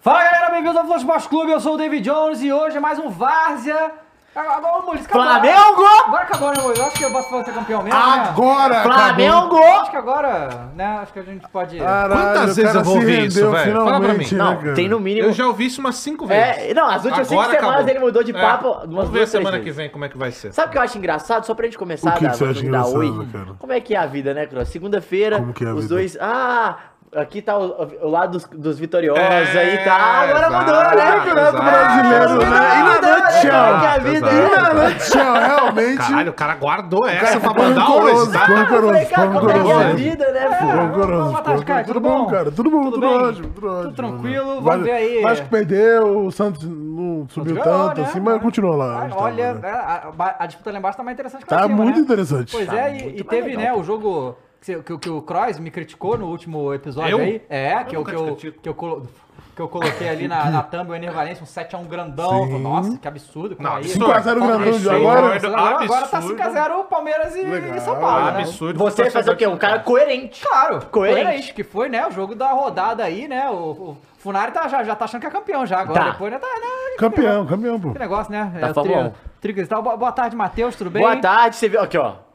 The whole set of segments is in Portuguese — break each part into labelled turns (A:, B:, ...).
A: Fala galera, bem-vindos ao Flashbash Clube, eu sou o David Jones e hoje é mais um Várzea. Agora o Mulis
B: Tá
A: acabou.
B: Flamengo!
A: Agora acabou, né, Mulis? Eu acho que o Botafogo vai ser campeão mesmo. Né?
C: Agora, acabou.
B: Flamengo!
A: Acho que agora, né? Acho que a gente pode.
C: Caralho,
D: Quantas
C: o
D: vezes
C: cara
D: eu vou
C: se
D: ouvir
C: rendeu
D: isso, velho? Fala pra
C: finalmente,
D: mim.
C: né,
B: Não,
C: cara?
B: tem no mínimo.
D: Eu já ouvi isso umas cinco vezes.
B: É, não, as últimas cinco
D: Agora
B: semanas
D: acabou.
B: ele mudou de
D: É.
B: papo umas
D: Vamos ver
B: duas, três
D: semana que
B: vezes.
D: vem como é que vai ser.
B: Sabe o que eu acho engraçado? Só pra gente começar
C: O que que
B: da-
C: você acha
B: do- da
C: engraçado,
B: Oi.
C: cara?
B: Como é que é a vida, né, Cross? Segunda-feira,
C: Como que é a
B: os
C: vida?
B: dois. Ah, aqui tá o, o lado dos, dos vitoriosos aí, tá?
D: É,
B: Agora
D: exato,
B: mudou, né?
D: exato,
C: Campeonato
D: exato.
C: Brasileiro, né?
B: Ah,
C: E na
B: mudou, né?
C: nutshell.
B: Como que a vida
D: Exato.
B: é?
C: Tchau, realmente.
D: Caralho, o cara guardou essa pra
C: ficou
D: mandar hoje,
C: rancoroso,
D: tá?
C: ficou
B: Eu falei,
C: rancoroso,
B: cara,
C: ficou
B: como é que é a
C: rancoroso.
B: vida, né, pô?
C: Ficou rancoroso,
A: Boa tarde,
C: ficou
A: Caio, tudo
C: rancoroso. Tudo bom,
A: bom?
C: cara? Tudo bom,
A: Tudo
C: tudo
A: bem?
C: ótimo, tudo ótimo.
A: tranquilo, vamos
C: Vale-
A: ver aí.
C: Acho que perdeu, o Santos não subiu
A: Ganhou,
C: tanto
A: né?
C: assim, mas continuou lá.
A: Ah,
C: onde
A: Olha,
C: tava, né?
A: a, a- a disputa lá embaixo tá mais interessante que lá
C: Tá
A: em cima,
C: muito
A: né?
C: interessante.
A: Pois
B: Tá
A: é, e-
B: muito
A: e, teve,
B: mais
A: né,
B: legal.
A: o jogo que, você- que- que o Cross me criticou no último episódio
D: Eu?
A: aí. É, que eu,
D: nunca
A: que,
D: te
A: eu,
D: critico.
A: que, eu colo- que eu coloquei ali na, na thumb o Ener Valencia, um 7x1 grandão.
C: Sim.
A: Nossa, que é absurdo.
D: Não,
A: Calma aí.
D: absurdo.
C: 5x0 Tá grandão de
D: Absurdo,
C: agora.
A: Agora, agora tá
D: absurdo.
A: 5x0 o Palmeiras e,
C: Legal,
A: e São Paulo, né?
D: Absurdo.
B: Você vai fazer o quê? Um cara coerente.
A: Claro,
B: Coerente.
A: coerente, que foi, né, o jogo da rodada aí, né, o, o Funari tá, já, já tá achando que é campeão já agora,
B: Tá.
A: depois, né, tá, né,
C: Campeão, campeão, pô.
A: que negócio, né,
B: Tá
A: o
B: Fórmula
A: trio, trio cristal. Boa, boa tarde, Matheus, tudo bem?
B: Boa tarde, você viu. Aqui, ó.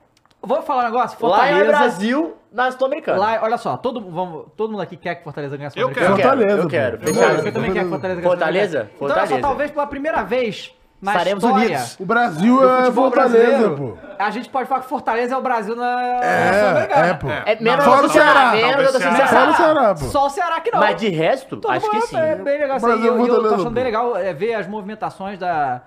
A: Vou falar um negócio,
B: Lá
A: Fortaleza...
B: é Brasil, na Sul-Americana.
A: Lá, olha só, todo, vamos, todo mundo aqui quer que Fortaleza ganhe a
D: Eu
A: Sul-Americana?
B: Eu quero,
C: Fortaleza,
B: eu quero.
C: pô.
A: Você
B: Fechado.
C: Fortaleza.
A: também quer que Fortaleza ganhe a
B: Fortaleza?
A: Sul-Americana? Então, olha só,
B: Fortaleza.
A: talvez pela primeira vez na
B: Estaremos
A: história...
B: unidos.
C: O
A: Ah,
C: Brasil é
A: futebol
C: Fortaleza,
A: brasileiro,
C: pô.
A: A gente pode falar que Fortaleza é o Brasil na na Sul-Americana.
C: É, é, pô.
B: É menos
C: Fora
B: do
C: o Ceará.
B: menos do
D: Talvez
B: Ceará.
C: Fora o Ceará, pô.
A: Ah, Só o Ceará que não.
B: Mas de resto,
A: Todo
B: acho
A: mundo
B: que
A: é-
B: sim.
A: É bem legal assim.
C: Brasil
A: E eu, e eu tô
C: Fortaleza,
A: achando
C: pô.
A: bem legal é, ver as movimentações da.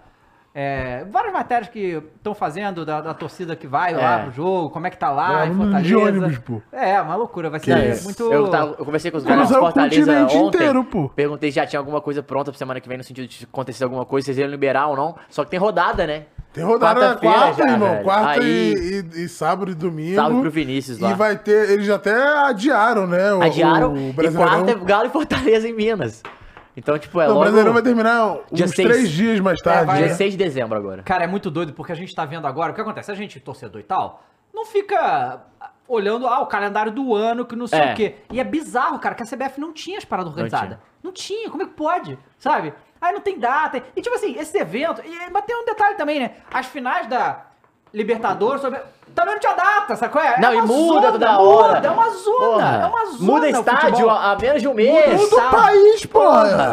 A: é, várias matérias que estão fazendo da, da torcida que vai lá
B: É.
A: pro jogo, como é que tá lá
C: É,
A: em
C: um
A: Fortaleza.
C: de ônibus, pô.
A: É, uma loucura, vai
B: Não,
A: ser
B: eu-
A: muito.
B: eu, tava- eu conversei com os caras de
C: Cruzar o
B: Fortaleza
C: continente
B: ontem.
C: inteiro, pô.
B: Perguntei se já tinha alguma coisa pronta pra semana que vem, no sentido de acontecer alguma coisa, vocês iam liberar ou não. Só que tem rodada, né?
C: Tem rodada na
B: Quarta-feira
C: quarta,
B: já,
C: irmão.
B: velho.
C: Quarta
B: Aí-
C: e, e- e sábado e domingo.
B: Salve pro Vinícius lá.
C: E vai ter. Eles já até adiaram, né? O,
B: Adiaram.
C: O
B: e
C: Brasileirão.
B: quarta é Galo e Fortaleza em Minas. Então, tipo, é
C: Não, o
B: logo...
C: Brasileirão vai terminar uns
B: Dia seis. É,
C: três dias mais tarde.
A: vai-
B: Dia
C: né?
B: 6 de dezembro agora.
A: Cara, é muito doido porque a gente tá vendo agora. O que acontece? A gente, torcedor e tal, não fica olhando ah, o calendário do ano, que não sei
B: É.
A: o quê. E é bizarro, cara, que a CBF não tinha as paradas organizadas.
B: tinha.
A: Não tinha. Como é que pode? Sabe? Aí não tem data. E tipo assim, esses eventos. E, mas tem um detalhe também, né? As finais da Libertadores. sobre- Também não tinha data, sabe qual é? É
B: Não, e
A: uma
B: muda
A: zona,
B: toda hora.
A: Muda, é uma zona.
B: Porra.
A: É uma zona.
B: Muda
A: o
B: estádio
A: futebol.
B: a, a menos de um mês.
C: Muda o
B: sabe?
C: país, porra!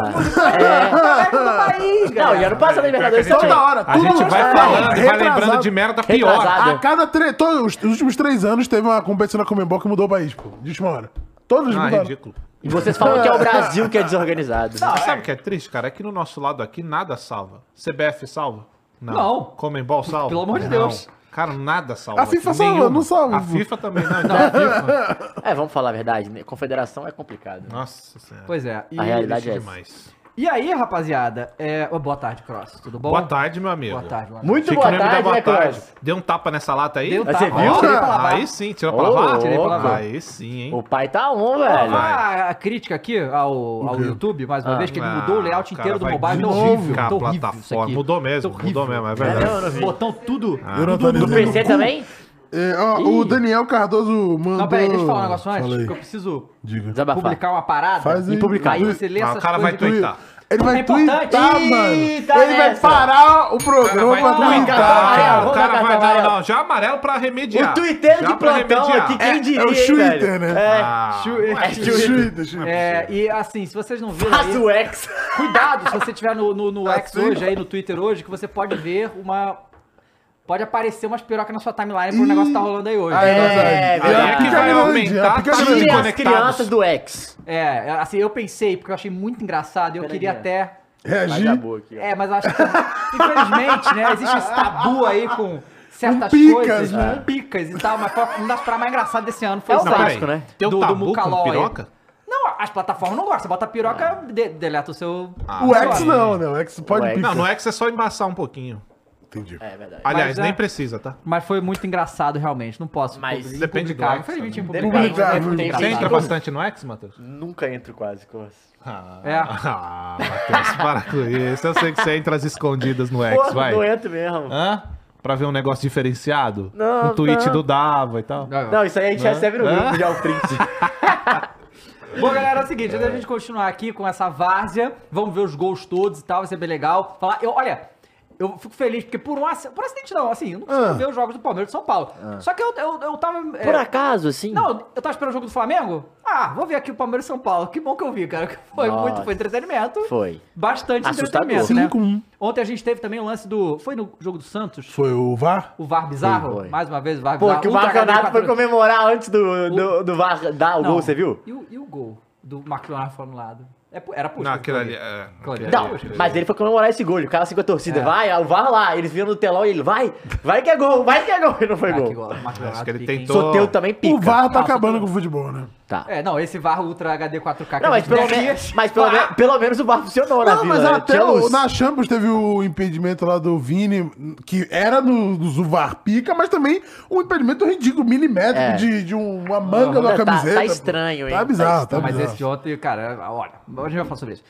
B: É.
A: É, muda o país,
B: Não,
A: galera.
B: e ano passado a Libertadores
D: Pior que a
B: também.
C: Toda hora,
D: A gente
C: tudo
D: vai
C: é
D: falando e vai
C: retrasado.
D: lembrando de merda pior.
B: Retrasado.
C: A cada três. Todos os- os últimos três anos teve uma competição na Comembol que mudou o país, pô. De última hora. Todos
D: Ah,
C: mudaram.
D: ridículo.
B: E vocês falam que é o Brasil que é desorganizado.
D: Mas Sabe o que é triste, cara? É que no nosso lado aqui nada salva. CBF salva?
A: Não.
D: Comembol salva?
A: Pelo amor de
D: Não.
A: Deus.
D: Cara, nada salva.
C: A FIFA
D: aqui,
C: salva,
D: nenhuma.
C: não salva.
D: A FIFA também não. Então a FIFA.
B: É, vamos falar a verdade, né? Confederação é complicado. né?
D: Nossa senhora.
A: Pois é. E,
B: A realidade é
D: Triste
B: essa.
D: demais.
A: e aí, rapaziada? É... ô, Boa tarde, Cross. Tudo bom?
D: Boa tarde, meu amigo.
A: Boa tarde, mano.
B: Muito
D: Achei que
B: boa
D: não ia me dar
B: tarde, né, Cross?
D: Deu um tapa nessa lata aí?
A: Deu um
B: Mas
A: tapa.
B: você viu?
A: Ó,
C: né?
A: tirei pra lavar.
D: Aí sim, tirou pra
B: Ô,
D: lavar?
B: tirei pra
A: lavar.
D: Aí sim, hein?
B: O pai tá on, velho.
D: vai.
A: Ah, a crítica aqui ao, ao
C: quê?
A: YouTube, mais uma
B: Ah.
A: vez, que ele
D: Ah,
A: mudou o layout
D: cara,
A: inteiro do
D: vai
A: mobile. Tá
D: modificar
A: horrível,
D: a
A: tá horrível
D: plataforma.
A: isso aqui.
D: Mudou mesmo,
A: Tá horrível.
D: mudou mesmo, é verdade. Ah,
B: É, eu não vi.
A: Botão tudo.
C: Eu não tô
B: Do
C: analisando
B: PC
C: cu.
B: também?
C: É, ó, o Daniel Cardoso mandou...
A: Não, peraí, deixa eu falar um negócio antes,
C: Fala aí.
A: porque eu preciso
B: Ah,
C: Diga.
B: Desabafar.
A: publicar uma parada
C: Faz
A: e
C: aí.
A: publicar. Aí
C: Tui-
A: você lê
D: Ah,
A: essas
D: o cara vai
A: coisas.
B: Tá.
D: tweetar.
C: Ele vai
A: É importante.
C: twittar,
B: Ih,
C: mano.
B: tá
C: ele vai
B: nessa.
C: parar o programa
D: vai
C: pra
D: dar um
B: twittar,
D: cartão
B: cara.
D: amarelo,
B: Vou dar
D: O cara vai
B: cartão
D: dar
B: amarelo.
D: não, já amarelo pra remediar.
B: O Twitter
D: Já
B: de
D: pra
B: plantão
D: remediar.
B: aqui, quem diria,
C: é o
B: hein,
C: Twitter,
B: velho?
C: né?
B: É.
D: Ah,
A: Tui-
B: É,
C: Twitter, Twitter,
A: É, e assim, se vocês não viram
B: Faz
A: aí,
B: o Ah, X.
A: cuidado se você tiver no, no, no X
C: Assim.
A: hoje, aí no Twitter hoje, que você pode ver uma... Pode aparecer umas pirocas na sua timeline pro negócio que tá rolando aí hoje.
C: Ah, é
B: É,
C: verdade.
D: Aí
B: verdade.
D: é que
C: pica
D: vai
C: grande,
D: aumentar
C: a
D: a
C: pica
D: taxa Tá de
C: grande.
B: Tirem as
D: conectados.
B: crianças do X.
A: É, assim, eu pensei, porque eu achei muito engraçado, eu
B: Peraí,
A: queria
B: é.
A: até.
B: Faz a
C: Reagir.
B: boa aqui, ó.
A: É, mas eu acho que, infelizmente, né, existe esse tabu aí com certas
C: Com picas,
A: coisas,
C: né?
A: com picas e tal, mas foi uma das paradas mais engraçadas desse ano foi
B: É o
A: essa.
D: Não, peraí.
B: Vasco, né?
D: Tem
A: Do-
D: o
A: do
D: tabu
A: Mucalol
D: com
A: aí.
D: piroca?
A: Não, as plataformas não gostam, você bota a
B: Ah.
A: piroca, de- deleta o seu...
D: Ah.
C: O X não, né? O X pode
B: O X.
C: picar.
D: Não, não é que você só embaçar um pouquinho.
C: Entendi.
B: É verdade.
D: Aliás,
A: Mas,
D: nem
A: é.
D: precisa, tá?
A: Mas foi muito engraçado, realmente, não posso
B: Mas
A: publicar,
D: depende do
A: publicar,
D: Hexa,
A: infelizmente,
D: né?
A: publicar.
B: Depende,
A: não é
C: depende.
A: muito
B: Tem
D: Você
A: engraçado.
D: entra
B: Sim.
D: bastante no X, Matheus?
B: Nunca entro quase, Cross.
D: Ah,
A: É.
D: ah Matheus, para com isso. Eu sei que você entra às escondidas no X,
B: Porra,
D: vai.
B: não entro mesmo.
D: Hã? Pra ver um negócio diferenciado?
B: Não,
D: um tweet
B: não.
D: do Dava e tal.
A: Não,
D: Ah.
B: Não, isso aí a gente recebe no
D: Hã?
B: grupo já o print.
A: Bom, galera, é o seguinte, antes da gente continuar aqui com essa várzea, vamos ver os gols todos e tal, vai ser bem legal. Falar, eu, olha, eu fico feliz, porque por um acidente, por acidente não, assim, eu não consigo
C: Ah.
A: ver os jogos do Palmeiras e do São Paulo. Só que eu, eu, eu tava... é,
B: Ah. Por acaso, assim?
A: Não, eu tava esperando o jogo do Flamengo. Ah, vou ver aqui o Palmeiras e São Paulo. Que bom que eu vi, cara. que Foi
B: Nossa.
A: muito, foi entretenimento.
B: Foi.
A: Bastante
B: Assustador. um.
A: entretenimento, né?
C: 5-1.
A: Ontem a gente teve também o lance do... Foi no jogo do Santos?
C: Foi o VAR?
A: O VAR bizarro?
B: Foi, foi.
A: Mais uma vez o VAR
B: Pô,
A: bizarro.
D: um
B: que o
A: Ultra
B: Marcanato
A: cadeira
B: foi comemorar antes do, do, do VAR dar o
A: Não.
B: gol, você viu?
A: E o, e o gol do Marcos Leonardo formulado? É, pu- era puxa.
D: Não, aquilo ali. é,
A: Aquilo ali.
D: aquilo
B: Não,
D: ali, aquilo ali.
B: mas ele foi comemorar esse gol. ele ficava assim com a torcida. Vai, ah, o VAR lá. Eles viram no telão e ele, vai, vai que é gol, vai que é gol. E não
A: Ah,
B: foi gol.
D: Acho que ele tentou-
B: Soteu também pica.
C: O VAR
A: Nossa,
C: tá acabando
A: tudo.
C: com o futebol, né?
B: Tá.
A: É, não, esse VAR Ultra HD 4K que
B: Não,
A: a
B: mas
A: gente
B: pelo,
A: tem aqui-
B: menos, mas pelo,
A: Ah,
B: me- pelo menos o VAR funcionou na
C: Não,
B: vila.
C: mas
B: né?
C: até
B: Tinha
C: o,
B: luz.
C: na Champions teve o impedimento lá do Vini, que era do, do VAR pica, mas também um impedimento ridículo, milimétrico,
B: É.
C: de, de uma manga
B: Não,
C: da
B: tá-
C: camiseta.
B: tá estranho, hein?
C: Tá bizarro, tá,
A: Não, mas
C: bizarro.
A: esse de ontem, cara, olha, a gente vai falar sobre isso.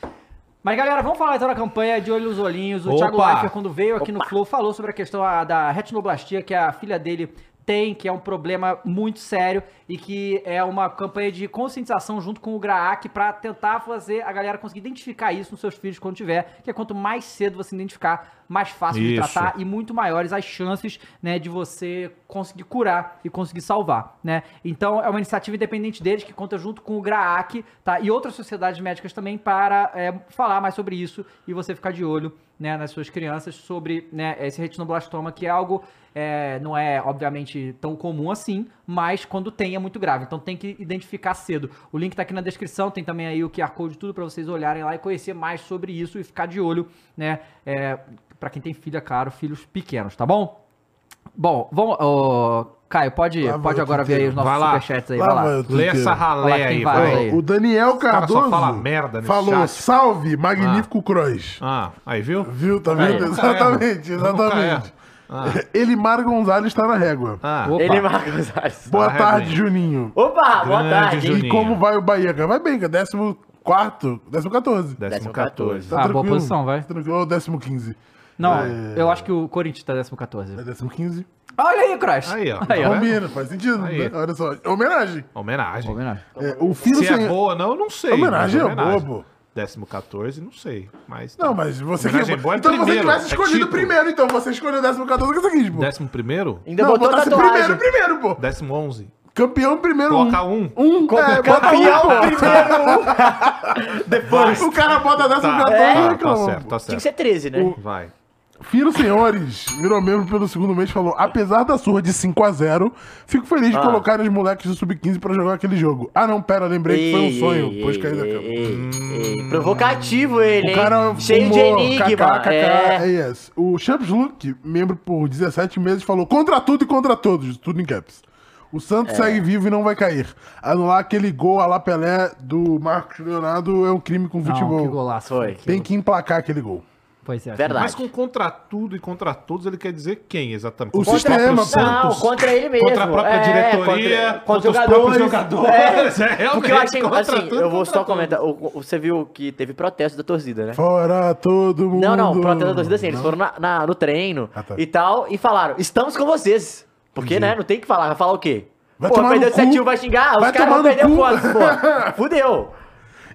A: Mas galera, vamos falar então da campanha de Olho nos Olhinhos. O
D: Opa!
A: Thiago Leifert, quando veio aqui no Flow, falou sobre a questão ah, da retinoblastia que a filha dele tem, que é um problema muito sério e que é uma campanha de conscientização junto com o GRAAC pra tentar fazer a galera conseguir identificar isso nos seus filhos quando tiver, que é quanto mais cedo você identificar, mais fácil de
D: Isso.
A: tratar e muito maiores as chances, né, de você conseguir curar e conseguir salvar, né? Então é uma iniciativa independente deles que conta junto com o GRAAC, tá? E outras sociedades médicas também para é, falar mais sobre isso e você ficar de olho, né, nas suas crianças sobre, né, esse retinoblastoma que é algo é, não é obviamente tão comum assim, mas quando tem é muito grave. Então tem que identificar cedo. O link tá aqui na descrição, tem também aí o QR Code tudo para vocês olharem lá e conhecer mais sobre isso e ficar de olho, né? É, para quem tem filha, claro, filhos pequenos, tá bom? Bom, vamos. ô, Caio, pode,
C: Lá vai
A: pode
C: o
A: agora ver aí os
C: Titeiro.
A: nossos
D: Vai lá.
A: superchats aí,
C: Lá
A: vai lá.
C: vai o
D: Lê essa
C: Titeiro.
D: ralé
A: Lá tem
D: aí,
A: várias
D: vai.
A: aí.
C: O Daniel
D: caras só
C: Cardoso
D: falam merda nesse
C: falou,
D: chat.
C: salve, magnífico Cross.
D: Ah, aí viu?
C: Viu? Tá
B: Aí.
C: vendo? Exatamente,
D: Nunca erra.
C: exatamente.
D: Nunca
C: Elimar Gonzalez tá na régua.
D: Ah,
A: Opa.
B: Ele marca os olhos.
C: Boa
D: tá na
C: tarde,
D: regrinha.
C: Juninho.
B: Opa, boa
D: Grande
B: tarde. hein?
D: Juninho.
C: E como vai o Bahia? cara? Vai bem, é cara. 14, 14.
B: 14.
D: décimo 14.
A: Ah, boa posição, vai.
C: Tá Tranquilo. Ou 15.
A: Não,
C: É.
A: eu acho que o Corinthians tá 14.
C: É 15.
A: Olha aí, Crash.
D: Aí, ó.
C: Combina, faz sentido.
D: É, né? Aí.
C: né? Olha só. Homenagem.
D: Homenagem.
A: Combinado.
C: É, o filho
D: Se
C: sem.
D: é boa ou não, eu não sei.
C: Homenagem
D: mas
C: é boa, pô.
D: Décimo 14, não sei. Mas. tá.
C: Não, mas você que...
D: Homenagem boa é
C: Então você
D: primeiro,
C: tivesse
D: é
C: escolhido
D: título.
C: primeiro, então. Você escolheu 14 que você quis, pô.
D: Décimo primeiro?
B: Ainda
C: Não,
B: botou
C: botasse
B: tatuagem.
C: primeiro, primeiro, pô.
D: Décimo 11.
C: Campeão primeiro.
D: Coloca um.
C: Um,
B: Como
C: é, bota
B: campeão
C: um, pô.
B: primeiro. Depois.
C: O cara bota
B: Ah,
C: 14
D: Tá,
C: e
D: tá, tá
C: reclama.
D: certo, tá
B: Tinha que
D: certo.
B: ser 13, né?
D: Vai.
C: Firo Senhores, virou membro pelo segundo mês, falou: apesar da surra de 5x0, fico feliz
D: Ah.
C: de colocar os moleques do Sub-15 pra jogar aquele jogo. Ah não, pera, lembrei que foi um
B: Ei,
C: sonho,
B: ei,
C: pois caí da
B: ei,
C: cama. Hum.
B: ei, ei. Provocativo ele,
C: O
B: hein?
C: cara
B: Cheio de
C: fumou,
B: enigma.
C: kkk,
B: é.
C: é isso. O Champs Luke, membro por 17 meses, falou contra tudo e contra todos, tudo em caps. O Santos
A: É.
C: segue vivo e não vai cair. Anular aquele gol a lá Pelé do Marcos Leonardo é um crime com
A: Não, que
C: futebol.
A: golaço
B: Foi.
A: aquilo.
C: Tem que emplacar aquele gol.
A: Pois é.
B: Verdade.
D: Mas com contra tudo e contra todos, ele quer dizer quem exatamente?
C: O
D: Contra
C: sistema,
D: próprio
C: pô.
B: Não, contra ele mesmo.
D: Contra a própria
B: É,
D: diretoria,
B: contra,
D: contra
B: contra
D: os
B: jogadores.
D: próprios jogadores. É, realmente,
B: Porque eu achei,
D: contra
B: assim,
D: tudo,
B: eu vou
D: contra
B: só
D: tudo.
B: comentar. o- o- você viu que teve protesto da torcida, né?
C: Fora todo mundo.
B: Não, não, protesto da torcida assim. Eles foram na- na- no treino
C: Uhum. Ah, tá.
B: e tal e falaram: estamos com vocês. Porque, né? Não tem o que falar. Vai falar o quê?
C: Vai
B: pô,
C: tomar no
B: perdeu
C: cu.
B: 7 um, vai xingar.
C: Vai
B: os caras vão
C: tomar no
B: perder o
C: cu.
B: fósforo, pô. Fudeu.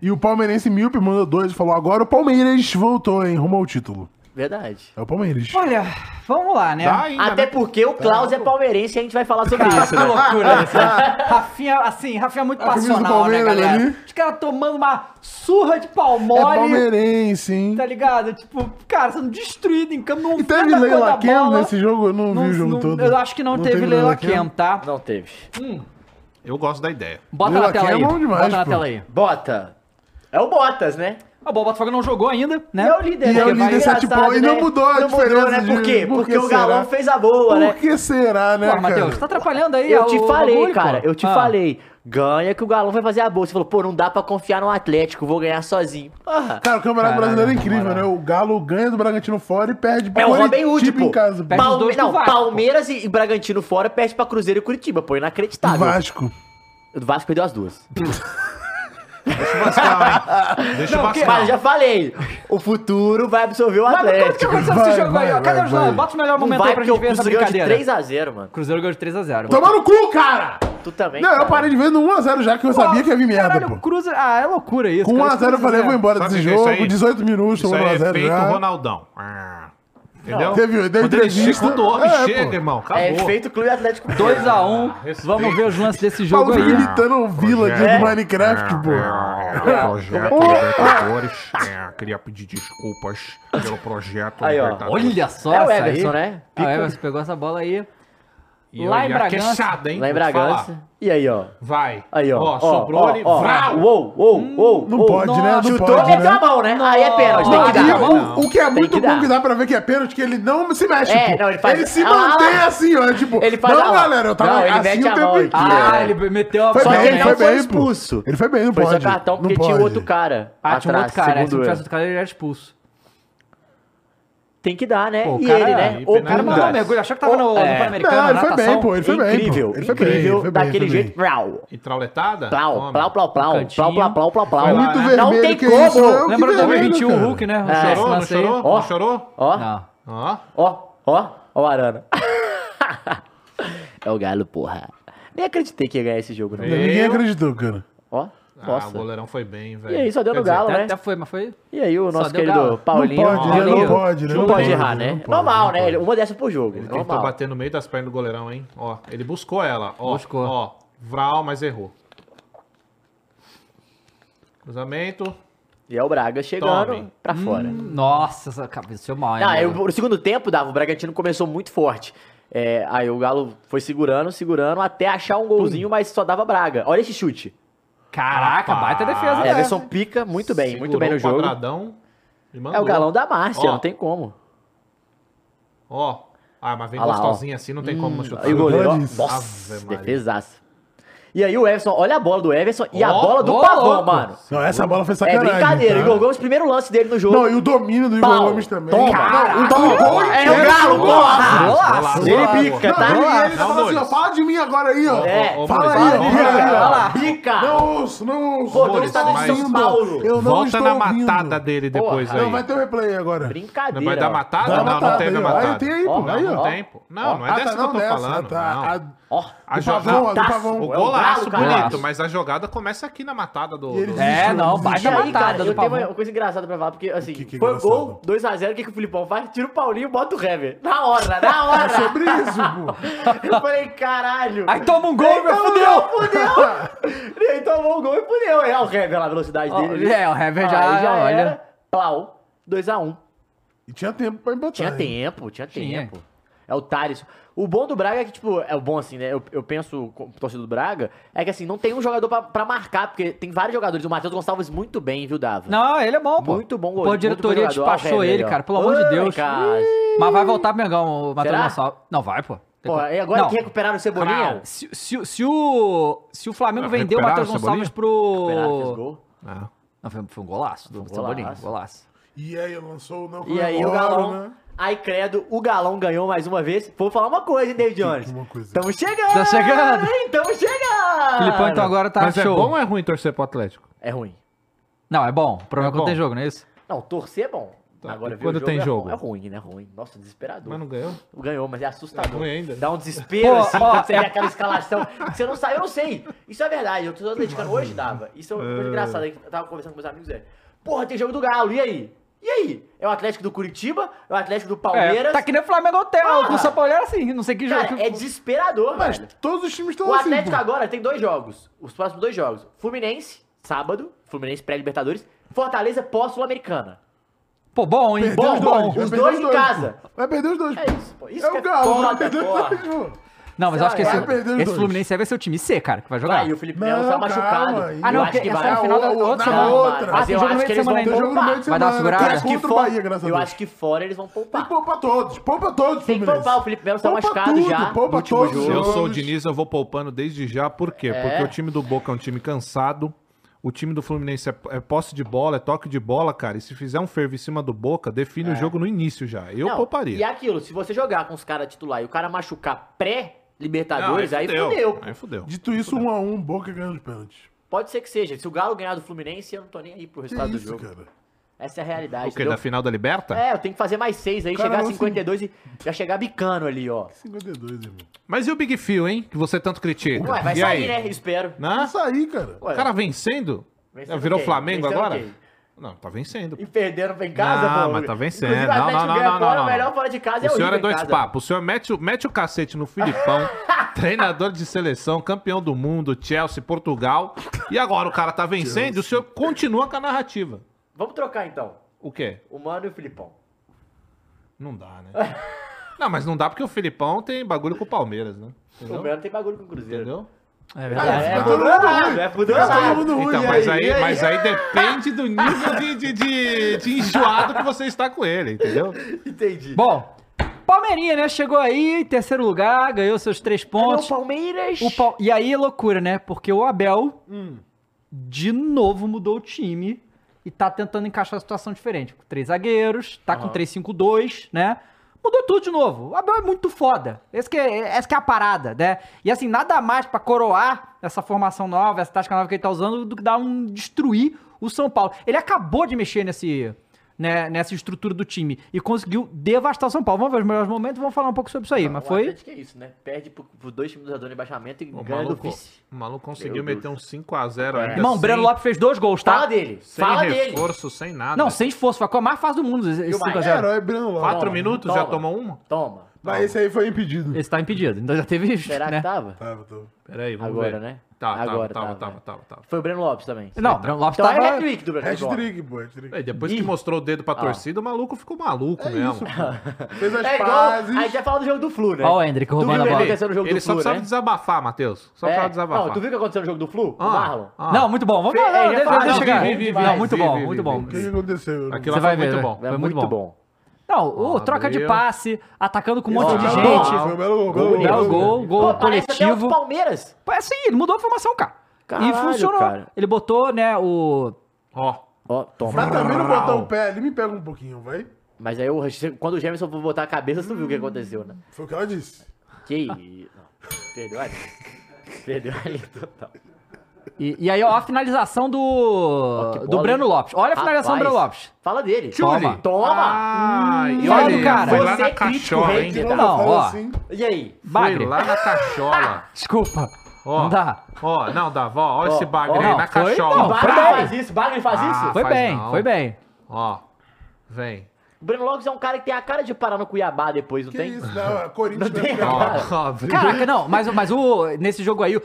C: E o palmeirense Milpe mandou dois e falou: agora o Palmeiras voltou, hein? Rumo ao título.
B: Verdade.
C: É o Palmeiras.
A: Olha, vamos lá, né?
D: Dá ainda,
B: é, Até
D: né?
B: porque
C: tá
B: o Klaus é palmeirense e a gente vai falar sobre isso,
A: Que
B: né?
A: loucura isso, né? Rafinha, assim, Rafinha é muito
C: A camisa do
A: passional, né,
C: Palmeiras
A: galera?
C: ali.
A: Os caras tomando uma surra de
C: É
A: palmole,
C: palmeirense, hein?
A: tá ligado? Tipo, cara, sendo destruído em campo, não
C: E teve
A: nada
C: Leila
A: contra a
C: Kem
A: bola.
C: nesse jogo? Eu não, vi o jogo
A: não-
C: todo.
A: Eu acho que não, teve, Leila Kem, tá?
B: Não teve.
D: Eu gosto da ideia.
A: Bota
C: Leila
A: na tela
C: Kem é
A: aí.
C: bom demais,
A: Bota na
C: pô.
A: tela aí.
B: Bota. É o Botas, né?
A: Ah, bom, o Botafogo não jogou ainda, né?
B: E é o líder,
C: E
B: né?
C: é o líder,
B: Engraçado,
C: sete pontos. E não mudou a diferença
B: né? Por
C: de-
B: quê?
C: por
B: Porque
C: que
B: o Galão
C: será?
B: fez a boa, né?
C: Por que será, né,
A: Pô,
C: cara?
A: Matheus, tá atrapalhando aí
B: Eu
A: ó,
B: te
A: o
B: falei,
A: bagulho, pô.
B: cara. Eu te
A: Ah.
B: falei. Ganha que o Galão vai fazer a boa. Você falou, pô, não dá pra confiar no Atlético, vou ganhar sozinho. Porra.
C: Cara, o Campeonato
A: Caralho,
C: Brasileiro é incrível,
A: moral.
C: né? O Galo ganha do Bragantino fora e perde pro
B: É o Robin
C: Coritiba
B: Hood, pô.
C: em casa. pô.
A: tipo Perde os
B: Palme-
A: dois pro
B: não,
A: Vasco.
B: Palmeiras e e Bragantino fora, perde pra Cruzeiro e Curitiba, pô. Inacreditável.
C: Vasco.
A: Tá.
B: O Vasco perdeu as duas.
D: Deixa eu mascar, hein? Deixa eu
A: Não, que-
D: mascar.
B: Mas já falei, o futuro vai absorver o
A: Mas quanto que
B: Atlético.
A: aconteceu nesse
C: Vai,
A: jogo aí? ó? Cadê
C: vai, vai,
A: os lances?
C: vai.
A: Bota o melhor
B: Não
A: momento
B: vai
A: aí pra
B: porque o
A: gente ver essa
B: Cruzeiro ganhou de
A: brincadeira.
B: 3x0, mano.
A: Cruzeiro ganhou de 3x0.
C: Toma no cu, cara!
B: Tu também.
C: Não, eu
B: cara.
C: parei de ver no 1x0 já que eu sabia que ia vir merda,
A: Caralho,
C: pô.
A: o Cruzeiro... Ah, é loucura isso.
C: Com
A: cara.
C: 1x0 eu falei, eu vou embora
D: Sabe
C: desse
D: o que é isso
C: jogo,
D: aí?
C: 18 minutos,
D: Isso
C: toma
D: aí é
C: 1x0
D: efeito
C: já.
D: Ronaldão. Ah, Entendeu?
C: Teve- deu
D: Quando ele
C: entrevista.
D: chega, Quando o homem
C: É,
D: chega,
C: pô.
D: irmão, acabou.
B: É feito Clube Atlético.
A: 2x1.
D: respeito.
A: Vamos ver os lances desse jogo
C: Paulo
A: aí.
C: imitando o Village
B: É.
C: do Minecraft,
D: Ah, é,
C: pô.
B: Ah.
D: Projeto Libertadores. É, queria pedir desculpas pelo projeto
B: Aí, ó.
D: Libertadores.
A: Olha só
B: É o
A: essa
B: Everson,
A: aí.
B: né?
A: Ah, o Everson pegou essa bola aí.
D: E
A: Lá
D: olha
A: em
D: a
A: Bragança-
D: queixada, hein?
B: Lá em
D: Vou te falar.
B: Bragança. E aí, ó.
D: Vai.
B: Aí, ó. ó,
D: sobrou
B: ó,
D: ali.
B: ó.
D: Vrau!
B: Uou, uou, uou.
C: Não
B: uou.
C: pode, né? Não
B: Chutou,
C: pode,
B: meteu
C: né?
B: a mão, né? Aí é pênalti, tem
C: Não,
B: que
A: dá,
C: e
B: dar.
A: não,
B: mano.
A: não.
C: o, o que é muito
B: que
C: bom
B: dar.
C: que dá pra ver que é pênalti, que ele não se mexe,
B: É,
C: pô.
B: não, ele faz-
C: se
B: Ah, lá,
C: mantém
B: lá.
C: assim, ó, tipo...
B: Ele faz- ah,
C: não,
B: lá.
C: galera, eu tava
B: Não, ele
C: assim
B: mete a
C: o tempo
B: mão
C: inteiro.
B: aqui.
A: Ah,
B: É.
A: ele meteu a
C: Foi
B: Só
A: bola.
B: que ele
C: bem,
B: não
C: foi
B: foi
C: bem, pô.
B: expulso.
C: Ele foi bem, não
B: Foi
C: pode.
B: só cartão
C: não
B: porque tinha
C: pode.
B: outro cara.
A: Ah, tinha um outro
B: atrás,
A: cara. Se
B: segundo
A: não tivesse
B: eu.
A: outro cara, ele era expulso.
B: Tem que dar, né?
A: Pô, o
B: e
A: cara-
B: ele, né?
D: Aí,
B: Ô,
A: O cara mandou um
B: Bundas.
A: mergulho, achou que tava no, no
B: É.
A: Pan-Americano,
C: Não, ele
A: na
C: foi bem,
A: natação.
C: pô. Ele foi bem, pô.
B: Incrível,
C: Ele foi bem,
B: incrível.
C: foi bem,
B: daquele
C: foi bem.
B: jeito. Brau.
D: E trauletada?
B: Plau,
D: Toma.
B: plau, plau, plau. Plau,
A: Cantinho.
B: plau, plau, plau, plau.
D: Foi lá,
C: Muito
D: né?
C: vermelho,
B: Não tem
C: que
B: como.
C: isso, é o que
A: Lembra do
C: vermelho,
A: 21
C: cara.
A: Hulk, né? O
B: É.
A: chorou,
D: Chorou, não
A: lance aí.
D: chorou?
B: Ó.
D: Não chorou?
B: Ó,
A: Não.
D: Ó. Ah,
B: ó, ó, ó o Arana. É o Galo, porra. Nem acreditei que ia ganhar esse jogo, não.
D: É.
C: Ninguém
D: Eu-
C: acreditou, cara.
B: Ó,
D: Ah, o
B: nossa.
D: goleirão foi bem, velho.
B: E aí, só deu
D: Quer
B: no
D: dizer,
B: Galo,
A: Até,
B: né?
A: até foi, mas foi...
B: E aí, o nosso
A: deu
B: querido
A: Galo.
B: Paulinho.
C: Não pode, né?
B: Paulinho.
C: Não pode, né?
B: Não
C: Não
B: pode
C: pode,
B: errar,
C: não
B: né?
C: pode,
B: Normal,
C: não
B: né?
C: pode.
B: Uma dessa por jogo.
D: Ele tentou
B: normal.
D: bater no meio das pernas do goleirão, hein? Ó, ele buscou ela. Ó,
A: Buscou.
D: ó, Vral, mas errou. Cruzamento.
B: E é o Braga chegando
D: Tome.
B: pra fora.
A: Hum. Nossa, essa cabeceou mal, hein?
B: Não, aí
A: mano?
B: o- o segundo tempo, Dava, o Bragantino começou muito forte. É, aí o Galo foi segurando, segurando, até achar um golzinho, mas só dava Braga. Olha esse chute.
A: Caraca,
D: Rapaz.
A: baita defesa, né?
B: Everson pica muito bem, muito
D: Segurou
B: bem no
D: o
B: jogo.
D: quadradão e mandou.
B: É o galão da Márcia,
D: Ó.
B: não tem como.
D: Ó. Ah, mas vem
B: Olha lá,
D: gostosinha assim, não tem como não chutar.
B: Aí o goleiro, ó,
C: Fernandes.
B: nossa,
D: Ave Maria.
B: defesaça. E aí o Everson, olha a bola do Everson e a
D: Ó,
B: bola do
A: ó,
B: Pavão,
A: louco.
B: mano.
C: Não, essa bola foi
B: É
C: sacanagem.
B: brincadeira,
C: tá?
B: o Igor Gomes, primeiro lance dele no jogo.
C: Não, e o domínio do Igor
B: Pau.
C: Gomes também.
B: Toma.
C: Não, o
B: Toma.
C: gol
B: É o
C: inteiro.
B: Galo, porra!
A: Golaço!
D: Ele
C: Golaço.
B: pica, tá?
C: Não, e ele
D: Não,
C: fala assim, ó,
D: Nunes.
C: fala de mim agora aí, ó.
B: É,
D: Ô, ô,
C: Fala
D: Muniz,
C: aí, rica,
D: ó, Muniz,
C: rica.
B: Olha
D: ó.
B: lá, rica!
C: Não ouço, não ouço.
B: Pô,
C: não
B: do estado de
C: estou
B: São
C: ouvindo.
B: Paulo.
C: Eu não
D: Volta
C: estou
D: na
C: ouvindo.
D: matada dele depois
B: Porra.
D: aí.
C: Não, vai ter o replay agora.
B: Brincadeira.
D: Não vai dar
B: ó.
D: matada?
C: Dá
D: Não,
C: matada
D: não teve a
C: aí, ó.
D: matada.
C: Aí tem aí,
B: Ó,
C: pô. Aí,
D: Não
C: ó.
D: tem, pô. Não, não é
C: Ah,
D: dessa
C: tá,
D: que eu tô
C: não, dessa,
D: falando.
C: tá.
D: não.
C: A-
B: Ó,
D: A
C: do Pavão, ó,
D: jogada.
C: do
B: Tá,
C: Pavão.
D: O
B: É o
D: golaço
B: Galo, cara.
D: bonito, mas a jogada começa aqui na matada do.
C: E eles
D: do-
A: É, não,
B: E
A: baita
B: aí, cara,
A: matada
B: eu
A: do
B: tenho uma
A: Pavão.
B: uma coisa engraçada pra falar, porque assim,
C: Que- que
B: foi
C: engraçado.
B: gol, 2x0, o que, que o Filipão faz? Tira o Paulinho e bota o Hever. Na hora, na hora!
C: É Sobre isso, pô.
B: Eu falei, caralho! Então,
A: Aí toma um gol, meu fudeu!
B: fudeu! E aí tomou o gol e fudeu. É o Hever lá, a velocidade
A: Ó,
B: dele. né?
A: é, o Hever já-
B: Aí
A: olha.
B: era. Plau, 2x1.
C: E tinha tempo pra empatar.
B: Tinha
C: hein?
B: tempo, tinha
A: Tinha.
B: tempo. É o Thales. O bom do Braga é que, tipo, é o bom assim, né? Eu, eu penso, como torcedor do Braga, é que assim, não tem um jogador pra, pra marcar, porque tem vários jogadores. O Matheus Gonçalves muito bem, viu, Dava?
A: Não, ele é bom, pô.
B: Muito bom
A: Pô, a diretoria
B: muito bom jogador.
A: despachou
B: Ó,
A: ele,
B: ó.
A: cara, pelo amor de
B: Ai,
A: Deus.
B: cara.
A: Mas vai voltar pro Mengão, o Matheus
B: Será?
A: Gonçalves. Não, vai, pô. Tem
B: Pô,
A: como-
B: e agora
A: Não,
B: que recuperaram o Cebolinha?
D: Crau.
A: Se, se- se o, se o Flamengo
D: Vai
A: vendeu o
D: recuperar
A: Matheus
D: o
A: Gonçalves
D: Cebolinha?
B: Recuperaram, fez
A: pro...
B: gol.
D: Ah.
A: Não, foi, foi um golaço do
B: um
A: Cebolinha,
B: golaço.
A: golaço.
C: E aí, lançou o não
B: E aí o
C: comemoro,
B: Galão.
C: né?
B: Aí, credo, o Galão ganhou mais uma vez. Vou falar uma coisa, hein, David Jones.
C: uma coisa?
B: Tamo chegando!
A: Tá chegando.
B: Hein? Tamo chegando!
A: Filipão, então, agora tá
D: Mas é
A: show.
D: bom ou é ruim torcer pro Atlético?
B: É ruim.
A: Não, é bom. O problema é
D: É
A: quando tem
D: bom.
A: jogo, não é isso?
B: Não, torcer é bom.
D: Tá,
B: Agora
D: e
B: ver
D: quando
B: o jogo
D: tem
B: é
D: jogo?
B: Ruim. É ruim, né? Ruim. Nossa, desesperador.
D: Mas não ganhou?
B: Ganhou, mas é assustador.
D: É ruim ainda.
B: Dá um desespero,
A: Pô,
B: assim,
A: ó,
B: quando você
A: é-
B: vê aquela escalação. que Você não sabe, eu não sei. Isso é verdade, eu tô atleticano hoje, dava. Isso é uma coisa engraçada, que eu tava conversando com meus amigos, é. Porra, tem jogo do Galo, e aí? E aí? É o Atlético do Curitiba? É o Atlético do Palmeiras?
A: É, tá que nem o Flamengo ontem,
B: Ah!
A: o São Paulo era assim, não sei que jogo.
B: Cara, é desesperador,
C: Mas
B: velho.
C: todos os times estão
B: O
C: assim,
B: Atlético
C: pô.
B: agora tem dois jogos. Os próximos dois jogos. Fluminense, sábado. Fluminense pré-libertadores. Fortaleza pós-sul-americana.
A: Pô, bom, hein?
C: Perdeu
A: Bom,
C: os
A: bom.
C: dois, vai
B: os
C: perder
B: dois
C: os
B: em
C: dois,
B: casa.
C: pô. Vai perder os dois,
B: É
C: pô.
B: isso, pô. Isso
C: É
B: que é
C: o Galo, vai
B: foda,
C: perder
B: porra.
C: os dois, pô.
A: Não, mas eu acho que esse,
C: Vai perder os
A: esse
C: dois.
A: Fluminense aí vai ser o time C, cara, que vai jogar.
B: Aí o Felipe Melo tá
C: Não,
B: machucado.
C: calma aí.
A: Ah,
B: eu
A: não,
B: acho
A: porque
B: que
A: essa
B: vai.
A: é a final da
C: Não,
A: outra
C: na
A: semana.
C: outra.
A: Ah, tem jogo
B: Eu
A: no
B: acho
A: meio
B: que
A: de semana
B: eles vão
C: Tem
A: ainda.
C: jogo no meio de
A: Vai dar uma
C: semana,
A: segurada?
B: Eu
C: cara,
B: acho que
C: contra o
B: fora-
C: Bahia, graças a
B: Eu
C: Deus. Então,
B: acho que fora eles vão
C: Tem que
B: poupar.
C: poupar todos, poupa todos,
B: Tem que
C: Fluminense.
B: poupar, o Felipe Melo tá
C: Poupa
B: machucado
C: tudo,
B: já.
C: poupa
B: no último
C: todos.
B: jogo.
D: Se eu
C: Jogos.
D: sou o Diniz, eu vou poupando desde já. Por quê? Porque o time do Boca é um time cansado. O time do Fluminense é, é posse de bola, é toque de bola, cara. E se fizer um fervo em cima do Boca, define o jogo no início já. Eu
B: Não, E
D: pouparia.
B: aquilo, se você jogar com os caras titular e o cara machucar pré-libertadores,
D: Não,
B: Ah, aí fudeu.
D: Aí Ah, fudeu.
C: Dito isso, um a um, Boca ganhando os pênaltis.
B: Pode ser que seja. Se o Galo ganhar do Fluminense, eu não tô nem aí pro
C: Que
B: resultado
C: isso,
B: do jogo.
C: cara?
B: Essa é a realidade.
D: O quê?
B: entendeu?
D: Da final da Liberta?
B: É, eu tenho que fazer mais seis aí,
C: Cara,
B: chegar a
C: não, assim,
B: 52 e já chegar bicando ali, ó.
C: 52, irmão.
D: Mas e o Big Fio, hein? Que você tanto critica.
B: Ué, vai
D: e
B: sair,
D: aí?
B: né? Espero.
C: É
D: Né?
C: isso aí, cara.
D: O
B: Ué,
D: cara vencendo?
B: vencendo
D: Virou
B: quem?
D: Flamengo
B: Vencendo
D: agora?
B: quem?
D: Não, tá vencendo.
B: E perderam pra em casa,
D: Não,
B: pô.
D: mas tá vencendo.
B: Inclusive, o
D: Não,
B: Atlético
D: não, não,
B: ganha
D: não,
B: fora,
D: não,
B: o
D: não.
B: melhor fora de casa é
D: o senhor é
B: horrível em
D: dois
B: casa.
D: papos. O senhor mete, o- mete o cacete no Filipão, treinador de seleção, campeão do mundo, Chelsea, Portugal. E agora o cara tá vencendo e o senhor continua com a narrativa.
B: Vamos trocar, então.
D: O quê?
B: O Mano e o Filipão.
D: Não dá, né? Não, mas não dá porque o Filipão tem bagulho com o Palmeiras, né?
B: O
D: Entendeu?
B: Mano tem bagulho com o Cruzeiro.
D: Entendeu?
A: É né?
B: Ah,
A: verdade.
B: é,
C: Tá
B: é
C: todo mundo ruim.
B: fuderado, é
C: Tá
B: fuderado.
C: todo mundo ruim.
D: Então,
C: e
D: mas
B: aí?
D: aí,
B: E aí?
D: mas aí depende do nível de, de, de, de enjoado que você está com ele, entendeu?
B: Entendi.
A: Bom, Palmeirinha, né? Chegou aí, em terceiro lugar, ganhou seus três
C: É
B: Olha o
A: pontos.
B: Palmeiras.
A: O Pal- E aí é loucura, né? Porque o Abel de novo mudou o time e tá tentando encaixar a situação diferente. Com três zagueiros, tá com 3-5-2, né? Mudou tudo de novo. O Abel é muito foda. Esse que é, essa que é a parada, né? E assim, nada mais pra coroar essa formação nova, essa tática nova que ele tá usando, do que dar um destruir o São Paulo. Ele acabou de mexer nesse. né, nessa estrutura do time e conseguiu devastar o São Paulo. Vamos ver os melhores momentos e vamos falar um pouco sobre isso aí. mas
B: O
A: foi.
B: Atlético é isso, né? Perde pro- pros dois times do Radon em baixamento e
D: O
B: ganha do
D: maluco,
B: vice.
D: o maluco conseguiu
B: Meu Deus. É.
D: meter um 5x0 ainda.
A: Irmão, o
D: sem-
A: Breno Lopes fez dois gols, tá?
B: Fala dele.
D: assim, Sem
B: Fala dele.
D: reforço, sem nada.
A: Não, sem esforço, foi a coisa mais fácil do mundo esse
B: o Maia?
A: 5x0.
C: É, Herói Breno Lopes.
D: Quatro
B: Toma,
D: minutos,
B: toma.
D: já tomou uma?
B: Toma.
C: Mas esse aí foi impedido.
A: Esse tá impedido, então já teve.
B: Será
A: né?
B: que tava?
C: Tava, tava.
D: Peraí, vamos
B: Agora,
D: ver.
B: né?
D: Tá,
B: Agora
D: tava,
B: tava,
D: tava,
B: é.
D: tava, tava.
B: Foi o Breno Lopes também.
A: Não, o Breno Lopes
B: Então é
A: tava.
B: hat-trick do Breno Lopes.
C: Hat-trick, pô. hat-trick.
D: Peraí, depois que mostrou o dedo pra torcida, o maluco ficou maluco
C: É
D: mesmo.
C: isso, pô. Fez as
B: É igual,
C: pazes.
B: a gente já falou do jogo do Flu, né?
A: Ó, o Hendrick
B: Tu
A: roubando a
B: viu
A: bola.
B: ele? aconteceu no jogo
D: ele
B: do
D: só
B: Flu,
D: precisava
B: né?
D: desabafar, Matheus. Só
B: É.
D: precisava
B: Não,
D: desabafar. Ah.
B: tu viu o que aconteceu no jogo do Flu? O Marlon.
A: Não, muito bom. Vamos
B: Fe-
A: lá,
B: ele ia
A: deixa-
B: falar,
A: deixa
B: não,
A: chegar.
B: vi, vi, vi,
A: Não, muito
D: vi,
A: bom,
D: vi,
A: muito
D: vi,
A: bom.
C: O que que aconteceu? Eu não-
D: Aquilo
A: Você
D: lá
A: vai
D: foi
A: ver,
D: muito
A: né?
D: bom.
B: É
A: Foi muito
B: muito
A: bom. Ah,
B: bom.
A: Não, o
D: Ó,
A: troca de
D: abriu.
A: passe, atacando com um monte de
B: Ó,
A: gente.
C: Foi um belo gol,
A: Gol,
C: belo
A: belo gol, gol
B: Pô, parece até
A: coletivo.
B: o Palmeiras.
A: É assim, ele mudou a formação, cara.
B: Caralho,
A: e funcionou.
B: cara.
A: Ele botou, né, o.
D: Ó,
B: Ó, toma.
C: Mas também não botar o pé ali, me pega um pouquinho, vai.
B: Mas aí, o- quando o Jameson for botar a cabeça, tu viu o que aconteceu, né?
C: Foi o que ela disse.
B: Que
A: Hum.
B: isso. Perdeu a linha. Perdeu a linha total.
A: E, e aí, ó, a finalização do.
B: que
A: do
B: bola,
A: Breno
B: hein?
A: Lopes. Olha a finalização do
B: Rapaz,
A: Breno Lopes.
B: Fala dele.
A: Toma.
B: Toma.
D: Ah, e
A: olha,
D: olha,
A: cara.
D: foi lá
B: Você
D: na
B: é crítico,
D: cachola,
B: hater.
D: hein?
C: Não,
A: Não,
C: fala
A: ó.
C: assim.
B: E aí?
A: Bagre.
D: Foi lá na cachola.
A: Desculpa.
D: Ó,
A: Não dá.
D: Ó, não dá, vó. Ó, esse bagre
B: ó,
D: aí
A: não,
D: na
A: foi
D: cachola.
A: não.
B: Bagre
A: foi bem.
B: faz isso, Bagre faz
D: Ah.
B: isso.
A: Foi
D: faz
A: bem,
D: não.
A: foi bem.
D: Ó, vem.
B: O Breno Lopes é um cara que tem a cara de parar no Cuiabá depois, não
C: Que
B: tem?
C: isso, não, é Corinthians.
B: Não
C: né?
B: tem
D: Ó,
B: Cara.
D: ó, vem.
A: Caraca, não, mas, mas o, nesse jogo aí, o,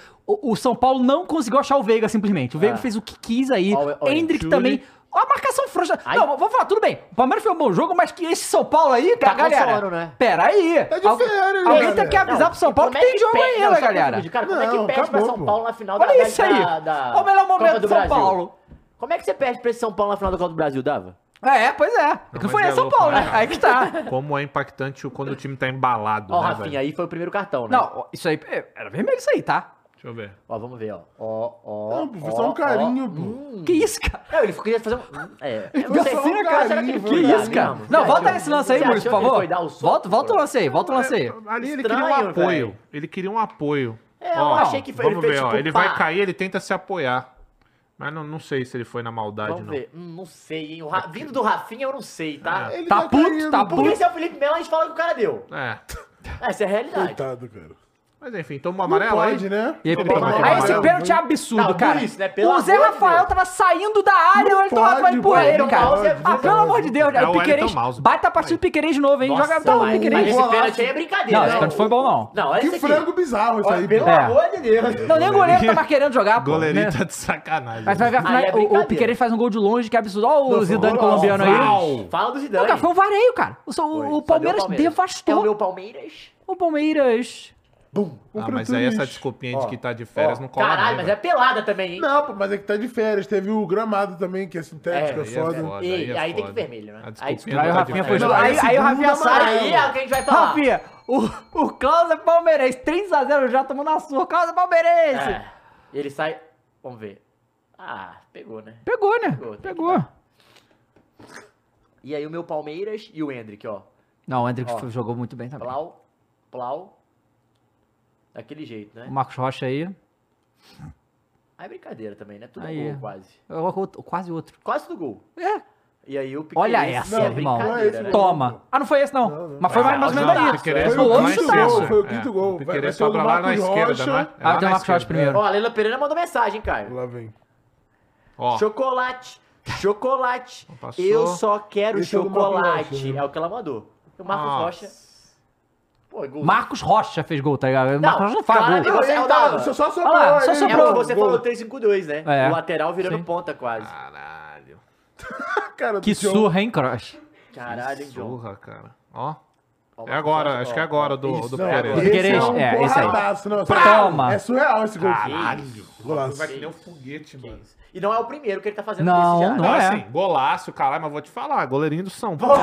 A: o São Paulo não conseguiu achar o Veiga simplesmente. O Veiga
B: É.
A: fez o que quis aí.
B: Ó, ó,
A: Hendrick
B: Yuri.
A: também. Ó, a marcação frouxa.
B: Ai.
A: Não, vou falar, tudo bem. O Palmeiras foi um bom jogo, mas que esse São Paulo aí,
B: Tá
A: galera.
B: com sono, né?
A: Pera aí.
C: Tá de férias,
A: alguém
C: galera.
A: tem que avisar pro São Paulo que
B: Como é
A: tem jogo
B: perde- não,
A: ainda,
B: só pra
A: galera.
B: confundir, Cara, como é
C: Não,
B: que perde pra
C: acabou,
B: São
C: pô.
B: Paulo na final da
A: Olha isso aí.
B: Da, da
A: Olha o melhor
B: Copa
A: momento do São
B: Brasil?
A: Paulo.
B: Como é que você perde pra esse São Paulo na final da Copa do Brasil, Dava?
A: É, pois é. Porque
D: mas
A: foi
D: é
A: São
D: louco,
A: Paulo,
D: né,
A: né?
D: cara?
A: Aí que tá.
D: Como é impactante o- quando o time tá embalado,
B: Ó,
D: né,
B: Rafinha,
D: velho?
B: aí foi o primeiro cartão, né?
A: Não, isso aí é, era vermelho isso aí, tá?
D: Deixa eu ver.
B: Ó, vamos ver, ó. Ó, ó.
C: Não, pô, foi
B: ó,
C: só um
B: ó.
C: carinho, pô.
B: Hum.
A: Que isso, cara?
B: Não, ele queria fazer um. É. Eu não
C: Ele
B: sei
C: só
B: se
C: um
B: o cara será que ele
C: carinho,
A: Que
B: foi
C: Foi
A: isso,
B: dar
A: cara?
B: mesmo?
A: Não,
B: Você
A: volta
B: achou-
A: nesse lance aí,
B: você
A: Maurício, por
B: achou que ele
A: favor.
B: foi dar o soco,
A: Volta, volta o
B: pô?
A: lance aí, volta o lance aí.
D: Ali ele
B: um Estranho,
D: queria um apoio.
B: velho.
D: Ele queria um apoio.
B: É, eu achei que foi- ele
D: Vamos
B: fez
D: ver, ó.
B: tipo,
D: Ele
B: pá.
D: vai cair, ele tenta se apoiar. Mas não, não sei se ele foi na maldade,
B: Vamos
D: não.
B: ver. Hum, não sei, hein? O Ra- Vindo do Rafinha, eu não sei, tá?
C: Ele
A: Tá puto, tá
C: pô.
A: puto.
B: Porque se é o Felipe Melo, a gente fala que o cara deu.
D: É.
B: Essa é a realidade.
C: Coitado, cara.
D: Mas enfim, toma uma
C: Não
D: amarela
C: pode,
D: aí.
C: né?
A: é E aí,
D: Tomou
A: pô,
D: uma
A: aí esse
D: amarela,
A: pênalti é
C: viu?
A: absurdo,
B: Não, por
A: cara.
B: isso, né? Pelo
A: o Zé
B: amor de
A: Rafael
B: Deus.
A: tava saindo da área e
C: Não
A: ele tava pra
C: pode,
A: empurrar
C: pô.
A: ele,
B: Não pode,
A: cara.
B: não
A: Ah,
B: pode.
A: pelo amor de Deus,
D: É
A: aí o
D: o
A: Piquerez.
D: Wellington Mouse.
A: Bate a partida do Piquerez de novo, hein? Joga tá o
B: mas, mas
A: Piquerez.
B: esse
C: Golaço.
B: pênalti aí é brincadeira.
A: Não, esse pênalti foi bom, não.
B: Não, olha
C: Que
B: esse aqui.
C: frango bizarro isso
B: Olha,
C: aí,
B: pelo
C: pô.
A: É.
B: amor de Deus.
A: Não, nem o goleiro tava querendo jogar, pô.
D: Goleirinho
A: né?
D: tá de sacanagem. né?
A: Mas vai ver a final,
B: Aí é
A: o, o
B: brincadeira.
A: Piquerez faz um gol de longe, que absurdo. Olha o
C: Não,
A: Zidane
C: não,
A: colombiano aí.
D: Uau!
B: Fala do
A: Não,
B: Zidane.
A: cara, foi um vareio, cara. O, o- o
B: Foi, só deu
A: Palmeiras
B: É o
A: devastou
B: meu Palmeiras.
A: o Palmeiras.
B: Bum.
A: um
D: Ah,
C: Comprou
D: mas
C: tudo
D: aí essa
C: isso.
D: desculpinha de
B: Ó,
D: que tá de férias
B: ó,
D: não cola
B: Caralho,
D: não,
B: mas é
D: velho.
B: pelada também, hein?
C: Não, pô, mas é que tá de férias. Teve o gramado também, que é sintético, é,
B: É,
D: Aí é
C: foda.
D: foda,
B: Ei, aí tem
D: foda.
B: que vermelho, né?
D: A
B: Aí
D: desculpinha
A: Aí o
D: tá de
A: Rafinha foi
D: férias.
A: jogar. Aí, aí o Rafinha
C: Segunda
A: amarelo.
B: Aí é o que a gente vai falar.
A: Rafinha, o, o Klaus é palmeirense. 3x0 já tomando a sua. Klaus é palmeirense.
B: É. Ele sai. Vamos ver. Ah, pegou, né?
A: Pegou, né?
B: Pegou, tem
A: Pegou.
B: que E aí o meu Palmeiras e o Hendrick, ó.
A: Não, o Hendrick
B: Ó.
A: jogou muito bem também.
B: Plau, plau. Daquele jeito, né?
A: O Marcos Rocha aí.
B: Aí é brincadeira também, né? Tudo
A: Aí.
B: gol quase.
A: É outro- Quase outro.
B: Quase tudo gol.
A: É.
B: E aí o
A: Olha
B: Piqueires-
A: essa,
B: é
A: irmão.
B: brincadeira,
C: Não é esse
B: né?
C: gol.
A: Toma. Ah, não foi esse, não. Mas
D: Ah,
A: foi mais, mais ou menos
B: não,
A: aí.
B: não.
D: Piqueires
A: Foi o
D: é
A: outro
D: mais
A: chutaço.
D: cedo.
C: Foi o quinto
D: É,
C: gol.
D: o
C: Vai- vai
D: Piqueires
C: ter o
D: sobra lá na
C: Marcos
D: esquerda,
C: Rocha.
D: né? É
A: Ah,
D: lá
A: tem o
D: na
A: Marcos Rocha
D: esquerda.
A: primeiro.
B: Ó, a Leila Pereira mandou mensagem, Caio.
C: Lá vem.
D: Ó,
B: Chocolate, chocolate.
D: Passou.
B: Eu só quero
C: Esse é o do Marcos Rocha,
B: chocolate.
C: né?
B: É o que ela mandou. O Marcos
D: Nossa.
B: Rocha. Pô, é gol.
A: Marcos Rocha fez gol, tá ligado? Marcos Rocha não faz
B: claro,
A: gol.
B: eu- Você
C: Ele
B: não
C: tá-
B: dava.
C: só- Só
A: Olha lá,
C: sobrou.
A: só
C: ele.
B: É
A: sobrou.
B: porque você
C: Gol.
B: falou 3-5-2, né?
A: É.
B: O lateral virando
A: Sim.
B: ponta quase.
D: Ah, Caralho.
C: Cara,
A: Que
C: do John.
A: surra, hein, Cross?
D: Tá
B: Caralho, hein, John.
D: Surra, cara. Ó.
B: Ó,
D: É agora,
B: Marcos
D: acho
B: Rocha,
D: que é
B: ó,
D: agora
B: ó.
D: o do, do
C: Não,
D: Piqueires.
C: esse é,
A: Piqueires,
C: um
A: é, esse aí.
C: porradaço, não,
A: Toma.
C: É surreal esse gol.
D: Caralho.
C: Golaço.
D: Vai que nem um foguete, mano.
B: E não é o primeiro que ele tá fazendo
A: Não,
B: isso já.
A: não
D: Não,
A: é.
D: assim, golaço, caralho, mas vou te falar, goleirinho do São Paulo.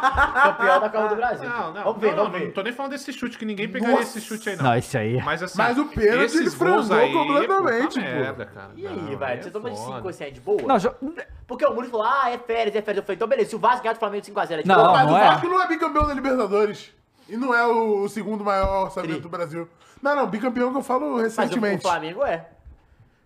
B: Campeão da Copa do Brasil.
D: Ah, Não, não,
B: Vamos ver,
D: não,
B: vamos
D: não,
B: ver.
D: não tô nem falando desse chute, que ninguém pegaria
C: Nossa.
D: esse chute aí, não.
A: Não, esse aí.
D: Mas assim.
C: Mas o pênalti
D: esses
C: ele
D: gols
C: frangou
D: aí,
C: completamente,
D: puta
C: pô.
D: merda, cara.
B: E aí,
D: Não,
B: velho?
D: é
B: Você toma de
D: foda.
B: 5 assim, é de boa?
A: Não, jo-
B: Porque o Muro falou, ah, é férias, é férias. Eu falei, então beleza, se o Vasco ganhar do Flamengo 5x0, é de
A: Não,
B: boa.
C: Mas
A: não
C: o
A: é.
C: Vasco não é bicampeão da Libertadores. E não é o, o segundo maior orçamento
B: Tri.
C: do Brasil. Não, não, bicampeão que eu falo
B: Mas o- o
C: recentemente.
B: Flamengo é.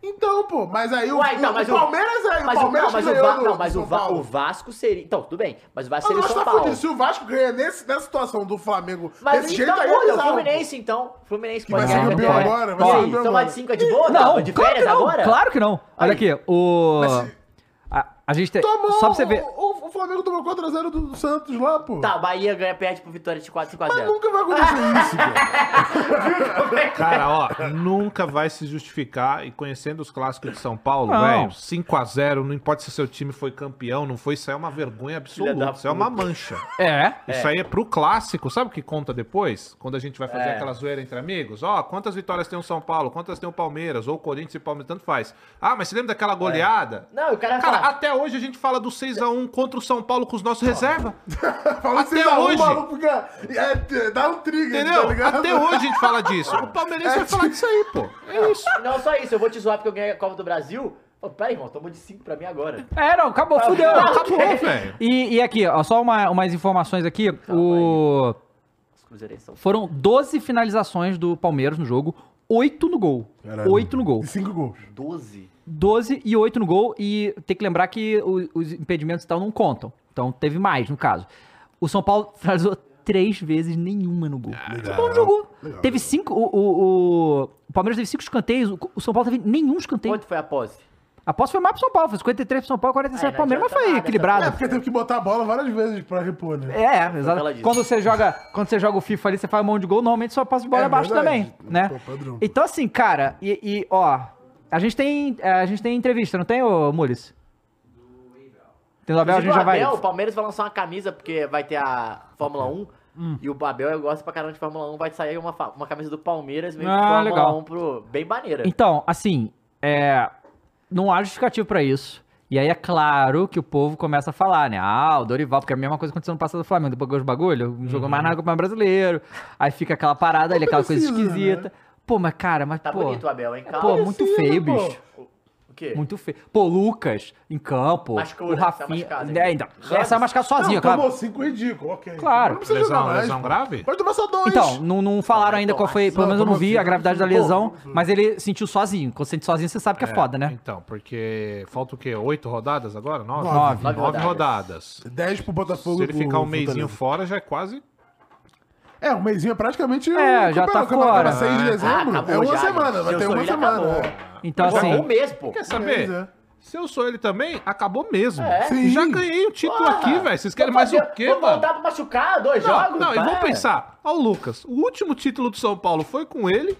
C: Então, pô, mas aí o,
B: Ué, então,
C: o-
B: mas
C: o Palmeiras é.
B: mas
C: o Palmeiras
B: não, mas, o,
C: ganhou
B: Va-
C: do-
B: não,
C: do
B: mas o,
C: São
B: Va-
C: Paulo.
B: o Vasco seria. Então, tudo bem. Mas o Vasco seria
C: Mas o
B: o
C: Vasco
B: São
C: tá
B: Paulo.
C: fudido. Se o Vasco ganha nesse, nessa situação do Flamengo
B: Mas
C: desse
B: então,
C: jeito aí,
B: olha,
C: é
B: o
C: bizarro, pô.
B: Fluminense, então. O Fluminense
C: vai
B: pode
C: ser
B: ganhar.
A: campeão
B: né?
C: agora, vai
B: E
C: ser
B: aí,
C: campeão
B: tomar
C: agora.
B: de 5 é de boa?
A: Não,
B: de
A: claro
B: férias
A: que não.
B: agora?
A: Claro que não. Olha
C: Aí.
A: aqui, o.
C: Mas se-
A: A, a gente tem.
C: Tomou,
A: Só pra você ver.
C: O, o Flamengo tomou 4x0 do, do Santos lá, pô.
B: Tá, o Bahia ganha, perde pro Vitória de 4, 5 a
C: Mas
B: 0.
C: nunca vai acontecer isso, cara.
D: Cara, ó, nunca vai se justificar. E conhecendo os clássicos de São Paulo,
A: Não.
D: velho, 5x0, não importa se seu time foi campeão, não foi, isso aí é uma vergonha
B: Filha da
D: absoluta. Isso é uma mancha.
A: É.
D: Isso aí é pro clássico, sabe o que conta depois? Quando a gente vai fazer
B: É.
D: aquela zoeira entre amigos? Ó, quantas vitórias tem o São Paulo, quantas tem o Palmeiras, ou o Corinthians e o Palmeiras, tanto faz. Ah, mas você lembra daquela goleada?
B: Não, o cara vai
D: Cara,
B: falar.
D: até hoje a gente fala do 6x1 contra o São Paulo com os nossos reserva.
C: Fala
D: Até
C: assim, dá um
D: hoje.
C: maluco, fica- é, t- dá um trigger, tá
D: Entendeu?
C: ligado?
D: Até hoje a gente fala disso. O palmeirense vai falar disso aí, pô. É isso.
B: Não, só isso, eu vou te zoar porque eu ganhei a Copa do Brasil. Pô, pera aí, irmão, tomou de 5 pra mim agora.
A: É, não, acabou, fudeu.
B: Não,
D: Acabou, velho.
A: E, e aqui, ó, só uma, umas informações aqui. O...
B: Os cruzeirenses são. f***.
A: Foram 12 finalizações do Palmeiras no jogo, 8 no gol.
C: Caralho.
A: 8 no gol.
C: E cinco gols.
B: 12.
A: 12 e 8 no gol, e tem que lembrar que o- os impedimentos e tal não contam. Então teve mais, no caso. O São Paulo finalizou três vezes, nenhuma no gol. O São Paulo não jogou.
C: Ah, Legal,
A: teve cinco. O, o- o- o Palmeiras teve cinco escanteios, o, o São Paulo teve nenhum escanteio.
B: Quanto foi a posse?
A: A posse foi mais pro São Paulo, foi 53 pro São Paulo, 47 pro
B: Aí, não
A: Palmeiras, mas
B: adianta
A: foi
B: nada essa
C: É,
A: equilibrado.
C: porque teve que botar a bola várias vezes pra repor, né?
A: É,
B: ela
A: exato.
B: disse.
A: Quando você joga, quando você joga o FIFA ali, você faz um monte de gol, normalmente sua posse de bola
C: É
A: é baixa
C: verdade.
A: também, né?
C: Pô, padrão.
A: Então assim, cara, e, e, ó, a gente tem é, a gente tem entrevista, não tem, ô Mules? Tem do Abel, a
B: Inclusive,
A: gente
B: o
A: já vai.
B: Abel, o Palmeiras vai lançar uma camisa, porque vai ter a Fórmula 1.
A: Hum.
B: E o Abel gosta pra caramba de Fórmula 1, vai sair uma, fa- uma camisa do Palmeiras meio que
A: Ah,
B: Fórmula
A: legal.
B: 1 pro. Bem maneira.
A: Então, assim, é, não há justificativo pra isso. E aí é claro que o povo começa a falar, né? Ah, o Dorival, porque é a mesma coisa que aconteceu no passado do Flamengo, depois ganhou os bagulho, não jogou
B: Uhum.
A: mais nada com o brasileiro. Aí fica aquela parada ali, aquela coisa
C: precisa, né?
A: esquisita. Pô, mas cara, mas
B: Tá
A: pô, É,
B: bonito o Abel, hein? Calma.
A: pô, muito
C: Precisa,
A: feio,
C: pô.
A: bicho.
B: O quê?
A: Muito feio. Pô, Lucas, em campo.
B: Machucou,
A: o
B: né? Tá
A: Rafinha.
B: machucado
A: né, ainda.
B: ainda.
A: Já saiu machucado sozinho,
C: não,
A: claro.
C: Tomou cinco ridículo, ok.
A: Claro.
C: Não precisa
D: Lesão-
C: jogar mais,
D: lesão
C: pô.
D: grave?
C: Pode tomar só dois.
A: Então, não, não falaram
B: Não,
A: ainda qual foi. Pelo
C: não,
A: menos eu não
C: tomou
A: vi
C: cinco,
A: a gravidade da
C: tomou
A: lesão,
C: cinco.
B: Uhum.
A: mas ele sentiu sozinho. Quando sente sozinho, você sabe que é, foda, né?
D: Então, porque falta o quê? Oito rodadas agora? Nove?
A: Nove.
D: Nove,
B: Nove
D: rodadas.
C: Dez pro Botafogo.
D: Se ele
C: pro
D: ficar um
C: Fortaleza.
D: meizinho fora, já é quase.
C: É, um mêsinho é praticamente.
A: É,
C: o
A: já
C: campeonato,
A: tá
C: o campeonato
A: fora.
C: era 6 de
B: Ah,
C: dezembro.
B: acabou
C: é uma
B: já,
C: semana,
B: gente.
C: vai
B: Seu
C: ter uma
B: sorriso
C: semana.
B: acabou.
C: é.
A: Então,
B: Mas
A: assim.
B: acabou mesmo, pô.
D: Quer
C: Pois
D: saber?
C: é.
D: Se eu sou ele também, acabou mesmo.
B: É.
C: Sim.
D: Já ganhei o título
B: Porra,
D: aqui, velho. Vocês querem
B: vou
D: mais
B: fazer-
D: o quê,
B: Vou
D: mano?
B: voltar pra machucar dois
D: Não,
B: jogos? É.
D: não, e vamos
B: pá.
D: pensar. Ó, o Lucas, o último título do São Paulo foi com ele,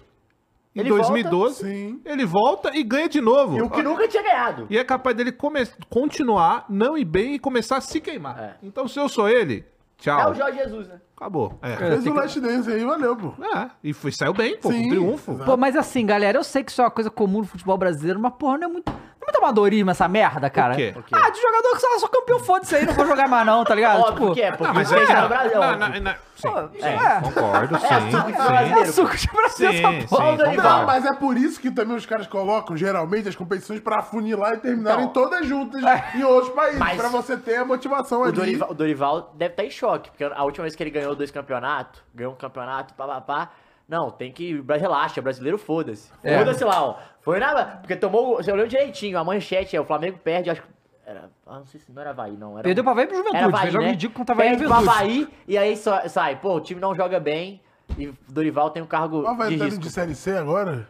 D: em
B: Ele
D: 2012.
C: Sim.
D: Ele volta e ganha de novo.
B: E o que nunca tinha ganhado.
D: E é capaz dele come- continuar, não ir bem e começar a se queimar.
B: É.
D: Então, se eu sou ele,
B: É o
D: tchau.
B: Jorge Jesus, né?
D: Acabou. É.
C: Fez o last dance aí, valeu, pô.
D: É, E foi, saiu bem, pô,
C: Sim.
D: com triunfo.
B: né?
A: Pô, mas assim, galera, eu sei que isso é uma coisa comum no futebol brasileiro, mas porra, não é muito. Não é muito amadorismo essa merda, cara.
D: quê?
A: Ah, de jogador que só sou campeão, foda-se aí, não vou jogar mais, não, tá ligado?
B: Óbvio
A: tipo,
B: que é, porque
D: Ah, mas
B: não
D: aí
B: fez
D: já-
B: no Brasil. tipo,
D: na-
B: óbvio.
D: na- na- sim,
A: é.
D: sim, concordo, sim,
B: suco de
D: sim.
B: brasileiro.
A: é suco de Brasil
D: Sim,
A: essa porra.
D: sim,
B: Dorival.
D: concordo.
C: Não, mas é por isso que também os caras colocam, geralmente, as competições pra afunilar e terminarem
B: Então.
C: todas juntas
D: É.
C: em outros países,
B: Mas-
C: pra você ter a motivação
B: O
C: ali.
B: Dorival, tá o Dorival deve estar em choque, porque a última vez que ele ganhou dois campeonatos, ganhou um campeonato, pá, pá, pá, Não, tem que. Relaxa, brasileiro, foda-se.
A: É.
B: Foda-se lá, ó. Foi nada. Porque tomou. Você olhou direitinho, a manchete é: o Flamengo perde, acho que. Era, ah, não sei se não era Havaí, não. Era,
A: Perdeu pra Havaí e pro
B: era
A: Juventude.
B: Havaí,
A: Fez jogo
B: né?
A: ridículo contra Havaí e
B: Perde pro
A: Juventude.
B: Havaí e aí só- sai. Pô, o time não joga bem e Dorival tem um cargo
C: Mas Ah, vai tá
B: de
C: entrando
B: risco.
C: de Série C agora?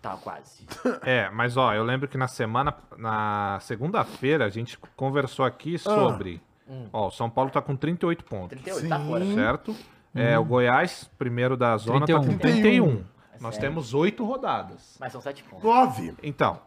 B: Tá, quase.
D: É, mas ó, eu lembro que na semana, na segunda-feira, a gente conversou aqui
C: Ah.
D: sobre.
B: Hum.
D: Ó, o São Paulo tá com 38 pontos,
B: 38, tá fora.
C: Sim. Hum.
D: certo? É, o Goiás, primeiro da zona, tá com
A: 31.
D: 31. Nós
B: É sério.
D: temos oito rodadas.
B: Mas são sete pontos.
C: Nove.
D: Então,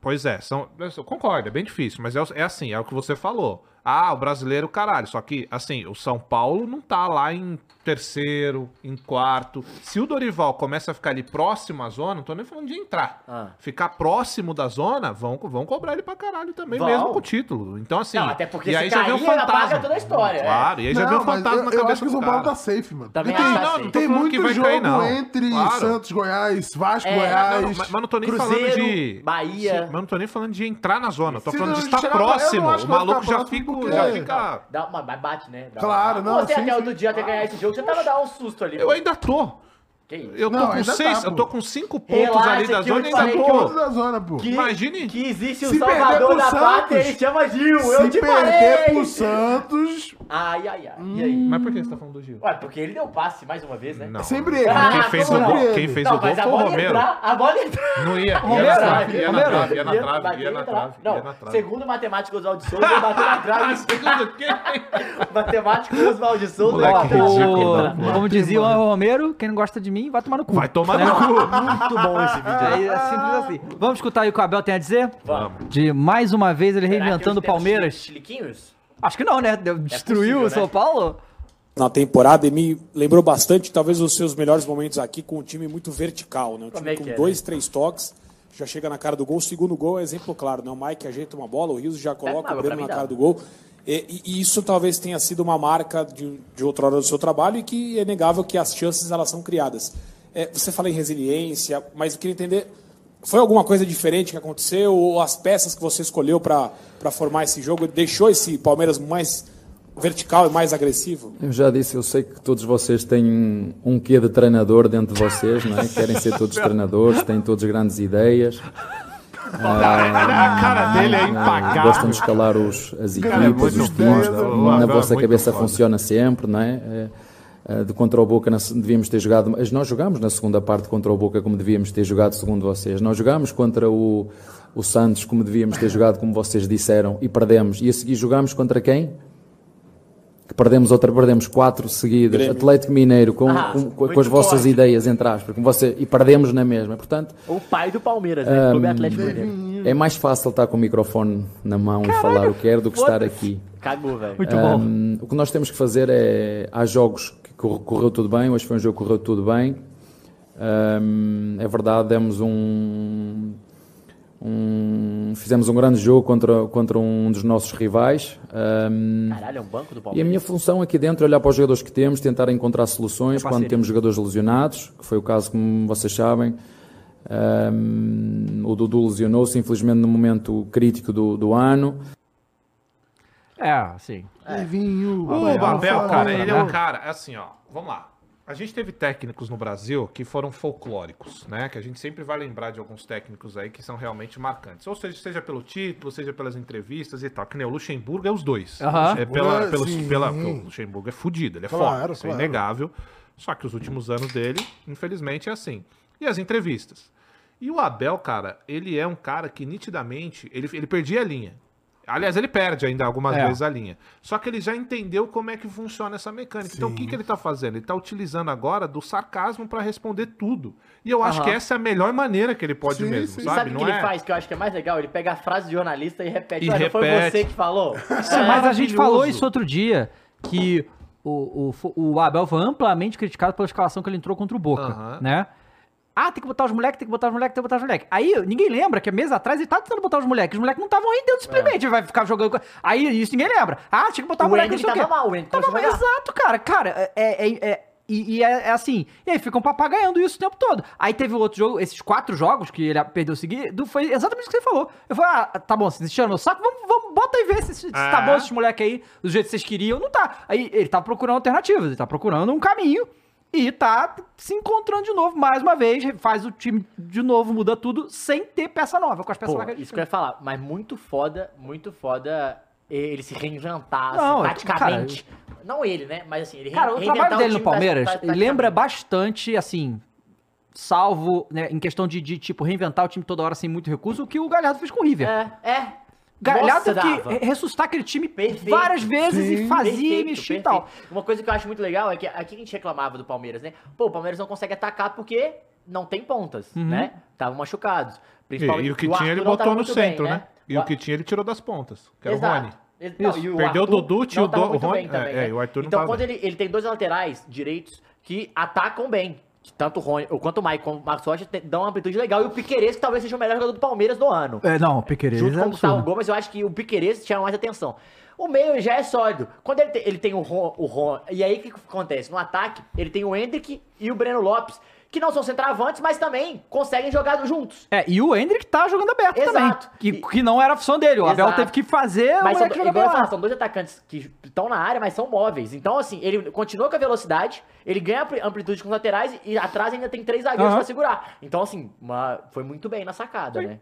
D: pois é, são, eu concordo, é bem difícil, mas é, o- é assim, é o que você falou. Ah, o brasileiro, caralho. Só que, assim, o São Paulo não tá lá em terceiro, em quarto. Se o Dorival começa a ficar ali próximo à zona, não tô nem falando de entrar.
B: Ah.
D: Ficar próximo da zona, vão, vão cobrar ele pra caralho também,
B: Vão.
D: mesmo com o título. Então, assim.
B: Não, até porque
D: e
B: se
D: aí já vem o
B: cair,
D: fantasma.
B: apaga toda a história, é.
D: Claro, e aí já vem o
C: mas
D: fantasma na
C: eu, eu
D: cabeça
C: acho que o
D: do
C: São Paulo
D: cara.
C: tá safe, mano.
B: Também
C: Porque
B: acho
C: tem-
B: que tá
D: não, não tô
C: Tem
D: falando
C: muito
D: que vai
C: jogo
D: cair, não.
C: entre
D: Claro.
C: Santos, Goiás, Vasco,
B: É,
D: Não, não,
C: Goiás.
D: mas, mas não tô nem
B: Cruzeiro,
D: falando de.
B: Bahia.
D: Sim, mas não tô nem falando de entrar na zona. eu Tô
C: Se
D: falando
C: não
D: de estar
C: tirar- eu não
D: próximo.
C: acho que
D: O
C: vai
D: maluco
C: ficar
D: já
C: próximo,
D: fica.
C: porque- é.
D: Já fica...
B: Dá uma, mas bate, né? Dá
C: Claro,
B: uma-
C: não,
B: Você
C: sim,
B: até
C: sim.
B: outro dia até ganhar esse jogo, você tava dar um susto ali.
D: Eu
B: pô.
D: ainda tô.
B: Que isso?
D: Eu tô
C: Não,
D: com
C: ainda tá,
D: seis. eu
C: pô.
D: tô com cinco pontos
B: Relaxa
D: ali da
B: que eu
D: zona e ainda
B: falei
C: Tem
B: Pô,
C: outro
D: tô.
C: da zona, pô.
B: Que-
D: Imagine.
B: Que existe o
C: Se perder
B: salvador
C: pro
B: da
C: Santos,
B: pátria, ele chama Gil. eu
C: Se
B: te
C: perder
B: falei.
C: pro Santos,
B: Ai, ai, ai. E aí?
D: Mas por que você tá falando do Gil?
B: Ué, porque ele deu passe mais uma vez, né?
D: Não.
C: sempre ele.
B: Ah,
D: Quem fez o
B: como
D: gol,
B: não?
D: quem fez
B: Não,
D: o gol
B: mas a
D: foi o
B: bola ia
D: Romero.
B: entrar, a bola ia entrar.
D: Não ia. Ia
A: Romero,
D: na trave, ia na
A: Romero.
D: trave, ia na trave,
B: bater,
D: ia na trave, ia na
B: Não,
D: trave. Ah,
B: segundo o matemático Oswaldo de Souza, ele bateu na trave.
D: Segundo quem?
B: matemático Oswaldo de Souza, ele
D: Moleque
B: bateu na trave.
D: ridículo,
A: O,
D: né?
B: Muito
A: como dizia o Romero, quem não gosta de mim, vai tomar no cu.
D: Vai tomar no cu.
B: bom esse vídeo aí.
A: Aí, é simples assim. Vamos escutar aí o que o Abel tem a dizer?
B: Vamos.
A: De mais uma vez ele
B: Será que
A: reinventando o
B: eles deram
A: Palmeiras?
B: Chiliquinhos?
A: Acho que não, né? Deu- Destruiu
B: possível,
A: o São
B: né?
A: Paulo?
E: na temporada e me lembrou bastante, talvez, os seus melhores momentos aqui com um time muito vertical, né? Um
B: Como
E: time
B: é que
E: com
B: é,
E: dois, três toques, já chega na cara do gol. O segundo gol é exemplo claro, né? O Mike ajeita uma bola, o Rios já
B: uma
E: coloca o
B: água É, pra
E: Breno
B: mim,
E: na
B: dá.
E: cara do gol. E, e isso talvez tenha sido uma marca de, de outra hora do seu trabalho e que é negável que as chances elas são criadas. É, você fala em resiliência, mas eu queria entender, foi alguma coisa diferente que aconteceu ou as peças que você escolheu para formar esse jogo deixou esse Palmeiras mais vertical e mais agressivo?
F: Eu já disse, eu sei que todos vocês têm um, um quê de treinador dentro de vocês, não é? Querem ser todos treinadores, têm todas grandes ideias,
D: A cara dele é
B: Ah,
F: gostam
D: impagável.
F: de escalar os, as
C: Cara, é
F: equipas,
C: muito
F: os times.
C: foda,
F: na-
D: mano,
F: na
D: é
F: vossa
D: muito
F: cabeça
D: foda.
F: funciona sempre, não é? Eh, eh, De contra o Boca nós devíamos ter jogado, mas nós jogámos na segunda parte contra o Boca como devíamos ter jogado, segundo vocês. Nós jogámos contra o, o Santos como devíamos ter jogado, como vocês disseram, e perdemos. E a seguir jogámos contra quem? Que perdemos outra, perdemos quatro seguidas.
E: Grêmio.
F: Atlético Mineiro, com,
B: Ah,
F: com- com-
B: muito
F: com as vossas
B: forte.
F: ideias, entre aspas, com você, e perdemos na mesma. Portanto,
B: O pai do Palmeiras, né? Clube Atlético Mineiro.
F: é mais fácil estar com o microfone na mão e falar o que quer do que estar aqui.
B: Cagou, velho. É.
A: Muito bom.
F: Hum, o que nós temos que fazer é. Há jogos que cor- correu tudo bem, hoje foi um jogo que correu tudo bem. Hum, é verdade, demos um, um- Fizemos um grande jogo contra, contra um dos nossos rivais. Hum,
B: Caralho, é um banco do
F: e a
B: Palmeiras.
F: minha função aqui dentro é olhar para os jogadores que temos, tentar encontrar soluções
A: É
F: quando
A: parceiro.
F: temos jogadores lesionados, que foi o caso, como vocês sabem. Hum, o Dudu lesionou-se, infelizmente, no momento crítico do, do ano.
A: É, assim.
C: Levinho.
D: O Babel,
C: Fala,
D: cara,
A: né?
D: ele é um cara. é Assim, ó, vamos lá. A gente teve técnicos no Brasil que foram folclóricos, né? Que a gente sempre vai lembrar de alguns técnicos aí que são realmente marcantes. Ou seja, seja pelo título, seja pelas entrevistas e tal. Que nem o Luxemburgo é os dois.
A: Aham.
D: É pela, pelos,
C: Sim.
D: pela, o Luxemburgo é fudido, ele é
C: Claro,
D: forte, isso é
C: claro.
D: inegável. Só que os últimos anos dele, infelizmente, é assim. E as entrevistas. E o Abel, cara, ele é um cara que nitidamente, ele, ele perdia a linha. Aliás, ele perde ainda algumas
A: É.
D: vezes a linha. Só que ele já entendeu como é que funciona essa mecânica. Então, o que, que ele tá fazendo? Ele tá utilizando agora do sarcasmo pra responder tudo. E eu acho
A: Aham.
D: que essa é a melhor maneira que ele pode
C: Sim,
D: mesmo,
C: sim.
D: sabe?
B: Sabe o que
D: Não
B: ele
D: é-
B: faz, que eu acho que é mais legal? Ele pega a frase do jornalista e repete.
D: E
B: Olha, não foi
D: repete.
B: você que falou? Isso
A: Sim, mas a gente
D: maravilhoso.
A: falou isso outro dia, que o, o, fo- o Abel foi amplamente criticado pela escalação que ele entrou contra o Boca,
D: Aham.
A: né? Ah, tem que botar os moleques, tem que botar os moleques, tem que botar os moleques. Aí ninguém lembra que a mesa atrás ele tá tentando botar os moleques. Os moleques não estavam rendendo simplesmente, vai ficar jogando. com- Aí isso ninguém lembra. Ah, tinha que botar
B: É. O
A: o moleque não
B: Andy
A: sei o quê. Tá
B: tava mal, o Andy
A: Tava
B: começou a
A: mal,
B: jogar.
A: Exato, cara. Cara, é. é- é- e, e é, é assim, e aí ficam papagaiando isso o tempo todo. Aí teve outro jogo, esses quatro jogos que ele perdeu seguido, foi exatamente o que você falou. Eu falei, ah, tá bom, vocês encheram meu saco, vamos, vamos bota e vê se, se tá
D: É.
B: Ah.
A: bom esses moleque aí, do jeito que vocês queriam, não tá. Aí ele tá procurando alternativas, ele tá procurando um caminho. e tá se encontrando de novo, mais uma vez, faz o time de novo, muda tudo, sem ter peça nova, com as peças
B: Pô,
A: lá que a gente
B: isso que eu ia falar, mas muito foda, muito foda ele se reinventar,
A: Não,
B: assim, taticamente. não ele, né? Mas assim, ele
A: Cara, o
B: reinventar
A: trabalho dele no
B: time tá-
A: Palmeiras
B: tati- tati-
A: lembra
B: taticamente.
A: bastante, assim, salvo, né, em questão de, de, tipo, reinventar o time toda hora sem muito recurso, o que o Galhardo fez com o River.
B: É, é.
A: Galhardo
B: Nossa,
A: teve
B: dava.
A: que ressuscitar aquele time
B: Perfeito.
A: várias vezes e
C: Sim.
A: fazia e
B: Perfeito,
A: mexia e
B: perfeito.
A: tal.
B: Uma coisa que eu acho muito legal é que aqui a gente reclamava do Palmeiras, né? Pô, o Palmeiras não consegue atacar porque não tem pontas, né? Estavam machucados.
D: E, Uhum. e o que tinha ele
B: Arthur não
D: botou
B: tava
D: no
B: muito bem,
D: centro, né? E o que tinha ele tirou das pontas, que era o
B: Exato.
D: Rony.
B: Ele- não,
A: Isso.
B: e
D: Perdeu o
B: Arthur
D: Dudu, tinha
B: não
D: o
B: tava
D: Do-
B: muito
D: o
B: bem
D: Rony-
B: também,
D: é,
B: né?
D: é, e o Arthur não
B: Então,
D: tava
B: quando
D: bem.
B: ele, ele tem dois laterais direitos que atacam bem, que tanto o Rony, ou quanto o Maicon, o Marcos Rocha te- dão uma amplitude legal, e o Piqueires, que talvez seja o melhor jogador do Palmeiras do ano.
A: É, não, o Piqueires
B: Junto
A: é
B: com o Gustavo
A: absurdo.
B: Gomes, eu acho que o Piqueires chama mais atenção. O meio já é sólido. Quando ele tem, ele tem o Ron, o Ron- E aí o que acontece? No ataque, ele tem o Hendrick e o Breno Lopes, que não são centroavantes, mas também conseguem jogar juntos.
A: É, e o Hendrick tá jogando aberto
B: Exato.
A: também. Que,
B: E-
A: que não era a função dele. O Abel
B: Exato.
A: teve que fazer É,
B: Mas
A: o
B: são,
A: moleque
B: igual
A: jogar
B: eu
A: bem
B: falo,
A: lá.
B: são dois atacantes que estão na área, mas são móveis. Então, assim, ele continua com a velocidade, ele ganha ampli- amplitude com os laterais e atrás ainda tem três zagueiros
A: Aham.
B: pra segurar. Então, assim, uma- foi muito bem na sacada, né?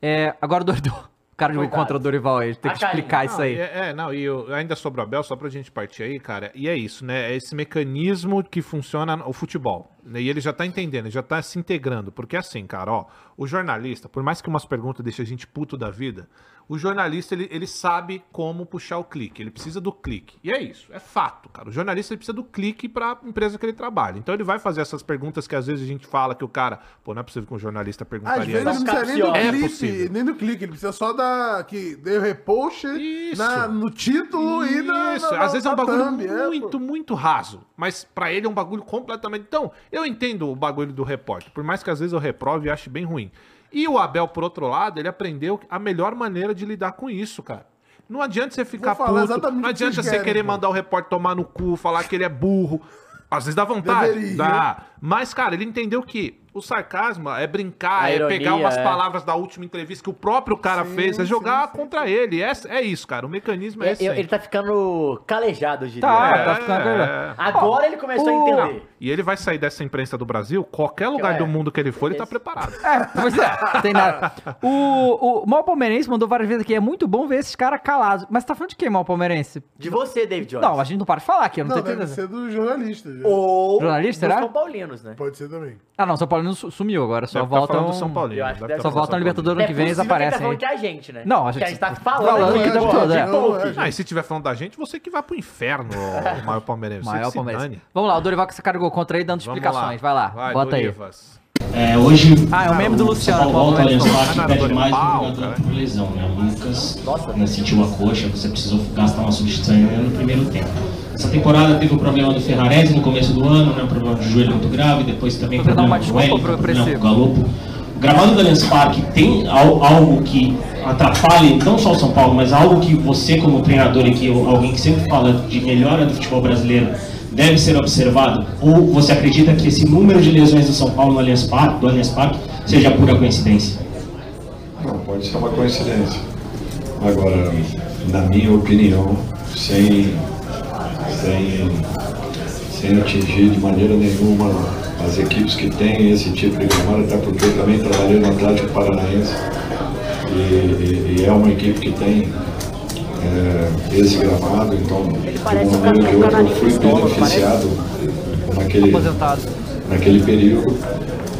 A: É, agora o Dorival. O cara jogou
B: Coitado.
A: contra o Dorival aí, tem
B: A
A: que
B: carinha.
A: explicar isso
D: Não,
A: aí.
D: É, é, não, e eu- ainda sobre o Abel, só pra gente partir aí, cara, e é isso, né? É esse mecanismo que funciona o futebol. né? E ele já tá entendendo, ele já tá se integrando. Porque assim, cara, ó, o jornalista, por mais que umas perguntas deixem a gente puto da vida, o jornalista, ele, ele sabe como puxar o clique, ele precisa do clique. E é isso, é fato, cara. O jornalista ele precisa do clique pra empresa que ele trabalha. Então ele vai fazer essas perguntas que às vezes a gente fala que o cara, pô, não é possível que um jornalista perguntaria
C: Às vezes ele
D: isso.
C: não precisa nem do
B: capciosa.
D: É
C: clique,
D: possível.
C: nem do clique, ele precisa só da. que deu repost
D: Isso.
C: na- no título e na.
D: Isso,
C: na- na-
D: às vezes é um
C: na
D: bagulho
C: thumb, é,
D: muito, muito raso. Mas pra ele é um bagulho completamente. Então, eu entendo o bagulho do repórter, por mais que às vezes eu reprove e ache bem ruim. E o Abel, por outro lado, ele aprendeu a melhor maneira de lidar com isso, cara. Não adianta você ficar
C: falar
D: puto,
C: exatamente
D: não
C: o que vocês
D: adianta você
C: querem,
D: querer
C: pô.
D: mandar o repórter tomar no cu, falar que ele é burro. Às vezes dá vontade.
C: Deveria.
D: Dá. Mas, cara, ele entendeu que o sarcasmo é brincar,
B: A
D: é
B: ironia,
D: pegar umas
B: é.
D: palavras da última entrevista que o próprio cara fez, é jogar contra ele. É, é isso, cara. O mecanismo é
B: É,
D: esse.
B: eu- ele tá ficando calejado, eu diria.
A: Tá,
B: É.
A: tá ficando.
D: é.
B: Agora ele começou
A: o-
B: a entender.
D: E ele vai sair dessa imprensa do Brasil, qualquer lugar
B: É.
D: do mundo que ele for, ele tá preparado.
A: É, pois é, tem nada. O, o Mal Palmeirense mandou várias vezes aqui, é muito bom ver esses caras calados. Mas tá falando de quem, Mal Palmeirense?
B: De você, David Jones.
A: Não, a gente não para de falar aqui, eu não,
C: Não,
A: tenho
C: deve
A: certeza.
C: ser dos jornalistas. né?
B: Ou
A: Jornalista,
B: dos
A: será?
B: São Paulinos, né?
C: Pode ser também.
A: Ah, não, São Paulo não su- sumiu agora, só
D: Deve tá
A: volta.
D: falando
A: um...
D: do São Paulino.
B: Eu acho que
D: deve
B: deve-
D: tá
B: Só
D: falando
A: volta no
D: do São
A: Libertadores. Ano que vem eles
B: possível que ele
A: aparecem
B: tá falando
A: aí.
B: que é a gente, né?
A: Não, a
B: a gente,
A: gente-
B: que a gente tá
A: falando
B: falando
A: aqui
B: aqui,
A: o tempo
B: pô,
A: todo, é.
B: de pouco.
D: Paulino. Ah, e se tiver falando da gente, você que vai pro inferno, ô, maior palmeirense. Você que
A: Maior
D: se
A: Palmeirense.
D: dane.
A: Vamos lá, o Dorival que você carregou contra aí, dando
D: Vamos
A: explicações. Vai lá, bota aí.
D: Dorivas.
G: É, hoje
A: Ah, é o meme do Luciano. né?
G: Paulo volta a
A: Palmeiras.
G: lembrar que
D: Cara,
G: pede
D: doido,
G: mais um
D: pau,
G: jogador
D: cara.
G: por lesão, né? O Lucas né, sentiu a coxa, você precisou gastar uma substituição no primeiro tempo. Essa temporada teve o problema do Ferrarese no começo do ano, né? Um problema de joelho muito grave, depois também
A: Tô tentando
G: problema
A: uma
G: do
A: desculpa
G: Wellington,
A: pro
G: problema com
A: Preciso.
G: o Galopo. O gramado do Allianz Parque tem al- algo que atrapalhe não só o São Paulo, mas algo que você como treinador e que eu- alguém que sempre fala de melhora do futebol brasileiro deve ser observado? Ou você acredita que esse número de lesões do São Paulo no Allianz Parque, do Allianz Parque seja pura coincidência?
H: Não, pode ser uma coincidência. Agora, na minha opinião, sem, sem, sem atingir de maneira nenhuma as equipes que têm esse tipo de gramado, até porque eu também trabalhei no Atlético Paranaense e, e- e é uma equipe que tem é, esse gramado, então de uma maneira ou de outra eu fui
B: né?
H: beneficiado naquele,
A: Aposentado.
H: naquele período.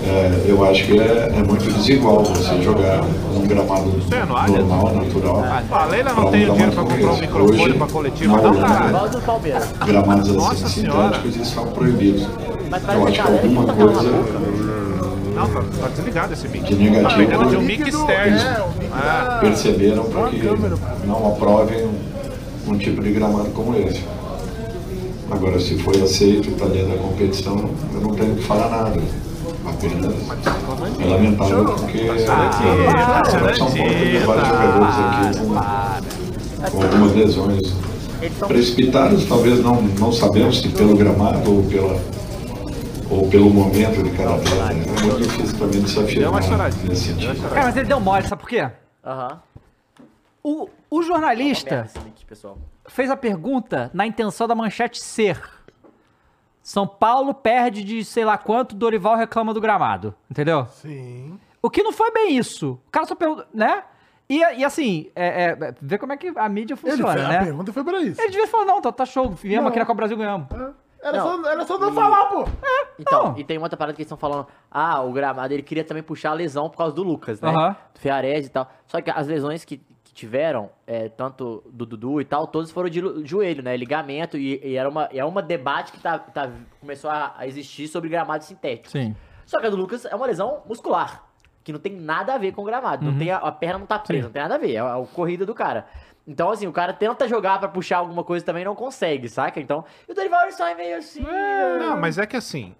H: é, eu acho que é, é muito desigual você jogar um gramado
D: é nóis.
H: normal, natural.
D: A Leila não
H: pra
D: tem o
H: um
D: dinheiro pra
H: gramado
D: comprar um
H: como esse.
D: microfone
H: Hoje,
D: pra coletiva.
H: na
D: Não,
H: Holanda,
D: caralho.
B: Igual do Palmeiras.
H: gramados
D: Nossa
H: assim
D: senhora.
H: sintéticos, eles são proibidos.
B: Mas parece
H: Eu
B: que
H: acho
B: a galera
H: que
B: que
H: alguma
B: toca na
H: coisa
D: Não, tá, tá desligado esse mic.
H: de negativo.
D: Tá pegando de um mic
C: Líquido,
D: externo.
C: é, o líquido da-
H: perceberam para que
C: câmera.
H: não aprovem um, um tipo de gramado como esse. Agora, se foi aceito para dentro da competição, eu não tenho que falar nada. Apenas é lamentável porque é, São Paulo teve vários jogadores aqui com, com algumas lesões
D: Então-
H: precipitadas, talvez não, não sabemos se pelo gramado ou pela ou pelo momento de cada atleta. né? É muito difícil para mim
D: Deu uma
H: desafiar
D: choradinha. né?
H: nesse
D: Deu
H: sentido.
D: uma choradinha.
A: Cara, mas ele deu mole, sabe por quê?
B: Aham.
A: O, o É.
B: Merda
A: jornalista
B: esse link, pessoal.
A: fez a pergunta na intenção da manchete ser. São Paulo perde de sei lá quanto, Dorival reclama do gramado. Entendeu?
C: Sim.
A: O que não foi bem isso. O cara só perguntou, né? E, e assim, é, é, vê como é que a mídia
C: Ele
A: funciona,
C: fez- A
A: né?
C: pergunta foi pra isso.
A: Ele devia falar, não, tá, tá show, viemos aqui na Copa Brasil, ganhamos.
D: É.
C: Era,
B: Não.
C: só, era só não falar, pô.
B: Então,
A: Não.
B: e tem outra parada que eles estão falando. Ah, o gramado, ele queria também puxar a lesão por causa do Lucas, né?
A: Aham.
B: Do Fiarez e tal. Só que as lesões que, que tiveram, é, tanto do Dudu e tal, todas foram de lu- joelho, né? Ligamento, e, e era uma, e é uma debate que tá, tá- começou a, a existir sobre gramado sintético.
A: Sim.
B: Só que a do Lucas é uma lesão muscular, que não tem nada a ver com o gramado. Não tem a, a perna não tá presa, não tem nada a ver. É a, a corrida do cara. Então, assim, o cara tenta jogar pra puxar alguma coisa também e não consegue, saca? Então, e o Dorival ele só é meio assim.
D: Não, mas é que assim.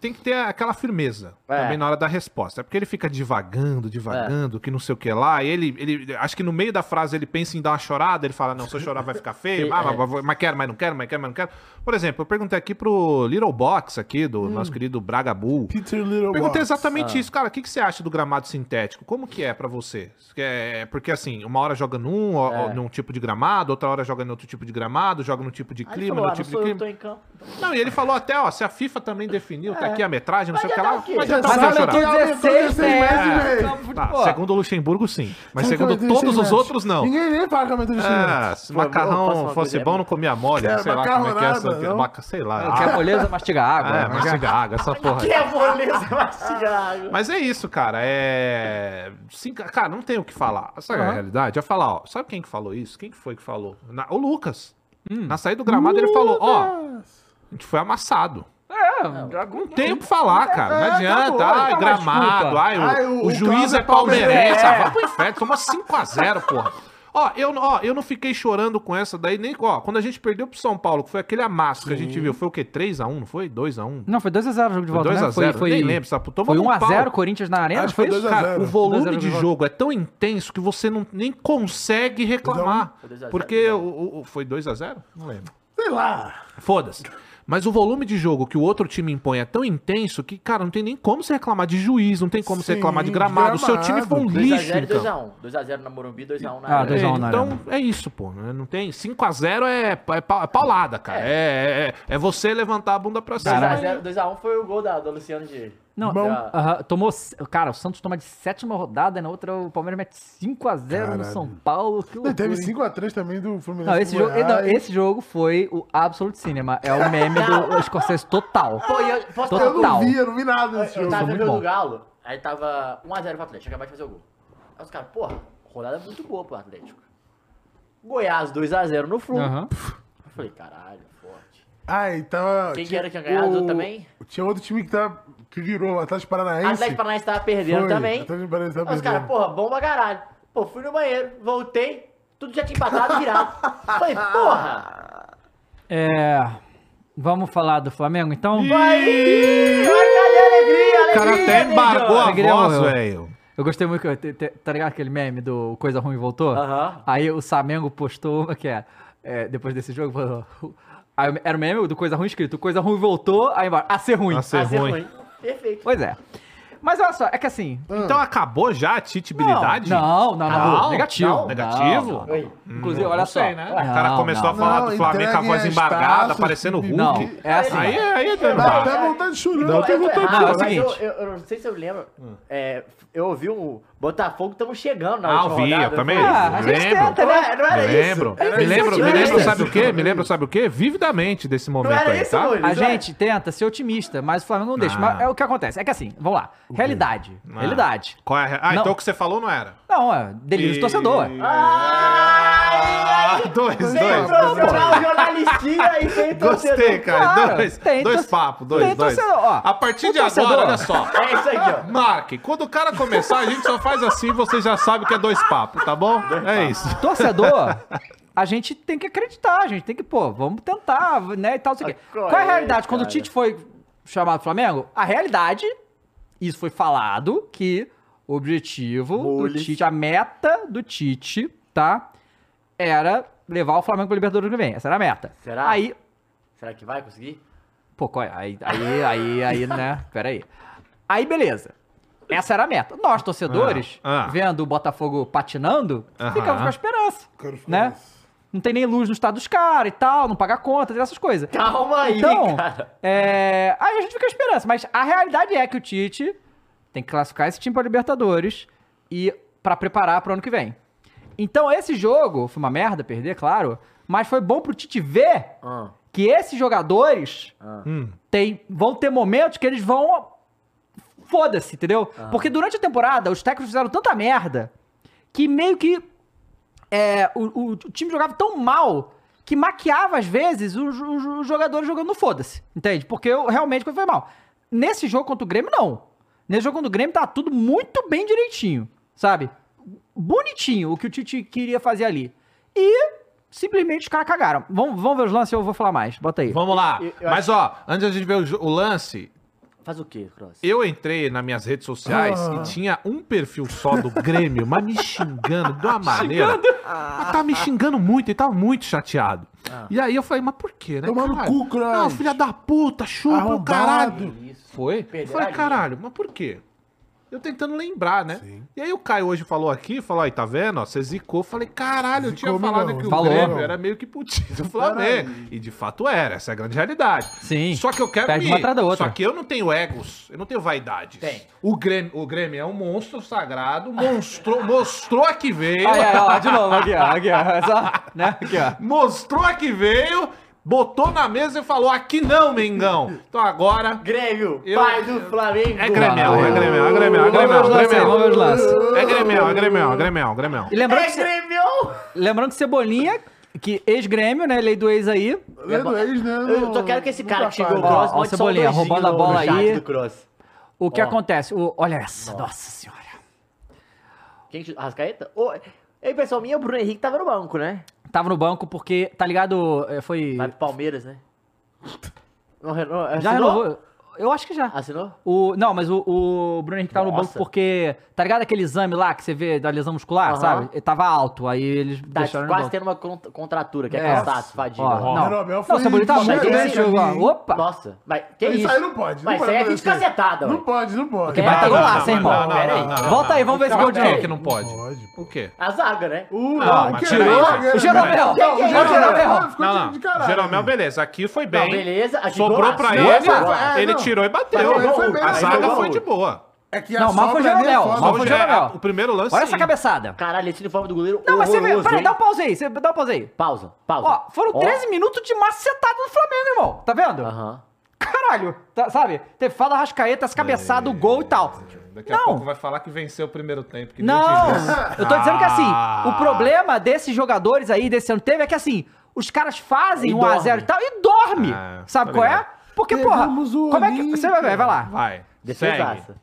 D: Tem que ter aquela firmeza
B: É.
D: também na hora da resposta. É porque ele fica divagando, divagando, que não sei o que lá. E ele, ele. Acho que no meio da frase ele pensa em dar uma chorada, ele fala: não, se eu chorar vai ficar feio.
B: é.
D: ah, mas- mas, mas quero, mas não quero, mas quero, mas não quero. Por exemplo, eu perguntei aqui pro Little Box aqui, do nosso querido Braga Bull.
C: Peter Hum. Little
D: Perguntei
C: Box. Ah.
D: exatamente isso, cara. O que, que você acha do gramado sintético? Como que é pra você? É, porque assim, uma hora joga num, ó,
B: É.
D: ó, num tipo de gramado, outra hora joga em outro tipo de gramado, joga num tipo de
B: Aí ele
D: clima,
B: falou,
D: num
B: ah, não
D: tipo de
B: sou eu,
D: clima.
B: tô em campo.
D: Não, e ele falou até, ó, se a FIFA também definiu, tá aqui a metragem, não sei o que
B: já tá
D: lá.
B: o quê?
D: Mas já tá
A: Mas
D: pra
A: aumentou
D: chorar.
A: 16
C: 16 meses e
A: meses,
C: meio.
A: né?
D: É, Tá, segundo o Luxemburgo, sim. Mas segundo
C: Sabe,
D: todos os
C: Luxemburgo.
D: outros, não.
C: Ninguém nem fala é que aumentou o
D: Ah, se
B: Pô, eu posso falar
D: macarrão
B: uma
D: fosse
B: coisa?
D: bom, não comia mole.
C: É,
D: sei lá como é que é
C: macarronada,
D: essa.
C: não?
D: Maca, sei
B: É,
D: lá.
A: Que a
D: Ah,
A: moleza mastiga água.
D: é,
A: né?
D: mastiga água, essa porra. aí.
B: Que é moleza mastigada.
D: Mas é isso, cara. É. Sim, cara, não tem o que falar. Sabe a realidade? É falar, ó. Sabe quem que falou isso? Quem que foi que falou? Na- O Lucas. Na saída do gramado, ele falou, ó. A gente foi amassado. Não tem o que falar, cara. Não
C: É,
D: adianta.
C: acabou,
D: Ai,
A: tá uma
D: gramado.
A: desculpa.
D: Ai, o,
C: Ai, o-
D: o
C: o
D: juiz
C: Cláudio
D: é
C: é palmeirense.
D: palmeirense. Ah, Vai pro inferno. Toma 5x0, porra. Ó eu, ó, eu não fiquei chorando com essa daí nem. Ó, quando a gente perdeu pro São Paulo, que foi aquele amasso que a gente viu, foi o quê? 3x1, não foi? 2x1?
A: Não, foi 2x0 o jogo de
D: Foi
A: volta,
D: 2
A: né?
D: a 0, nem lembro, sabe? Tomamos
A: Foi
D: um pau.
A: 1x0 Corinthians na Arena,
C: Acho que
A: foi
C: foi
A: isso?
C: 2 a 0.
D: Cara, o volume
A: 2 a 0
D: de
A: de
D: jogo é tão intenso que você não, nem consegue reclamar.
B: Foi 2 a 0,
D: Porque o, o- o- foi 2 a 0 Não lembro.
C: Sei lá.
D: Foda-se. Mas o volume de jogo que o outro time impõe é tão intenso que, cara, não tem nem como você reclamar de juiz, não tem como você
C: Sim,
D: reclamar de
C: de
D: gramado. O seu
C: gramado.
D: time foi um lixo.
B: 2x0 e
D: Então.
B: 2x1. 2x0 na Morumbi, 2x1 na
A: Ah,
B: Arena.
A: 2 a 1 na
D: Então é isso, pô. né? Não tem. 5x0 é, pa- é pa- é paulada, cara. É, é- é você levantar a bunda pra cima.
B: 2x0, 2x1 foi o gol da, do Luciano de.
A: Não,
C: Bom.
B: da-
A: aham, tomou. c- Cara, o Santos toma de sétima rodada, e na outra o Palmeiras mete 5x0 no
C: Caralho.
A: São Paulo. Que
C: Não,
A: loucura,
C: teve
A: hein?
C: 5x3 também do Fluminense.
A: Não, esse
C: com
A: jogo, não,
C: Goiás.
A: esse jogo foi o Absolute Cinema. É o meme do Scorsese total.
B: Pô, e eu posso
A: Total. É,
C: Eu não
A: tal.
C: vi, eu não vi nada desse
B: Eu
C: jogo.
B: tava
A: muito
B: vendo o
A: bom.
B: Galo, aí tava 1x0 pro Atlético, acabava de fazer o gol. Aí os caras, porra, rodada muito boa pro Atlético. Goiás 2x0 no Flu.
A: Aham.
B: Eu falei, caralho, forte.
C: Ai, tava.
B: Quem que
C: Ah, então, tinha-
B: era que tinha ganhado
C: o-
B: também?
C: Tinha outro time que, tava, que virou, o Atlético Paranaense.
B: Atlético Paranaense tava perdendo
C: É Foi,
B: também.
C: Atlético Paranaense tava
B: Aí os caras,
C: perdendo.
B: porra, bom pra caralho. Pô, fui no banheiro, voltei, tudo já tinha empatado, virado. Falei, porra!
A: É. Vamos falar do Flamengo, então?
B: Aí! Cadê a alegria, a alegria?
D: O cara até
B: negão?
D: embargou a
A: Alegria
D: voz,
A: morreu.
D: velho.
A: Eu gostei muito. que- te- te- Tá ligado aquele meme do Coisa Ruim Voltou?
B: Aham.
A: Aí o Samengo postou uma que é, é, Depois desse jogo, falou. Aí era o meme do Coisa Ruim escrito. Coisa Ruim voltou, aí embora. A ser ruim.
D: A ser
B: Ah, você é
D: ruim.
B: Perfeito.
A: Pois é. Mas olha só, é que assim.
D: Então acabou já a titibilidade?
A: Não, não, não.
D: Não?
A: negativo.
D: Não? Negativo? Hum,
A: não, não.
B: Oi.
A: Inclusive, olha só.
D: né? O cara
A: Não,
D: começou a
A: não.
D: falar do
C: Não,
D: Flamengo com a voz
C: entreguem as
D: embargada,
C: taças,
D: parecendo Hulk.
C: que-
A: Não, é assim.
D: Aí, aí, é doido.
C: Dá até vontade de chorar.
D: Dá até vontade
A: de chorar.
B: mas
A: é o
B: eu,
A: seguinte.
B: eu- eu não sei se eu lembro. é, eu ouvi um Botafogo, estamos chegando na
D: Ah, eu
B: última
D: vi,
B: rodada.
D: eu também.
A: Ah, a
D: me
A: gente
D: lembro.
A: tenta,
B: Não
A: né?
B: era, não era
D: Me
B: isso.
D: lembro.
B: Era
D: Me
B: isso,
D: lembro,
B: não
A: é
D: me
B: era
D: lembro,
B: isso.
D: sabe o quê? Me lembro, sabe o quê? Vividamente desse momento
B: era
D: aí,
B: isso,
D: tá?
B: Murilo?
A: A gente tenta se otimista, mas o Flamengo não deixa.
D: Ah.
A: Mas é o que acontece. É que assim, vamos lá. Realidade.
D: Ah.
A: Realidade.
D: Qual é a... re- Ah, então
A: Não.
D: o que você falou não era.
A: Não, é delírio
D: E-
A: do torcedor.
B: Ah,
D: Ah, dois, dois.
B: Bem profissional, jornalistinha e bem
D: Gostei,
B: torcedor.
D: cara.
A: Claro,
D: dois
A: tem
D: dois
A: torce-
D: papos, dois,
A: tem
D: dois.
A: torcedor, ó.
D: a partir
A: O
D: de agora,
A: torcedor-
D: olha só.
B: É isso aqui, ó.
D: Marque, quando o cara começar, a gente só faz assim, você já sabe que é dois papos, tá bom? É isso.
A: Torcedor, a gente tem que acreditar, a gente tem que, pô, vamos tentar, né, e tal, não sei o quê.
B: Ah, qual
A: Qual é a
B: é,
A: realidade? Quando o
B: cara?
A: Tite foi chamado pro Flamengo, a realidade, isso foi falado, que o objetivo do Tite, a meta do Tite, tá, era levar o Flamengo pro Libertadores ano que vem. Essa era a meta.
B: Será?
A: Aí,
B: Será que vai conseguir?
A: Pô, qual é? Aí, aí, aí, aí, né? Pera aí. Aí, beleza. Essa era a meta. Nós, torcedores,
D: Ah, ah.
A: vendo o Botafogo patinando, ficamos com a esperança,
C: Quero ficar
A: né?
C: nessa.
A: não tem nem luz no estado dos caras e tal, não paga conta, essas coisas.
B: Calma aí,
A: Então,
B: cara.
A: é, aí a gente fica com esperança, mas a realidade é que o Tite tem que classificar esse time para Libertadores e para preparar para o ano que vem. Então esse jogo foi uma merda perder, claro, mas foi bom pro Tite ver
B: Ah.
A: que esses jogadores
D: Hum.
A: tem, vão ter momentos que eles vão foda-se, entendeu? Porque durante a temporada os técnicos fizeram tanta merda que meio que é, o, o- o time jogava tão mal que maquiava, às vezes, os, os- os jogadores jogando no foda-se. Entende? Porque eu, realmente foi mal. Nesse jogo contra o Grêmio, não. Nesse jogo contra o Grêmio, tá tudo muito bem direitinho. Sabe? Bonitinho o que o Tite queria fazer ali. E simplesmente os caras cagaram. Vamos, vamos ver os lances, eu vou falar mais. Bota aí.
D: Vamos lá.
B: Eu- eu
D: Mas, ó, antes da gente ver o, jo- o lance,
B: Faz o quê, Cross?
D: eu entrei nas minhas redes sociais e tinha um perfil só do Grêmio, mas me xingando de uma maneira. Mas Tava me xingando muito e tava muito chateado. E aí eu falei, mas por quê, né?
C: Tomar no
D: caralho?
C: cu, Cross.
D: Não, filha da puta, chupa o caralho.
A: Foi?
D: Eu falei, caralho, mas por quê? Eu tentando lembrar, né? E aí o Caio hoje falou aqui, falou, aí, tá vendo? ó, Você zicou. Eu Falei, caralho, eu tinha
C: Zicou,
D: falado
C: amigão.
D: que o
A: Falou.
D: Grêmio era meio que putinho do Flamengo. "Ah, né?" E de fato era, essa é a grande realidade.
A: Sim.
D: Só que eu quero
A: Perde
D: me-
A: uma atrás da outra.
D: Só que eu não tenho egos, eu não tenho vaidades.
B: Tem.
D: O Grêmio, o Grêmio é um monstro sagrado, monstrou, mostrou a que veio.
A: Aí, aí, ó, de novo, aqui, ó, aqui, ó. É só, né? Aqui, ó.
D: Mostrou a que veio, botou na mesa e falou, aqui não, Mengão. Então agora...
B: Grêmio,
D: Eu-
B: pai do Flamengo.
D: É Grêmio, é Grêmio, é Grêmio, é
A: Vamos ver os
D: Grêmio, é
A: lances aí,
D: Grêmio.
A: vamos ver os lances.
D: É Grêmio, é Grêmio, é Grêmio, é Grêmio.
A: E lembrando,
B: É
A: que, Ce-
B: Grêmio!
A: lembrando que Cebolinha, que ex-grêmio, né? Lei do ex aí.
C: Lendo ex, né?
B: Eu só quero que esse cara que xingou o
A: faz.
B: Cross
A: Ó, ó,
B: bote só um
A: Cebolinha,
B: beijinho
A: roubando a
B: no
A: bola
B: chat
A: aí.
B: do Cross.
A: O que
B: Ó.
A: acontece? O- olha essa, nossa senhora.
B: Quem chutou? Rascaeta? Ô, Ei, pessoal, minha, é o Bruno Henrique tava no banco, né?
A: Tava no banco porque, tá ligado? é, Foi.
B: Vai pro Palmeiras, né? Não, reno-
A: Já
B: assinou?
A: renovou? Eu acho que já.
B: Assinou?
A: O, não, mas o, o Bruno Henrique tava no
B: Nossa.
A: banco porque. Tá ligado aquele exame lá que você vê da lesão muscular,
B: Aham.
A: sabe? Ele tava alto, aí eles
B: Tá
A: deixaram ele no
B: quase
A: banco.
B: tendo uma cont- contratura, que é,
A: É.
B: cansaço, fadiga.
A: Ó,
D: Ó.
A: não.
C: Jeromel
A: Não,
C: foi
A: o Cebolinha tava muito
C: gigante
A: bem nesse jogo, ó.
C: ali, hein?
A: Opa!
B: Nossa, mas que
C: Isso
B: isso?
C: aí não pode.
B: Mas isso aí é
C: pode
B: de cacetada,
C: Não
B: ué.
C: pode, não pode.
A: Que baita
B: É,
A: golaço, hein,
D: não,
A: irmão?
D: não,
A: Pera
D: não,
A: aí.
D: não, não,
A: Volta aí, vamos ver esse gol
D: Por
A: de
D: que
A: novo.
D: que não pode?
C: pode, pô.
D: O quê?
B: A zaga, né?
C: Uh,
D: Ah, mas tira aí,
A: O Jeromel!
B: Quem que é
A: O
B: isso?
A: Jeromel!
D: Não, não. Geralmel, beleza. Aqui foi bem.
B: Não, beleza. aqui
D: Sobrou
B: golaço.
D: pra
B: Não,
D: ele,
B: golaço.
C: é,
D: ele
C: não.
D: tirou e
C: Mas ele
D: bateu.
C: foi bem,
D: A
C: mas
D: zaga
B: jogou gol.
D: foi de boa.
C: É que
A: Não,
C: a
A: mal foi o
C: sobra ali é
A: Jeromel,
C: foda.
A: mal foi o
D: Hoje é-
A: Jeromel.
D: O primeiro lance,
A: Olha essa
D: sim.
A: cabeçada.
B: Caralho, esse uniforme do goleiro
A: Não, mas você vê.
B: horroroso,
A: Peraí,
B: hein?
A: dá um pause aí. você- Dá um pause aí.
B: Pausa, pausa.
A: Ó, foram 13 minutos de macetada do Flamengo, irmão. Tá vendo?
B: Aham.
A: Caralho. tá- sabe? Teve fala rascaeta, essa cabeçada, o gol e tal.
D: Daqui a
A: Não.
D: pouco vai falar que venceu o primeiro tempo. que
A: Não,
D: nem disse.
A: eu tô dizendo que
D: Ah.
A: assim, o problema desses jogadores aí, desse ano teve, é que assim, os caras fazem
B: E
A: 1x0 e
B: dorme.
A: tal e dorme.
D: Ah,
A: sabe
D: tá
A: qual é?
D: ligado.
A: Porque, porra,
C: Pegamos o
A: como é que...
C: Olímpia.
A: Você vai ver, vai lá.
D: Vai, segue.
B: Defesaça.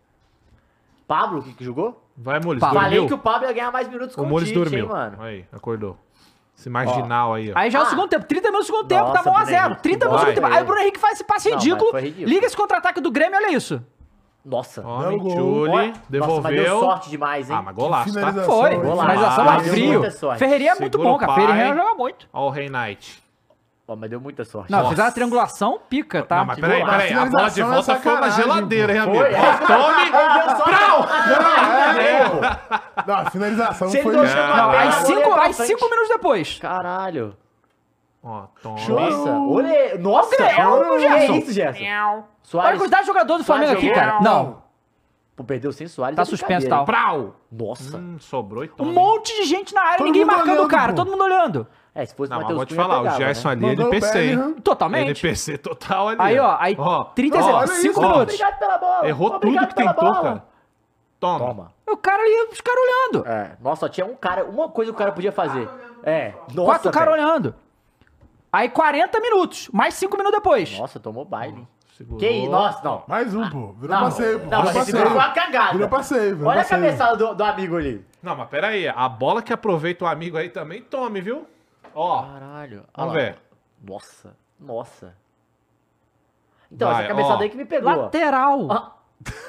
B: Pablo, que, que jogou?
D: Vai, Mules,
A: Falei
B: Falei que
D: dormiu?
B: o Pablo ia ganhar mais minutos com
D: O
B: o,
D: Mules
B: Tite, hein,
D: dormiu.
B: mano.
D: Aí, acordou. Esse marginal aí, ó.
A: Aí já é o
B: Ah.
A: segundo tempo, 30 minutos do segundo tempo,
B: Nossa,
A: tava 1x0.
B: Bruno Henrique,
A: 30 minutos do
D: vai.
A: segundo tempo. Aí o Bruno Henrique faz esse passe
B: Não, mas
A: ridículo,
B: foi ridículo.
A: liga esse contra-ataque do Grêmio, olha isso.
B: Nossa.
D: Homem,
C: Gol.
D: Tchule,
B: Nossa, mas deu
D: devolveu.
B: sorte demais, hein?
D: Ah, mas golaço, tá?
C: Finalização.
A: Foi,
C: Golaço.
A: finalização
D: Golaço.
A: mais frio.
B: Muita sorte.
A: Ferreirinha é muito
D: Segura
A: bom,
D: o
A: cara.
D: pai.
A: Ferreirinha joga muito.
D: Ó o Rei Knight.
B: Ó, mas deu muita sorte.
A: Não,
D: Nossa.
A: fizeram a triangulação, pica, tá?
D: Não, mas peraí,
B: boa.
D: peraí. A bola de
C: Finalização é
D: volta foi uma
C: sacanagem,
D: geladeira, hein, amigo?
B: Foi.
D: Ó, Tome!
B: é
C: Não, a finalização
B: Se ele
C: foi...
B: não chama a
D: Não,
B: bola,
A: Aí
B: o
A: cinco,
B: goleiro pra
A: aí
B: frente.
A: cinco minutos depois.
B: Caralho.
D: Ó, tome.
B: Nossa, olha. Nossa,
A: Grêmio,
B: que
A: Gerson.
B: é isso, Gerson?
A: Olha a
B: Soares.
A: quantidade de jogador do Flamengo aqui,
B: jogou?
A: cara. Não.
B: Pô, perdeu sem Soares.
A: Tá
B: é
A: suspenso
B: brincadeira,
A: tal.
D: Prau!
B: hein? Nossa.
D: Hum, sobrou e tome.
A: Um monte de gente na área,
C: Todo
A: ninguém
C: mundo
A: marcando o
C: olhando,
A: cara,
C: pô.
A: todo mundo olhando.
B: É, se fosse
D: Não, mas
B: Matheus
D: vou te
B: Cunha,
D: falar,
B: pegava,
D: o Gerson
B: né?
D: ali é
C: Mandou o
D: NPC, hein?
C: Bellingham.
A: Totalmente.
D: NPC total ali.
A: Aí, ó, aí 30
D: ó,
A: segundos,
D: olha
A: cinco
D: isso, ó.
A: minutos.
B: Obrigado pela bola.
D: Errou
B: Obrigado
D: tudo que
B: pela
D: tentou,
B: bola.
D: cara. Toma.
B: Toma.
A: O cara ali, os caras olhando.
B: É, nossa, só tinha um cara, uma coisa que o cara podia fazer. É, nossa.
A: Quatro caras
B: velho.
A: olhando. Aí 40 minutos, mais cinco minutos depois.
B: Nossa, tomou baile.
D: Segurou.
B: Que isso? Nossa, não.
C: Mais um, pô. Virou
B: Não,
C: passeio, pô.
B: não,
C: Virou
B: mas esse foi uma
C: passeio.
B: cagada.
C: Virou passeio, virou
B: Olha a
C: passeio.
B: cabeçada do, do amigo ali.
D: Não, mas peraí. A bola que aproveita o amigo aí também, tome, viu? Ó,
B: Caralho. olha
D: vamos
B: lá.
D: ver.
B: Nossa, nossa. Então,
D: Vai,
B: essa cabeçada
D: ó.
B: aí que me pegou.
A: Lateral.
B: Ah,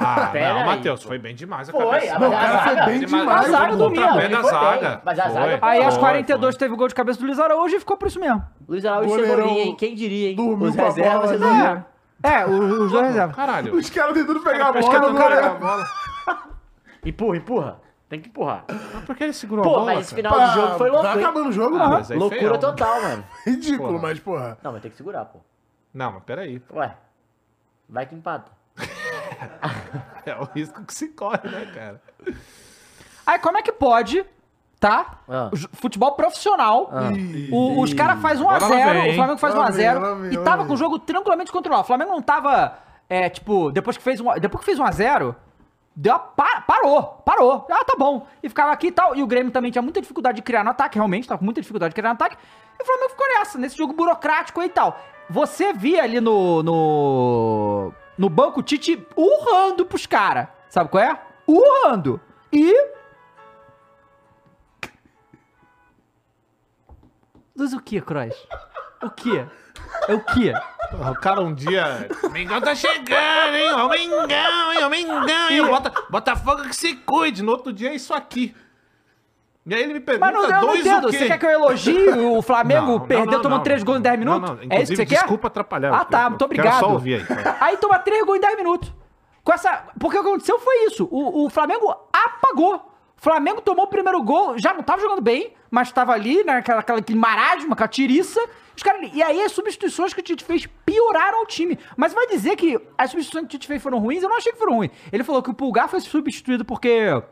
D: Ah,
B: Pera
D: não,
B: aí,
D: Matheus,
B: pô.
D: foi bem demais a
B: Foi,
D: cabeça.
B: mas Não, a cara, foi zaga-
C: bem demais,
A: a zaga
D: do
A: dormiu,
D: da
B: ele foi
D: zaga.
B: bem, mas a
D: Foi,
B: zaga-
A: Aí aos
D: foi,
A: 42
D: foi.
A: teve o gol de cabeça do Lizaro hoje e ficou por isso mesmo.
B: Luiz Araújo
C: Goleirão
B: chegou ali, hein? Quem diria, hein?
C: dormiu
B: Os
C: com a bola
B: reservas
C: ali.
B: resolveram.
A: É, o- os dois reservas.
D: Caralho.
C: Os caras é tentando pegar a
D: Os caras
C: bola,
D: não querem
C: agora.
D: a bola.
B: Empurra, empurra. Tem que empurrar.
D: Mas por que ele segurou a
B: Pô,
D: bola?
B: mas esse
D: cara?
B: final do jogo foi louco.
C: Tá
B: hein?
C: acabando o jogo,
D: Ah,
C: pô.
D: mas aí
B: Loucura
D: feião.
B: total, mano.
C: Ridículo,
D: Porra.
C: mas, porra.
B: Não, mas tem que segurar, pô.
D: Não, mas peraí.
B: Ué. Vai que empata.
D: É o risco que se corre, né, cara?
A: Aí como é que pode, tá?
B: Ah.
A: J- Futebol profissional. o- os caras fazem
D: Agora ela vem,
A: 1x0,
D: hein?
A: o Flamengo faz
C: Ela vem, ela
A: 1x0.
C: vem,
A: E
C: ela
A: tava
C: vem.
A: com o jogo tranquilamente controlado. O Flamengo não tava. É, tipo, depois que fez um, depois que fez 1x0, deu a, pa- parou, parou. Ah, tá bom. E ficava aqui e tal. E o Grêmio também tinha muita dificuldade de criar no ataque, realmente, tava com muita dificuldade de criar no ataque. E o Flamengo ficou nessa, nesse jogo burocrático aí e tal. Você via ali no. no, no banco o Tite urrando pros caras. Sabe qual é? Urrando. E Mas o que, Croix? O que? É o que?
D: Porra, O cara um dia. Mengão tá chegando, hein? Ó, o Mengão, hein? Ó, o Mengão, hein? Bota, Botafogo que se cuide. No outro dia é isso aqui. E aí ele me pergunta
A: Mas não, eu não
D: dois
A: entendo.
D: o quê?
A: Você quer que eu elogie o Flamengo
D: Não,
A: perdeu
D: não, não,
A: tomando
D: não.
A: 3 gols em 10 minutos?
D: Não, não.
A: É isso que
D: Inclusive,
A: você quer?
D: desculpa atrapalhar.
A: Ah, tá.
D: Eu
A: Muito
D: quero
A: obrigado.
D: só ouvir aí, vai.
A: Aí toma 3 gols em 10 minutos. Com essa... Porque o que aconteceu foi isso. O, o Flamengo apagou. O Flamengo tomou o primeiro gol, já não tava jogando bem, mas tava ali, naquela aquela, aquele marasmo, aquela tiriça. Os caras... ali- E aí as substituições que o Tite fez pioraram o time. Mas vai dizer que as substituições que o Tite fez foram ruins? Eu não achei que foram ruins. Ele falou que o Pulgar foi substituído porque...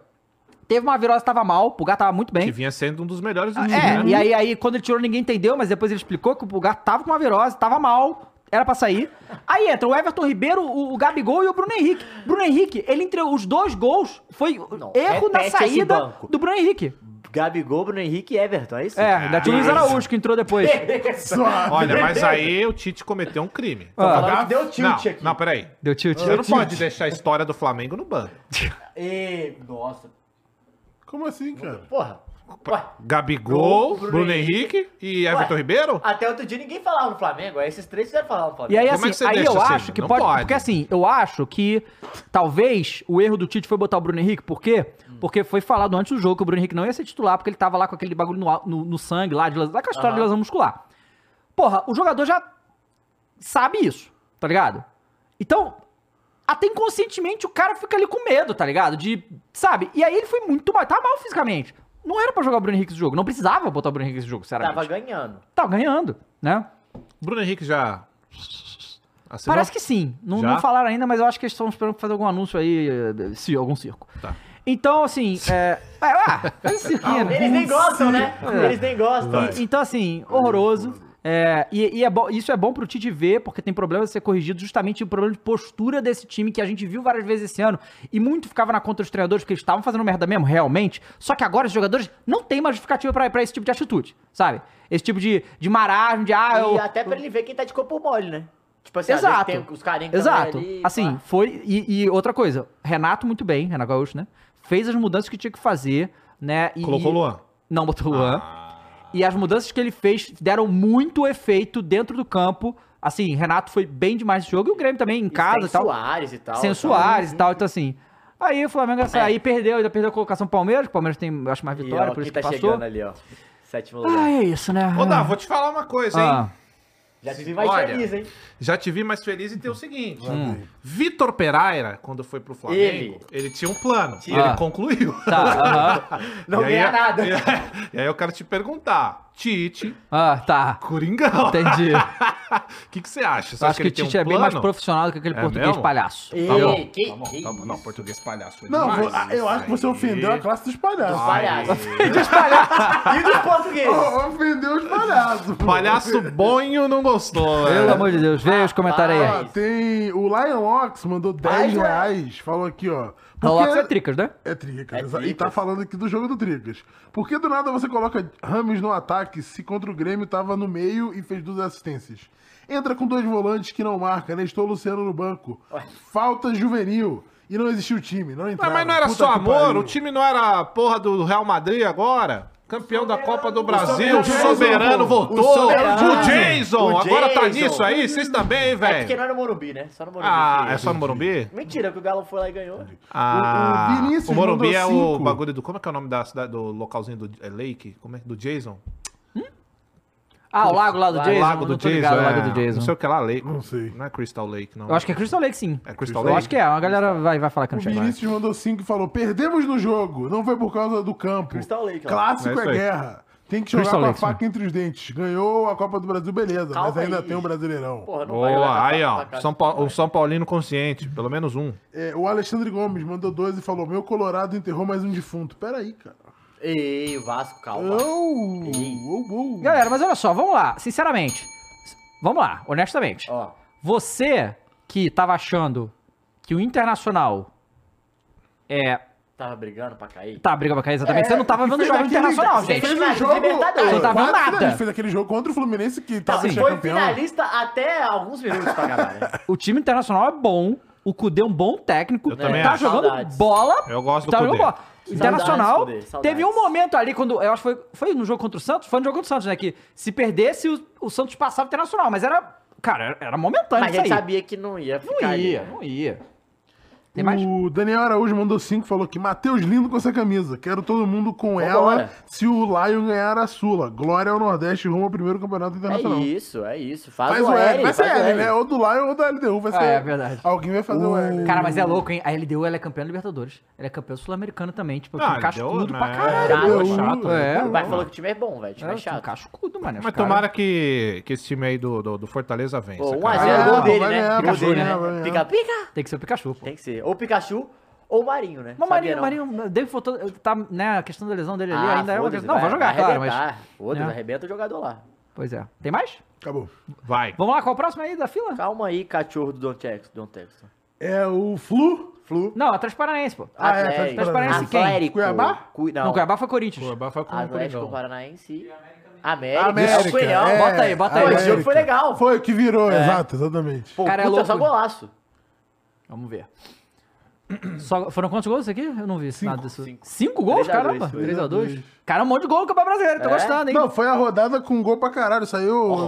A: Teve uma virose, tava mal, o Pulgar tava muito bem.
D: Que vinha sendo um dos melhores do
A: É,
D: mundo,
A: e
D: né?
A: aí, aí quando ele tirou ninguém entendeu, mas depois ele explicou que o Pulgar tava com uma virose, tava mal, era pra sair. Aí entra o Everton Ribeiro, o, o Gabigol e o Bruno Henrique. Bruno Henrique, ele entregou os dois gols, foi
B: Não,
A: erro na
B: repete esse
A: saída
B: banco.
A: do Bruno Henrique.
B: Gabigol, Bruno Henrique e Everton, é isso?
A: É, ainda tinha o Luiz Araújo que entrou depois.
D: Olha, mas aí o Tite cometeu um crime.
B: Falando que deu tilt
D: não,
B: aqui.
D: não, peraí.
A: Deu Ah, tilt.
D: Você não pode deixar a história do Flamengo no banco.
B: E... Nossa.
C: Como assim, cara?
B: Porra. Ué.
D: Gabigol,
B: Bruno
D: Bruno, Henrique e Everton
B: Ué.
D: Ribeiro?
B: Até outro dia ninguém falava no Flamengo. Aí esses três fizeram falar no Flamengo.
A: E aí,
D: Como é
A: assim,
D: que você
A: aí
D: deixa
A: eu
D: assim?
A: acho que
D: Não
A: pode,
D: pode.
A: Porque assim, eu acho que talvez o erro do Tite foi botar o Bruno Henrique. Por quê?
D: Hum.
A: Porque foi falado antes do jogo que o Bruno Henrique não ia ser titular, porque ele tava lá com aquele bagulho no, al- no- no sangue, lá, de, las- lá com a história de
B: Aham.
A: lesão muscular. Porra, o jogador já sabe isso, tá ligado? Então, até inconscientemente o cara fica ali com medo, tá ligado? De, sabe? E aí ele foi muito mal, tá mal fisicamente. Não era pra jogar o Bruno Henrique esse jogo, não precisava botar o Bruno Henrique esse jogo, sinceramente.
B: Tava
A: Tava,
B: ganhando.
A: ganhando, né?
D: Bruno Henrique já. assinou?
A: Parece que sim. Não,
D: Já?
A: não falaram ainda, mas eu acho que eles estão esperando fazer algum anúncio aí, eh, se algum circo.
D: Tá.
A: Então, assim, é... é, ah, faz um cirquinho. né?
B: Eles nem gostam, né?
A: É.
B: Eles nem gostam.
A: E- Então, assim, horroroso. É, e e é bom- isso é bom pro Tite ver, porque tem problema de ser corrigido, justamente o problema de postura desse time que a gente viu várias vezes esse ano. E muito ficava na conta dos treinadores, porque eles estavam fazendo merda mesmo, realmente. Só que agora os jogadores não têm mais justificativa pra, pra esse tipo de atitude, sabe? Esse tipo de, de marasmo, de ah, eu,
B: E até pra ele ver quem tá de corpo mole, né? Tipo assim, às vezes
A: Exato.
B: tem os carinhos que tão
A: Exato.
B: ali,
A: assim,
B: pá.
A: foi. E, e outra coisa, Renato, muito bem, Renato Gaúcho, né? Fez as mudanças que tinha que fazer, né? E,
D: Colocou o Luan. Ah.
A: Não botou o Luan. E as mudanças que ele fez deram muito efeito dentro do campo. Assim, Renato foi bem demais nesse jogo e o Grêmio também em
B: E né?
A: casa
B: sem
A: e tal.
B: Soares e tal.
A: Sem o Soares e tal. Então, assim. Aí o Flamengo ia sair, perdeu, ainda perdeu a colocação pro Palmeiras. que O Palmeiras tem, acho, mais
B: É. E, ó,
A: vitória, por
B: quem
A: isso
B: tá
A: que passou.
B: chegando ali, ó. Sétimo lugar.
A: Ah, é isso, né?
D: Ô, Dá, vou te falar uma coisa, hein?
A: Ah,
B: Já te vi mais
D: Olha, tá
B: feliz, hein?
D: Já te vi mais feliz e tem o seguinte.
A: Hum.
C: Hum.
D: Vitor Pereira, quando foi pro Flamengo,
B: Ele.
D: ele, tinha um plano. E
A: Ah.
D: ele concluiu.
A: tá, aham.
B: Não
D: E aí- é-
B: ganha nada.
D: E aí eu quero te perguntar. Tite,
A: Ah, tá.
D: Coringão.
A: Entendi.
D: O que, que você acha? Você
A: Eu
D: acha
A: acho que o
D: tem um
A: Tite é bem mais
D: plano?
A: profissional do que aquele
D: É
A: português
D: mesmo?
A: palhaço.
B: Ei,
D: Tá bom,
B: que-
D: tá bom,
B: que
D: tá bom. Não, português palhaço. foi
C: Não,
D: demais.
C: vou- ah, eu acho que você
D: Aí.
C: ofendeu a classe dos palhaços.
B: Palhaço. E dos portugueses?
C: Ó, Ofendeu os palhaços. pô.
D: Palhaço Bonho não gostou, né?
A: Pelo amor de Deus, vê os comentários
C: Ó,
A: aí.
C: Tem o Lion Ox mandou
D: Ah, é
C: 10 reais. Falou aqui, ó.
A: Rolou
C: Porque-
A: é tricas, né?
C: É Tricas.
B: É
C: exa- E
B: Tricas.
C: tá falando aqui do jogo do Tricas. Por que do nada você coloca Rames no ataque se contra o Grêmio tava no meio e fez duas assistências? Entra com dois volantes que não marca, Nestor Luciano no banco. Falta juvenil. E não existiu time, não
D: Mas,
C: entrava.
D: mas não era
C: Puta
D: só
C: que
D: amor,
C: pariu.
D: o time não era a porra do Real Madrid agora? Campeão da Copa do Brasil, o
C: Soberano.
D: soberano voltou,
C: O
D: o,
C: Soberano.
D: Jason,
B: O
D: agora tá
B: Jason.
D: nisso aí? Vocês também,
B: É porque
D: velho?
B: não era no Morumbi, né? Só no Morumbi.
D: Ah,
B: que-
D: é só no Morumbi?
B: Mentira, que o Galo foi lá e ganhou.
D: Ah,
C: o Vinícius
D: o Morumbi
C: mandou
D: é o
C: cinco.
D: bagulho do... Como é que é o nome da cidade, do localzinho do é Lake? Como é, do Jason?
A: Ah, o lago lá do Jason.
D: Lago
A: não
D: do
A: tô
D: Jason,
A: ligado,
D: é.
A: Lago do
D: Não sei
A: Jason.
D: o que lá, Lake.
C: Não sei.
D: Não é Crystal Lake, não.
A: Eu acho que é Crystal Lake, sim.
D: É Crystal
A: Eu
D: Lake?
A: acho que é, a galera vai, vai falar que
C: O
A: não chega. lá.
C: Vinícius mandou 5 e falou: perdemos no jogo, não foi por causa do campo.
B: Crystal Lake, ó.
D: É
C: Clássico
D: isso
C: é,
D: aí.
C: guerra. Tem que jogar
A: Crystal
C: com a
A: Lake,
C: faca entre os dentes. Ganhou a Copa do Brasil, beleza,
B: Calma
C: mas ainda
B: aí.
C: tem o Brasileirão.
B: Porra, não vai
D: Boa,
B: jogar
D: aí
B: pra-
D: ó,
B: pra casa.
D: São Paulo, o São Paulino consciente, pelo menos um.
C: É, o Alexandre Gomes mandou 12 e falou: Meu Colorado enterrou mais um defunto. Peraí, cara.
B: Ei, Vasco, calma.
C: Oh, oh, oh.
A: Galera, mas olha só, vamos lá. Sinceramente. Vamos lá, honestamente.
B: Ó,
A: Você que tava achando que o Internacional é.
B: tava brigando pra cair.
A: Tá, briga pra cair exatamente.
D: É,
A: você não tava vendo o
C: Fez
A: jogo
C: aquele-
A: internacional,
B: fez
A: gente.
C: Fez um
B: Cara,
C: jogo.
B: Libertadores,
A: não tá vendo
C: quase finalista.
A: nada.
C: né? Fez aquele jogo contra o Fluminense que
B: Tá,
C: tava em
B: foi
C: campeão.
B: finalista até alguns minutos pra acabar, né?
A: O time internacional é bom. O Cudê é um bom técnico.
D: Eu também
A: tá
D: acho.
A: jogando
B: Saudades.
A: bola.
D: Eu gosto do
A: tá jogando
D: Kudê.
A: bola. Internacional.
B: Kudê, saudades.
A: teve um momento ali quando. Eu acho que foi, foi no jogo contra o Santos. Foi no jogo contra o Santos, né? Que se perdesse, o, o Santos passava o internacional. Mas era. Cara, era- era momentâneo
B: Mas a
A: isso
B: gente
A: aí.
B: sabia que não ia ficar
A: Não
B: ali,
A: ia,
B: né?
A: não ia. Tem mais?
C: O Daniel Araújo mandou 5 falou que Matheus Lindo com essa camisa. Quero todo mundo com
B: Vambora.
C: ela se o Lion ganhar a Sula. Glória ao Nordeste rumo ao primeiro campeonato internacional.
B: É isso, é isso. Faz,
C: Faz
B: o L,
C: vai ser
B: faz o
C: L,
B: L. Uh,
C: né? Ou do Lion ou da LDU. Vai ser.
A: É, é verdade.
C: Alguém vai fazer o L.
A: Cara, mas é louco, hein? A LDU ela é campeã da Libertadores. Ela é campeã sul-americana também. Tipo,
D: Ah,
A: com cascudo
D: LDU,
A: pra
D: né?
A: caralho.
B: Chato,
C: Meu,
D: chato,
A: né?
C: é.
B: O pai falou que o time é bom, velho. O time é,
A: É, com
B: chato.
A: cascudo, mano. os
D: Mas
A: cara-
D: tomara que, que esse time aí do, do, do Fortaleza vença.
B: Pô, 1
D: cara.
B: a
A: é
B: 0 gol
C: Ah,
B: dele,
C: vai ganhar,
B: né? Gol
C: Pikachu,
B: dele,
C: né? Vai
B: né?
C: ganhar.
B: Pica, pica.
A: Tem que ser o Pikachu, pô.
B: Tem que ser. Ou Pikachu ou Marinho, né?
A: Mas
B: Sabia
A: Marinho,
B: não?
A: Marinho, deve voltou, tá, né, a questão da lesão dele ali
B: Ah,
A: ainda é uma
B: foda-se,
A: questão. Não, vai jogar, claro, mas...
B: arrebentar. Foda-se,
A: né?
B: arrebenta o jogador lá.
A: Pois é. Tem mais?
C: Acabou.
D: Vai.
A: Vamos lá, qual o próximo aí da fila?
B: Calma aí, cachorro do Don Texton. Don Texton.
C: É o Flu. Flu.
A: Não, Atlético Paranaense, pô.
C: Ah, é,
B: Atlético.
A: Transparência quem?
B: Atlético.
C: Cuiabá?
B: Cui- Não, Ah,
A: Não, Cuiabá foi Corinthians.
D: Cuiabá foi com o
B: Atlético
D: Coringão.
B: Paranaense. América.
C: América,
B: Coelhão.
C: é,
A: Bota aí, bota aí.
B: Pô, Esse jogo foi
C: América.
B: legal.
C: Foi o que virou,
B: É.
C: exato, exatamente.
B: Pô,
A: Cara, é
B: puta,
A: louco.
B: só golaço.
A: Vamos ver. Só, foram quantos gols isso aqui? Eu não vi nada disso. Cinco,
B: Cinco.
A: gols?
B: Três a dois,
A: caramba.
B: foi.
A: 3x2. Cara, um monte de gol no Campeonato Brasileiro. Tô
B: É?
A: gostando, hein?
C: Não, foi a rodada com gol pra caralho. Saiu a
D: Ó,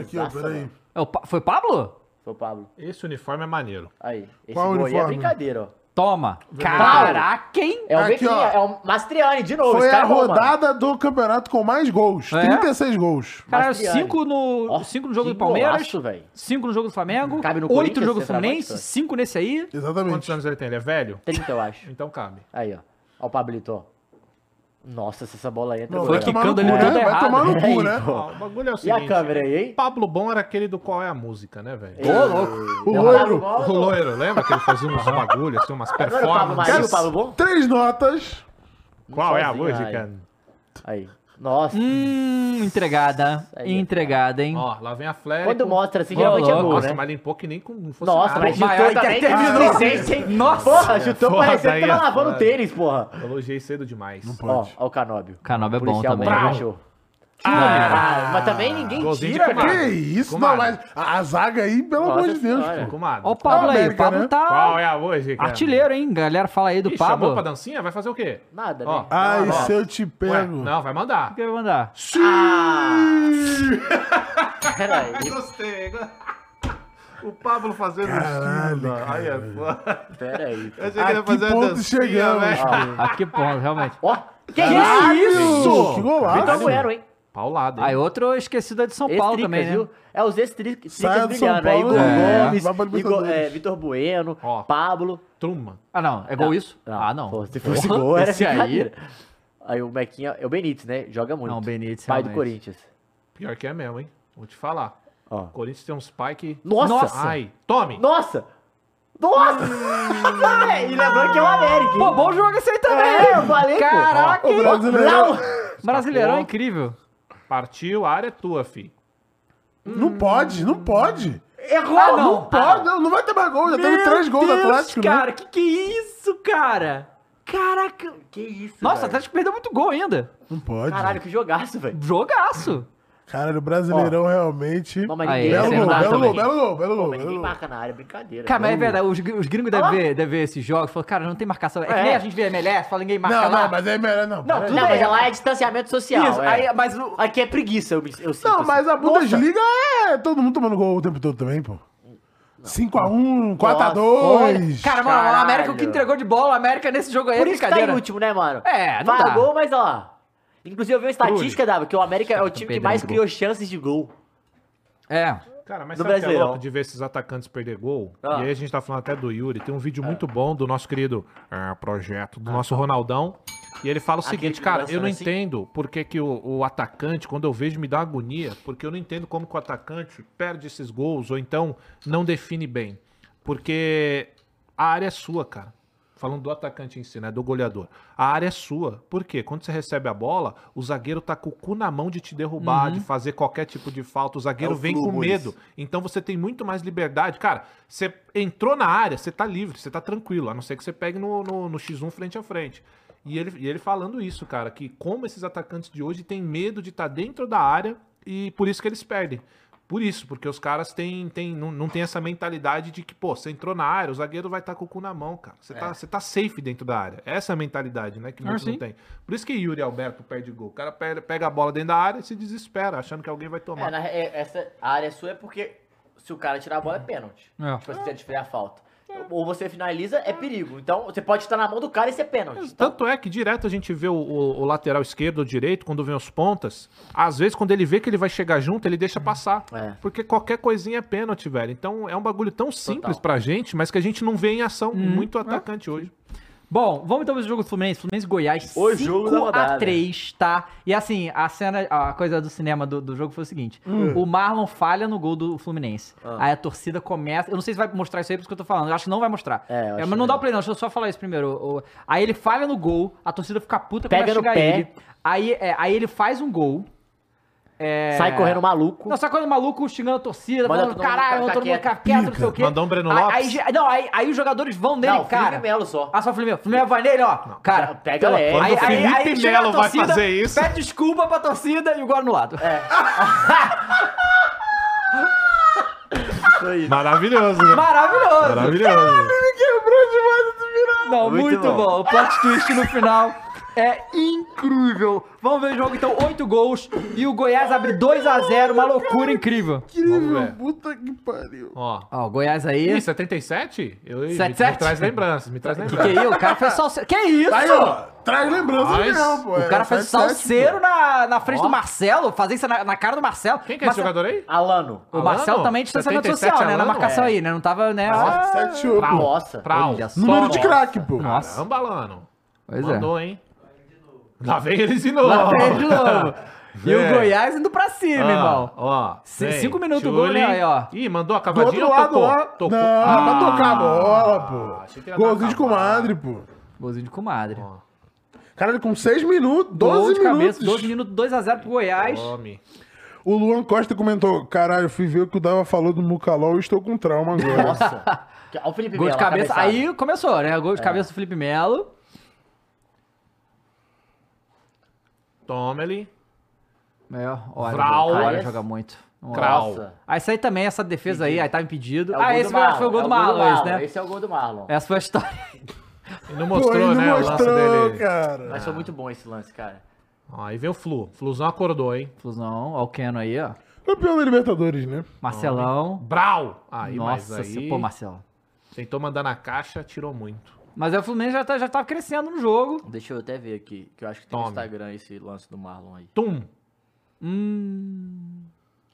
B: esse né?
C: aqui, ó.
B: exato,
C: Peraí.
B: mano.
A: É o Pa- foi Pablo?
B: Foi o Pablo.
D: Esse uniforme é maneiro.
B: Aí. Esse
C: Qual
B: gol aí é
C: uniforme?
B: brincadeira, ó.
A: Toma. Caraca, hein?
B: É o
C: Aqui,
B: Vequinha,
C: ó.
B: é o Mastriani, de novo.
C: Foi
B: esse
C: a
B: cara é bom, mano.
C: rodada do campeonato com mais gols.
A: É?
C: 36 gols.
A: Cara,
B: Mastriani.
A: 5 no,
B: Ó,
A: cinco no jogo
B: que
A: do Palmeiras,
B: golaço, velho.
A: 5 no jogo do Flamengo,
B: Cabe no
A: 8
B: Corinthians,
A: no jogo do
B: centroavante,
A: Fluminense,
B: cara.
A: 5 nesse aí.
C: Exatamente.
D: Quantos anos ele tem? Ele é velho?
B: 30, eu acho.
D: Então cabe.
B: Aí, ó. Ó o Pablito, ó. Nossa, se essa bola entra...
C: Não,
B: goleiro.
C: vai tomar no cu, né? Vai
A: errado.
C: tomar no
B: É
C: cu,
B: isso,
C: né?
B: pô.
D: Ó, o bagulho é o
B: E
D: seguinte.
B: a câmera aí, hein?
D: Pablo Bom era aquele do qual é a música, né, velho?
B: Ô,
C: O loiro.
D: O loiro, lembra que ele fazia uns bagulhos, assim, umas
B: Agora o Pablo Marinho, o
D: performances?
B: Pablo Bom?
C: Três notas.
D: Qual é a
B: Sozinho,
D: música?
B: Aí. Nossa.
A: Hum, entregada.
B: Isso aí,
A: entregada, hein?
D: Ó, lá vem a Flair.
B: Quando mostra assim,
A: Ô,
B: geralmente é
A: louco.
B: gol,
D: Nossa,
B: né?
D: mas limpou que nem com, não fosse
B: Nossa,
D: nada.
B: mas
A: Mas
B: chutou
A: aí tá-
B: também
A: terminou.
B: terminou. Presente, hein?
A: Nossa.
B: Porra, chutou
D: Foda
B: parecendo que
D: aí,
B: tava
D: é
B: lavando
D: foda.
B: tênis, porra.
D: Elogiei cedo demais.
B: Ó, ó o Canóbio.
A: Canóbio é bom
B: Policial
A: também.
B: bom,
A: Brau.
B: achou?
D: Ah,
B: Ah, mas também ninguém
D: golzinho de
B: tira,
D: comadre.
B: cara.
C: Que isso?
D: Comadre.
C: Não, mas a, a zaga aí, pelo
B: é? Nossa
C: amor de Deus.
B: senhora.
C: pô.
D: comadre.
A: Ó o Pablo aí, o
C: América,
A: Pablo
C: né?
A: tá
D: Qual é a música?
A: artilheiro, hein? Galera, fala aí do
D: Ih, chamou
A: Pablo.
D: pra dancinha? Vai fazer o quê?
B: Nada,
D: Ó.
B: né?
C: Ai,
D: Ó,
C: se eu te
D: Ué,
C: pego.
D: não, vai mandar.
A: O um que eu ia mandar?
C: Ah! é-
B: Peraí.
D: Gostei. O Pablo fazendo
C: Caralho,
D: estilo. Aí é foda.
B: Peraí.
D: Eu achei
C: A que ponto chegamos?
D: velho.
A: A que ponto, realmente.
B: Ó, que isso?
A: Que
C: né? Isso! Que
B: Vitor
C: golaço.
B: Bueno, hein?
D: Paulado, hein?
A: Aí outro esquecido é de São Paulo
B: Ex-tricas,
A: também, né?
B: viu? É os ex-tricas
C: Saia do São
B: brigando. Aí né? Igor
C: Paulo, né?
A: é.
B: Gomes,
C: Vai pra
B: Igor,
C: Libertadores.
B: é, Vitor Bueno,
D: Ó.
B: Pablo.
D: Truma.
A: Ah, não. É gol
B: Não,
A: isso? ah, não.
B: Pô, Se fosse
A: Porra,
B: gol, era
A: esse aí.
B: brincadeira. Aí o Mequinha, é o Benítez, né? Joga muito.
A: Não, o Benítez,
B: Pai do
A: realmente.
B: Corinthians.
D: Pior que é mesmo, hein? Vou te falar.
B: Ó.
D: O Corinthians tem uns pai que...
B: Nossa!
D: Ai, tome!
B: Nossa! Nossa! Vai, e lembrando que é o América. hein?
A: Hum. Pô, bom jogo esse aí também.
B: É, eu falei, pô.
A: Caraca,
C: O
A: hein?
C: brasileiro
A: Brasileirão é incrível.
D: Partiu, a área é tua, fi.
C: não pode, não pode.
B: Errou!
A: Ah, não.
C: Não pode, não, não vai ter mais gol. Já teve
A: Meu
C: Tá três gols do
A: Deus,
C: Atlético, né?
A: Cara, que que é isso, cara? Caraca.
B: Que isso,
A: Nossa, o
B: velho.
A: Atlético perdeu muito gol ainda.
C: Não pode.
B: Caralho, que jogaço, velho.
A: Jogaço.
C: Caralho, o Brasileirão realmente.
B: Não, mas
A: Aí,
B: ninguém,
A: esse
C: Belo
A: é
C: gol,
A: verdade
C: belo gol,
A: também.
C: belo gol, belo
B: Pô,
C: gol,
B: mas ninguém
C: belo gol.
B: marca na área, brincadeira.
A: Cara, mas é
B: Vamos.
A: verdade, os, os gringos devem
B: Olha lá.
A: ver, devem ver esses jogos. Falam, cara, não tem marcação. É, que
B: É.
A: nem a gente vê MLS, fala ninguém marca
C: Não,
A: lá.
C: não, mas é melhor não.
A: Não,
C: peraí.
A: tudo
B: Não,
A: bem.
B: mas lá é distanciamento social.
A: Isso,
B: é.
A: aí, mas o-
B: Aqui é preguiça, eu, eu sinto.
C: Não, mas a
B: assim.
C: Bundesliga é todo mundo tomando gol o tempo todo também, pô. 5x1, 4x2.
A: Cara, mano, a América o que
B: Caralho.
A: entregou de bola, a América nesse jogo aí é
B: Por isso que tá em
A: brincadeira.
B: último, né, mano?
A: É, não
B: Faz
A: dá.
B: gol, mas ó. Inclusive, eu vi uma estatística, Dava, que o América é o time que
A: perdendo
B: mais
A: gol.
B: criou chances de gol.
A: É.
D: Cara, mas
B: Do
D: sabe o que é
B: Brasileirão.
D: louco de ver esses atacantes perder gol?
B: Ah. É.
D: E aí a gente tá falando até do Yuri. Tem um vídeo muito bom do nosso querido ah, projeto, do nosso Ronaldão. E ele fala o
B: Aquele
D: seguinte,
B: que
D: cara,
B: lança
D: eu não
B: assim?
D: entendo por que, que o, o atacante, quando eu vejo, me dá agonia. Porque eu não entendo como que o atacante perde esses gols ou então não define bem. Porque a área é sua, cara. Falando do atacante em si, né? Do goleador. A área é sua. Por quê? Quando você recebe a bola, o zagueiro tá com o cu na mão de te derrubar,
B: Uhum.
D: de fazer qualquer tipo de falta. O zagueiro
I: É o
D: vem
I: flu,
D: com
I: Maurício.
D: medo. Então você tem muito mais liberdade. Cara, você entrou na área, você tá livre, você tá tranquilo, a não ser que você pegue no, no, no X1 frente a frente. E ele, e ele falando isso, cara, que como esses atacantes de hoje têm medo de estar dentro da área e por isso que eles perdem. Por isso, porque os caras têm, têm, não, não têm essa mentalidade de que, pô, você entrou na área, o zagueiro vai estar com o cu na mão, cara. Você, tá, você tá safe dentro da área. Essa é a mentalidade, né, que
A: É. Ah,
D: muitos não
A: sim.
D: tem. Por isso que Yuri Alberto perde gol. O cara pega, pega a bola dentro da área e se desespera, achando que alguém vai tomar.
B: É, na- é- essa a área sua é porque se o cara tirar a bola é pênalti.
A: É.
B: Tipo, se você desfriar a falta. Ou você finaliza, é perigo. Então, você pode estar na mão do cara e ser pênalti. Então,
D: Tanto é que direto a gente vê o, o- o lateral esquerdo ou direito, quando vem os pontas, às vezes quando ele vê que ele vai chegar junto, ele deixa passar.
B: É.
D: Porque qualquer coisinha é pênalti, velho. Então é um bagulho tão simples pra gente, mas que a gente não vê em ação muito atacante hoje.
A: Bom, vamos então ver o jogo do Fluminense. Fluminense e Goiás.
B: O jogo da rodada.
A: 3 tá? E assim, a cena, a coisa do cinema do, do jogo foi o seguinte:
B: Hum.
A: o Marlon falha no gol do Fluminense.
B: Ah.
A: Aí a torcida começa. Eu não sei se vai mostrar isso aí, por isso que eu tô falando. Eu acho que não vai mostrar.
B: É, eu acho
A: mas não dá
B: melhor.
A: o play, não. Deixa eu só falar isso primeiro. O- o- Aí ele falha no gol, a torcida fica puta
B: Pega
A: começa a
B: no
A: xingar
B: pé.
A: ele. Aí, é, aí ele faz um gol. é,
B: sai correndo maluco.
A: não, sabe quando o maluco xingando a torcida,
B: Manda
A: falando,
B: todo mundo
A: caralho,
B: ficar
A: todo mundo
B: quieto."
A: ficar quieto, não sei o quê.
D: Mandou um Breno
A: Aí-
D: Lopes.
A: Aí, não, aí, aí os jogadores vão nele,
B: Não,
A: cara.
B: Felipe Melo só.
A: Ah, só o Felipe Melo. Felipe Melo vai nele, ó. Cara,
B: Já pega
A: pela-
B: leve.
A: Aí,
D: Quando o
A: aí, aí,
D: Felipe
A: chega na
D: Melo vai
A: torcida,
D: fazer isso.
A: Pede desculpa pra torcida e o É. gol anulado.
B: É,
D: Maravilhoso, né?
A: Maravilhoso.
D: Maravilhoso.
A: Não, muito,
B: Muito
A: bom.
B: bom.
A: O plot twist no final é incrível. Vamos ver o jogo, então, 8 gols. E o Goiás abre 2x0, uma loucura incrível.
D: Vamos ver.
C: Puta que pariu.
D: Ó.
A: Ó, o Goiás aí.
D: Ih, 77? Eu, me- Me
A: 77?
D: traz lembranças, me traz
A: Que
D: lembranças.
A: que é isso? O cara fez salseiro. Que isso?
C: Aí, ó, traz lembrança
D: Mas
C: mesmo, pô. É,
D: o
A: O cara fez salseiro na, na frente
B: Ó.
A: do Marcelo, fazer isso na, na cara do Marcelo.
D: Quem que é esse
A: Marcelo-
D: jogador aí?
B: Alano.
A: O Marcelo
D: Alano?
A: também de distanciamento
D: 77
A: social, né? Na
D: Alano?
A: marcação
B: É.
A: aí, né? Não tava, né? Ah,
C: 7, 8.
D: Prau.
B: Nossa.
D: Prau.
A: Olha só.
C: Número de craque, pô.
A: Nossa.
D: Caramba, Lano.
A: Pois é.
D: Mandou, hein? Lá vem eles de novo.
A: Lá vem de novo. E o
D: É.
A: Goiás indo pra cima,
D: Ó,
A: irmão.
D: Ó,
A: C-
D: vem,
A: cinco minutos o gol, né? Aí, ó.
D: Ih, mandou a
C: Do outro
D: cavadinha ou
C: lado,
D: tocou?
C: ó.
D: Tocou.
C: Não,
D: Ah,
C: pra tocar a bola,
D: achei
C: pô.
D: que ia dar
C: Golzinho de
D: cavalo.
C: comadre, pô.
A: Golzinho de comadre.
C: Caralho, com 6 minutos,
A: Gol
C: 12
A: de cabeça, 12
C: minutos.
A: minutos, 2x0 pro Goiás.
D: Tome.
C: O Luan Costa comentou: caralho, fui ver o que o Dava falou do Mucalol e estou com trauma agora.
B: Nossa. Que- Olha o Felipe
A: Gol de
B: Melo,
A: cabeça.
B: cabeçada.
A: Aí começou, né? Gol de cabeça do Felipe Melo.
D: Toma ele.
A: É, olha,
D: Vral.
A: o cara
B: Olha.
A: joga muito. Vamos lá.
D: Crau.
B: Nossa.
A: Aí isso aí também, essa defesa aí, aí tava impedido.
B: É o
A: ah,
B: gol
A: esse
B: do
A: foi, foi o gol do
B: é
A: Marlon, esse, né?
B: Esse é o gol do Marlon.
A: Essa foi a história.
D: E não
C: Pô,
D: mostrou,
C: ele não
D: né? o lance
C: mostrou,
D: dele.
C: cara.
B: Mas foi muito bom esse lance, cara.
D: Ó, aí vem o Flu. Fluzão acordou, hein?
A: Fusão, ó o Keno aí, ó.
C: Campeão da Libertadores, né?
A: Marcelão.
D: Brau! Aí,
A: Nossa,
D: mas
A: se-
D: aí...
A: pô, Marcelo.
D: Tentou mandar na caixa, tirou muito.
A: Mas aí o Fluminense já, tá, já tava crescendo no jogo.
B: Deixa eu até ver aqui, que eu acho que tem
D: Tome.
B: no Instagram esse lance do Marlon aí.
D: Tum!
A: Hum.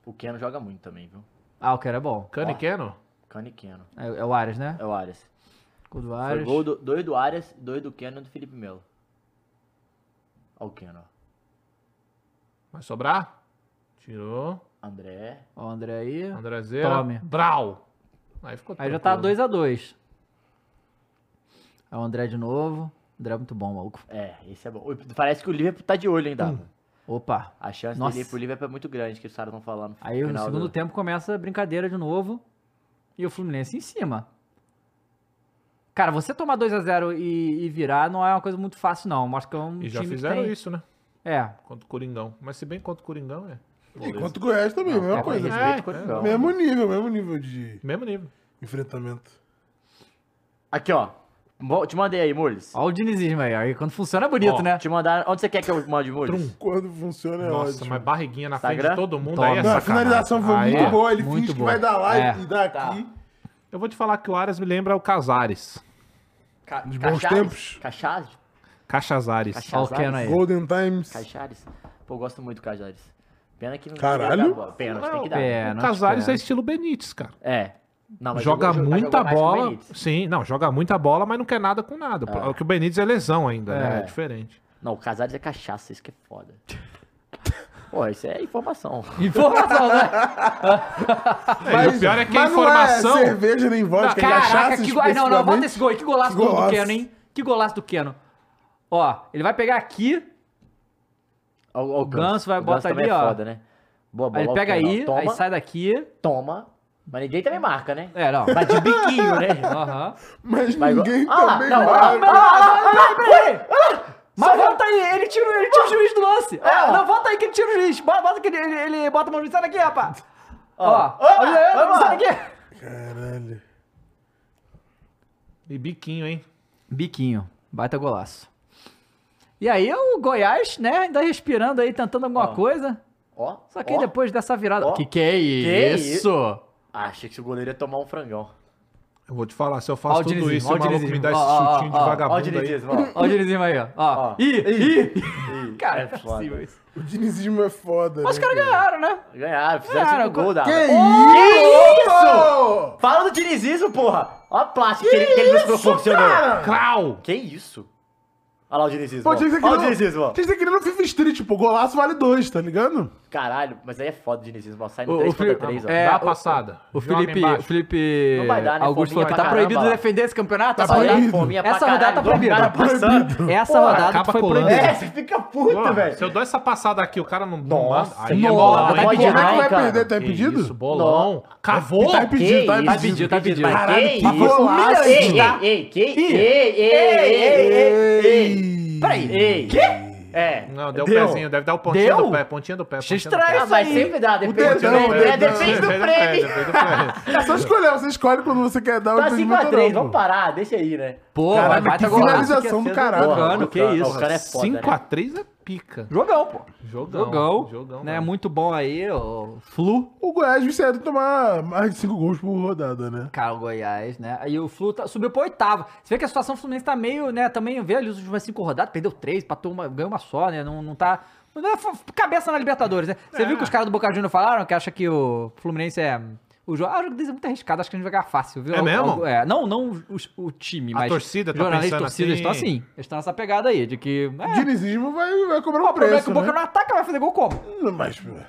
B: O Keno joga muito também, viu?
A: Ah, o cara é bom.
D: Caniqueno?
B: Cano e Keno.
A: É, é o Arias, né?
B: É o Arias.
A: Gol do
B: Foi
A: Arias.
B: gol do, dois do Arias, dois do Keno e um do Felipe Melo. Olha o Keno, ó.
D: Vai sobrar? Tirou.
B: André.
A: Ó, o André aí.
D: Andrezeira.
A: Tome.
D: Brau! Aí ficou
A: Aí já
D: tranquilo.
A: tá 2x2. Aí É o André de novo. André é muito bom, maluco.
B: É, esse é bom. Ui, Parece que o Liverpool tá de olho ainda.
A: Opa.
B: A chance
A: Nossa.
B: dele ir pro Liverpool é muito grande, que os caras estão falando.
A: Aí no segundo
B: do...
A: tempo começa a brincadeira de novo. E o Fluminense em cima. Cara, você tomar 2x0 e, e virar não é uma coisa muito fácil, não. Mostra que é um
D: E já
A: time que
D: fizeram
A: tem-
D: isso, né?
A: É.
D: Contra o Coringão. Mas se bem contra o Coringão, é.
C: Enquanto o Goiás também, mesma coisa.
D: é,
B: Respeito o Coringão.
C: Mesmo nível, mesmo nível de
D: Mesmo nível.
C: enfrentamento.
B: Aqui, ó. Mo- Te mandei aí, Mules.
A: Ó o dinizismo aí. Aí quando funciona é bonito,
D: Ó,
A: né?
B: Te mandar. Onde você quer que eu mande, Mules?
C: Quando funciona é
D: Nossa,
C: ótimo.
D: mas barriguinha na frente
B: Instagram?
D: de todo mundo
A: Toma.
D: aí é
A: Não,
C: Não, a
D: sacanagem.
C: finalização foi
D: Aí
C: muito
D: é.
C: boa. Ele
A: muito
C: finge que
A: boa.
C: vai dar lá e-
A: É.
C: e dá
B: Tá.
C: aqui.
D: Eu vou te falar que o Aras me lembra o Casares.
B: Ca
C: Dos bons
B: Cachares?
C: tempos.
B: Cachares?
D: Cachazares.
A: Falcano aí.
C: Golden Times.
B: Caixares? Pô, eu gosto muito do Caixares. Pena que não
C: Caralho.
B: não deu a bola. Pênalti, tem que dar.
A: É,
D: o
A: não
D: Casares
A: espero.
D: é estilo Benítez, cara.
B: É. Não, mas
D: joga
B: jogou- jogou
D: muita
B: mais que o
D: bola.
B: Benítez.
D: Sim, não, joga muita bola, mas não quer nada com nada. O que o Benítez é lesão ainda, né? É diferente.
B: Não, o Casares é cachaça, isso que é foda. Pô, isso é informação.
A: Informação, né?
D: É, e o pior é que a
C: mas não
D: informação.
C: é cerveja nem vodka, é
A: Caraca,
C: cachaça
A: que gol. Ai, Não, não, bota
C: especificamente.
A: esse gol aí. Que golaço,
C: Que
A: do
C: golaço.
A: Keno, hein? Que golaço do Keno. Ó, ele vai pegar aqui.
B: Ó, ó, O,
A: Ganso vai
B: O
A: botar
B: também
A: ali,
B: é
A: ó.
B: foda, né? Boa bola.
A: Aí ele
B: ó,
A: pega
B: Keno, ó.
A: aí,
B: Toma,
A: aí sai daqui.
B: toma. Mas ninguém também marca, né?
A: É, não.
B: Tá de biquinho, né?
A: Aham.
C: Mas
B: Vai igual-
C: ninguém
B: Ah,
C: também
B: não,
C: vai.
A: Mas volta aí, ele tira, ele tira o juiz do lance. É, não, volta aí que ele tira o juiz. Bota, bota que ele, ele, ele bota a mão no juiz. Sai daqui, rapaz. Ó, olha aí, sai daqui.
C: Caralho.
D: E biquinho, hein?
A: Biquinho, baita golaço. E aí o Goiás, né, ainda respirando aí, tentando alguma coisa.
B: Ó,
A: Só que
B: ó.
A: depois dessa virada...
B: Ó.
A: Que que é isso?
B: Achei que o goleiro ia tomar um frangão.
D: Eu vou te falar, se eu
A: Ó
D: faço
A: o
D: tudo
A: Dinizinho,
D: isso,
A: ó
D: o
A: o
D: maluco
A: Dinizinho.
D: me dá esse
A: Ó, ó,
D: chutinho de
A: ó, ó,
D: vagabundo
B: Ó o
D: aí.
B: Dinizismo, ó.
A: Ó o Dinizinho aí, ó. ó.
B: Ó.
A: Ih, ih,
B: Ih,
A: Cara,
B: é
A: não é
B: foda.
A: possível isso.
C: O dinizismo é foda.
A: Mas os caras ganharam, né?
B: Ganharam, fizeram
A: Ganharam,
B: cinco gols da
C: Que
B: área.
C: isso?
B: Fala do dinizismo, porra! Ó a plástica que, ele- que ele nos proporcionou.
D: Crau!
B: Que isso? Olha lá o dinizismo.
C: Pô,
B: ó.
C: tinha que ser que
B: Olha o
C: nem no-
B: dinizismo, ó.
C: tinha que ser que nem no FIFA Street, pô. Golaço vale dois, tá ligado?
B: Caralho, mas aí é foda o dinizismo, ó. Sai
A: O- o
B: no 3 contra
A: Felipe-
B: 3, ó.
A: é,
D: dá a
A: o-
D: passada.
A: O
D: Joga
A: Felipe,
D: embaixo.
A: o Felipe
B: Não vai dar, né?
A: Augusto falou
B: Fominha
A: que
B: pra
A: tá proibido
B: caramba.
A: defender esse campeonato.
C: Tá
A: essa rodada-
C: proibido.
B: Fominha pra
A: Essa rodada tá
B: caralho, dois
A: proibida.
B: caras passando.
A: Essa
B: Porra,
A: rodada
D: acaba
A: foi
D: colando.
A: proibida.
B: É, você fica puta,
D: Porra,
B: velho.
D: se eu dou essa passada aqui, o cara não.
B: Nossa,
D: não, aí é
B: nossa,
D: bolão,
B: vai
D: hein?
B: pedir
C: Como é que
B: Ai,
C: vai
B: Tá cara.
C: perder? Tá
D: Que
C: impedido?
D: Isso, bolão. Cavou?
C: Tá impedido, tá
B: Que
A: Tá
B: isso?
A: pedido,
C: impedido.
A: tá pedido.
B: Mas
C: Caralho,
B: que
C: que
B: isso?
C: golaço,
B: Ei,
A: tá?
B: ei, ei, que... Ei,
A: Ih.
B: ei, ei, ei, ei.
A: Peraí.
B: Ei. Que? É.
D: Não, deu o
B: Deu.
D: pezinho, deve dar o pontinho
A: Deu?
D: do pé, pontinha do pé.
A: Achei
D: pontinha do
A: estranho.
D: pé.
B: Ah, mas
A: aí.
B: sempre dá, depende do
C: dedão,
B: prêmio.
C: o
B: É,
C: dedão.
B: depende do
D: Depende do
B: prêmio.
D: pé, depende do pé.
C: É só escolher, você escolhe quando você quer dar o
B: Tá 5x3,
C: impedimento ou
B: vamos
C: não.
B: parar, deixa aí, né?
A: Pô,
C: Caraca,
A: vai
C: que finalização do caralho.
B: Porra,
A: Mano,
B: o
A: que
B: cara-
A: isso.
B: O cara é foda, né?
D: 5x3 é pica.
A: Jogão, pô.
D: Jogão.
A: Jogão. né?
D: velho.
A: Muito bom aí, o Flu.
C: O Goiás viciado em tomar mais de 5 gols por rodada, né?
A: Cara, o Goiás, né? Aí o Flu tá- subiu pra oitavo. Você vê que a situação do Fluminense tá meio, né? Também vê ali os últimas cinco rodadas, perdeu três, patou uma, ganhou uma só, né? Não, não tá. não é f- cabeça na Libertadores, né? Você viu que
D: É.
A: os caras do Boca Juniors falaram que acha que o Fluminense é. O jogo, ah, o jogo deles é muito arriscado, acho que a gente vai ganhar fácil, viu?
D: É
A: Al-
D: mesmo?
A: al- é, não, não o, o time,
D: A
A: mas.
D: torcida tá
A: jornalistas,
D: pensando
A: torcidas
D: assim.
A: estão assim. Eles estão nessa pegada aí, de que.
C: O
A: É,
C: dinizismo vai, vai cobrar
A: o
C: um
A: problema é que
C: preço,
A: o Boca
C: né?
A: não ataca, vai fazer gol como?
C: Não, Mas...
A: Vai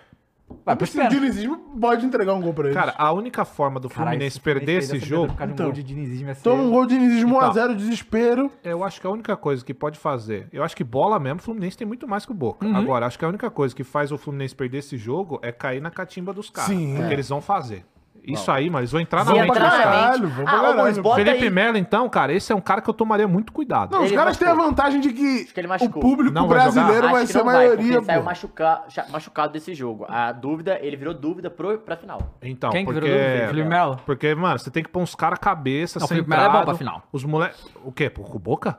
C: Mas
A: pro
C: se o
A: pênalti.
C: dinizismo pode entregar um gol pra eles.
D: Cara, a única forma do Fluminense perder esse jogo.
A: Então, um gol de dinizismo, ia ser-
C: Toma um gol de dinizismo
D: Então.
C: 1x0, desespero.
D: Eu acho que a única coisa que pode fazer. Eu acho que bola mesmo, o Fluminense tem muito mais que o Boca. Agora, acho que a única coisa que faz o Fluminense perder esse jogo é cair na catimba dos caras.
C: Sim,
D: Porque
C: é.
D: eles vão fazer. Isso aí, mano, eles vão entrar na
B: Vão
D: mente dos
B: entrar na
D: caras.
B: mente.
C: Caralho, vamos
B: Ah,
C: pra
B: ô, Luiz,
C: caralho.
B: bota
D: Felipe
B: aí.
D: Melo, então, cara, esse é um cara que eu tomaria muito cuidado.
C: Não, os
B: Ele
C: caras têm a
B: machucou.
C: vantagem de que,
B: que ele
C: o
B: machucou.
C: público
D: Não vai
C: brasileiro
D: jogar?
C: vai,
D: Acho
B: que
C: ser a
B: não porque
C: maioria,
B: ele saiu
C: pô.
B: machuca- cha- machucado desse jogo. A dúvida, ele virou dúvida pro, pra final.
D: Então,
A: Quem que
D: porque...
A: virou dúvida? Felipe Melo?
D: Porque, mano, você tem que pôr uns caras cabeça,
A: Não, o
D: sem
A: Felipe Melo é bom pra final.
D: Os mole... O quê? Pô, Com o Boca?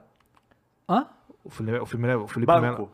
A: Hã?
D: O Felipe, o Felipe, o Felipe
B: Banco.
D: Melo...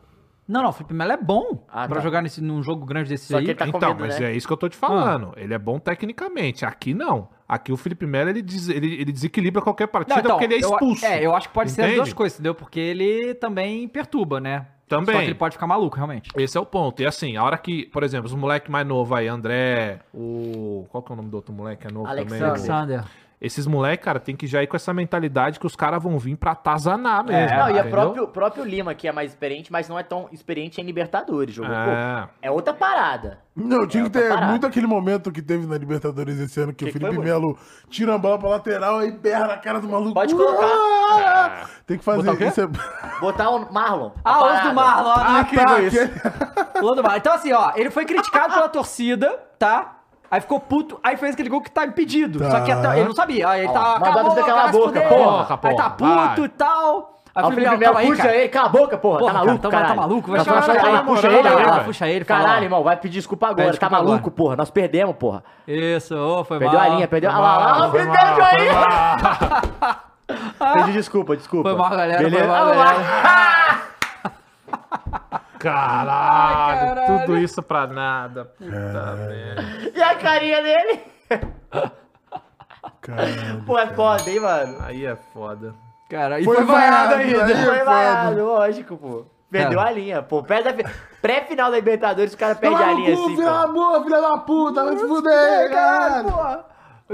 A: Não, não, o Felipe Melo é bom
B: Ah,
A: pra
B: tá.
A: jogar nesse, num jogo grande desse
B: Só
A: aí.
B: que ele tá com
D: então,
B: medo,
D: mas
B: né?
D: é isso que eu tô te falando.
A: Ah.
D: Ele é bom tecnicamente. Aqui não. Aqui o Felipe Melo ele, des- ele- ele desequilibra qualquer partida
A: Não, então,
D: porque ele é
A: eu-
D: expulso.
A: é, eu acho que pode ser as
D: Entende?
A: duas coisas, entendeu? Porque ele também perturba, né?
D: Também.
A: Só que ele pode ficar maluco, realmente.
D: Esse é o ponto. E assim, a hora que, por exemplo, os moleques mais novos aí, André, o. Qual que é o nome do outro moleque? É novo
B: Alexandre.
D: também.
A: Alexander.
B: Tá
D: Esses moleques, cara, tem que já ir com essa mentalidade que os caras vão vir pra atazanar
A: É,
D: mesmo.
B: É. não, e o
D: É, entendeu?
B: próprio, próprio Lima, que é mais experiente, mas não é tão experiente em Libertadores. Jogou, é.
D: É.
B: é outra parada.
C: Não, tinha
B: É,
C: que
B: tá
C: ter
B: parado.
C: muito aquele momento que teve na Libertadores esse ano,
B: Que
C: que, o
B: que
C: Felipe
B: foi,
C: Melo tira a bola pra lateral e berra na cara do maluco.
B: Pode colocar.
C: Ah! Tem que fazer
D: Botar o quê?
C: isso. É...
B: Botar o Marlon. a
A: Ah, o
B: parada.
A: do Marlon, ó, não é incrível
C: Tá,
A: isso.
C: que-
A: O do Marlon. Então, assim, ó, ele foi criticado pela torcida, tá? Aí ficou puto, aí fez aquele gol que tá impedido.
C: Tá.
A: Só que até- ele não sabia. Aí ele tá.
B: Ó, mandado
A: acabou,
B: você
A: vai
B: calar a
A: se
B: boca,
A: fuder.
D: porra,
A: Aí tá
D: porra,
A: puto
D: vai.
A: e tal. Aí
B: Aí
A: o
B: o Felipe
A: calma
B: Melo puxa
A: cara.
B: ele, cala a boca, porra.
A: Porra,
B: tá maluco,
A: cara,
B: caralho.
A: tá maluco, vai
B: Tá
A: chamar
B: maluco,
A: ele,
B: caralho,
D: vai
B: puxa
D: morar,
B: ele,
D: vai,
B: cara.
D: vai,
A: puxa ele, fala,
B: Caralho,
A: ó.
B: irmão, vai pedir desculpa agora.
A: Pede desculpa
B: tá maluco,
A: agora.
B: porra. Nós perdemos, porra.
A: Isso, ô, foi
B: Perdeu
A: mal.
B: a linha, perdeu.
D: Foi
B: Ah lá, lá, lá,
D: mal, foi
B: perdeu
D: mal,
B: o
D: foi
B: joelho.
D: mal.
B: Pedi desculpa, desculpa.
A: Foi mal, galera, foi
B: Beleza.
A: mal,
B: Ah, lá.
D: Caralho, tudo isso pra nada. Puta merda.
B: E a carinha dele?
C: Caralho.
B: Pô, é foda, hein, mano?
D: Aí é foda.
A: Cara, e
C: Foi
A: foi, vaiado
C: vaiado,
A: ainda.
C: né?
B: Foi
C: foda. É.
B: vaiado, lógico, pô. Perdeu
A: Cara.
B: a linha, pô. Perde a fi- Pré-final da Libertadores, o cara perde
C: Toma
B: a
C: no
B: linha
C: cu,
B: assim,
C: filha da
B: pô.
C: boa, filha da puta, vai se fuder, caralho.
B: Pô.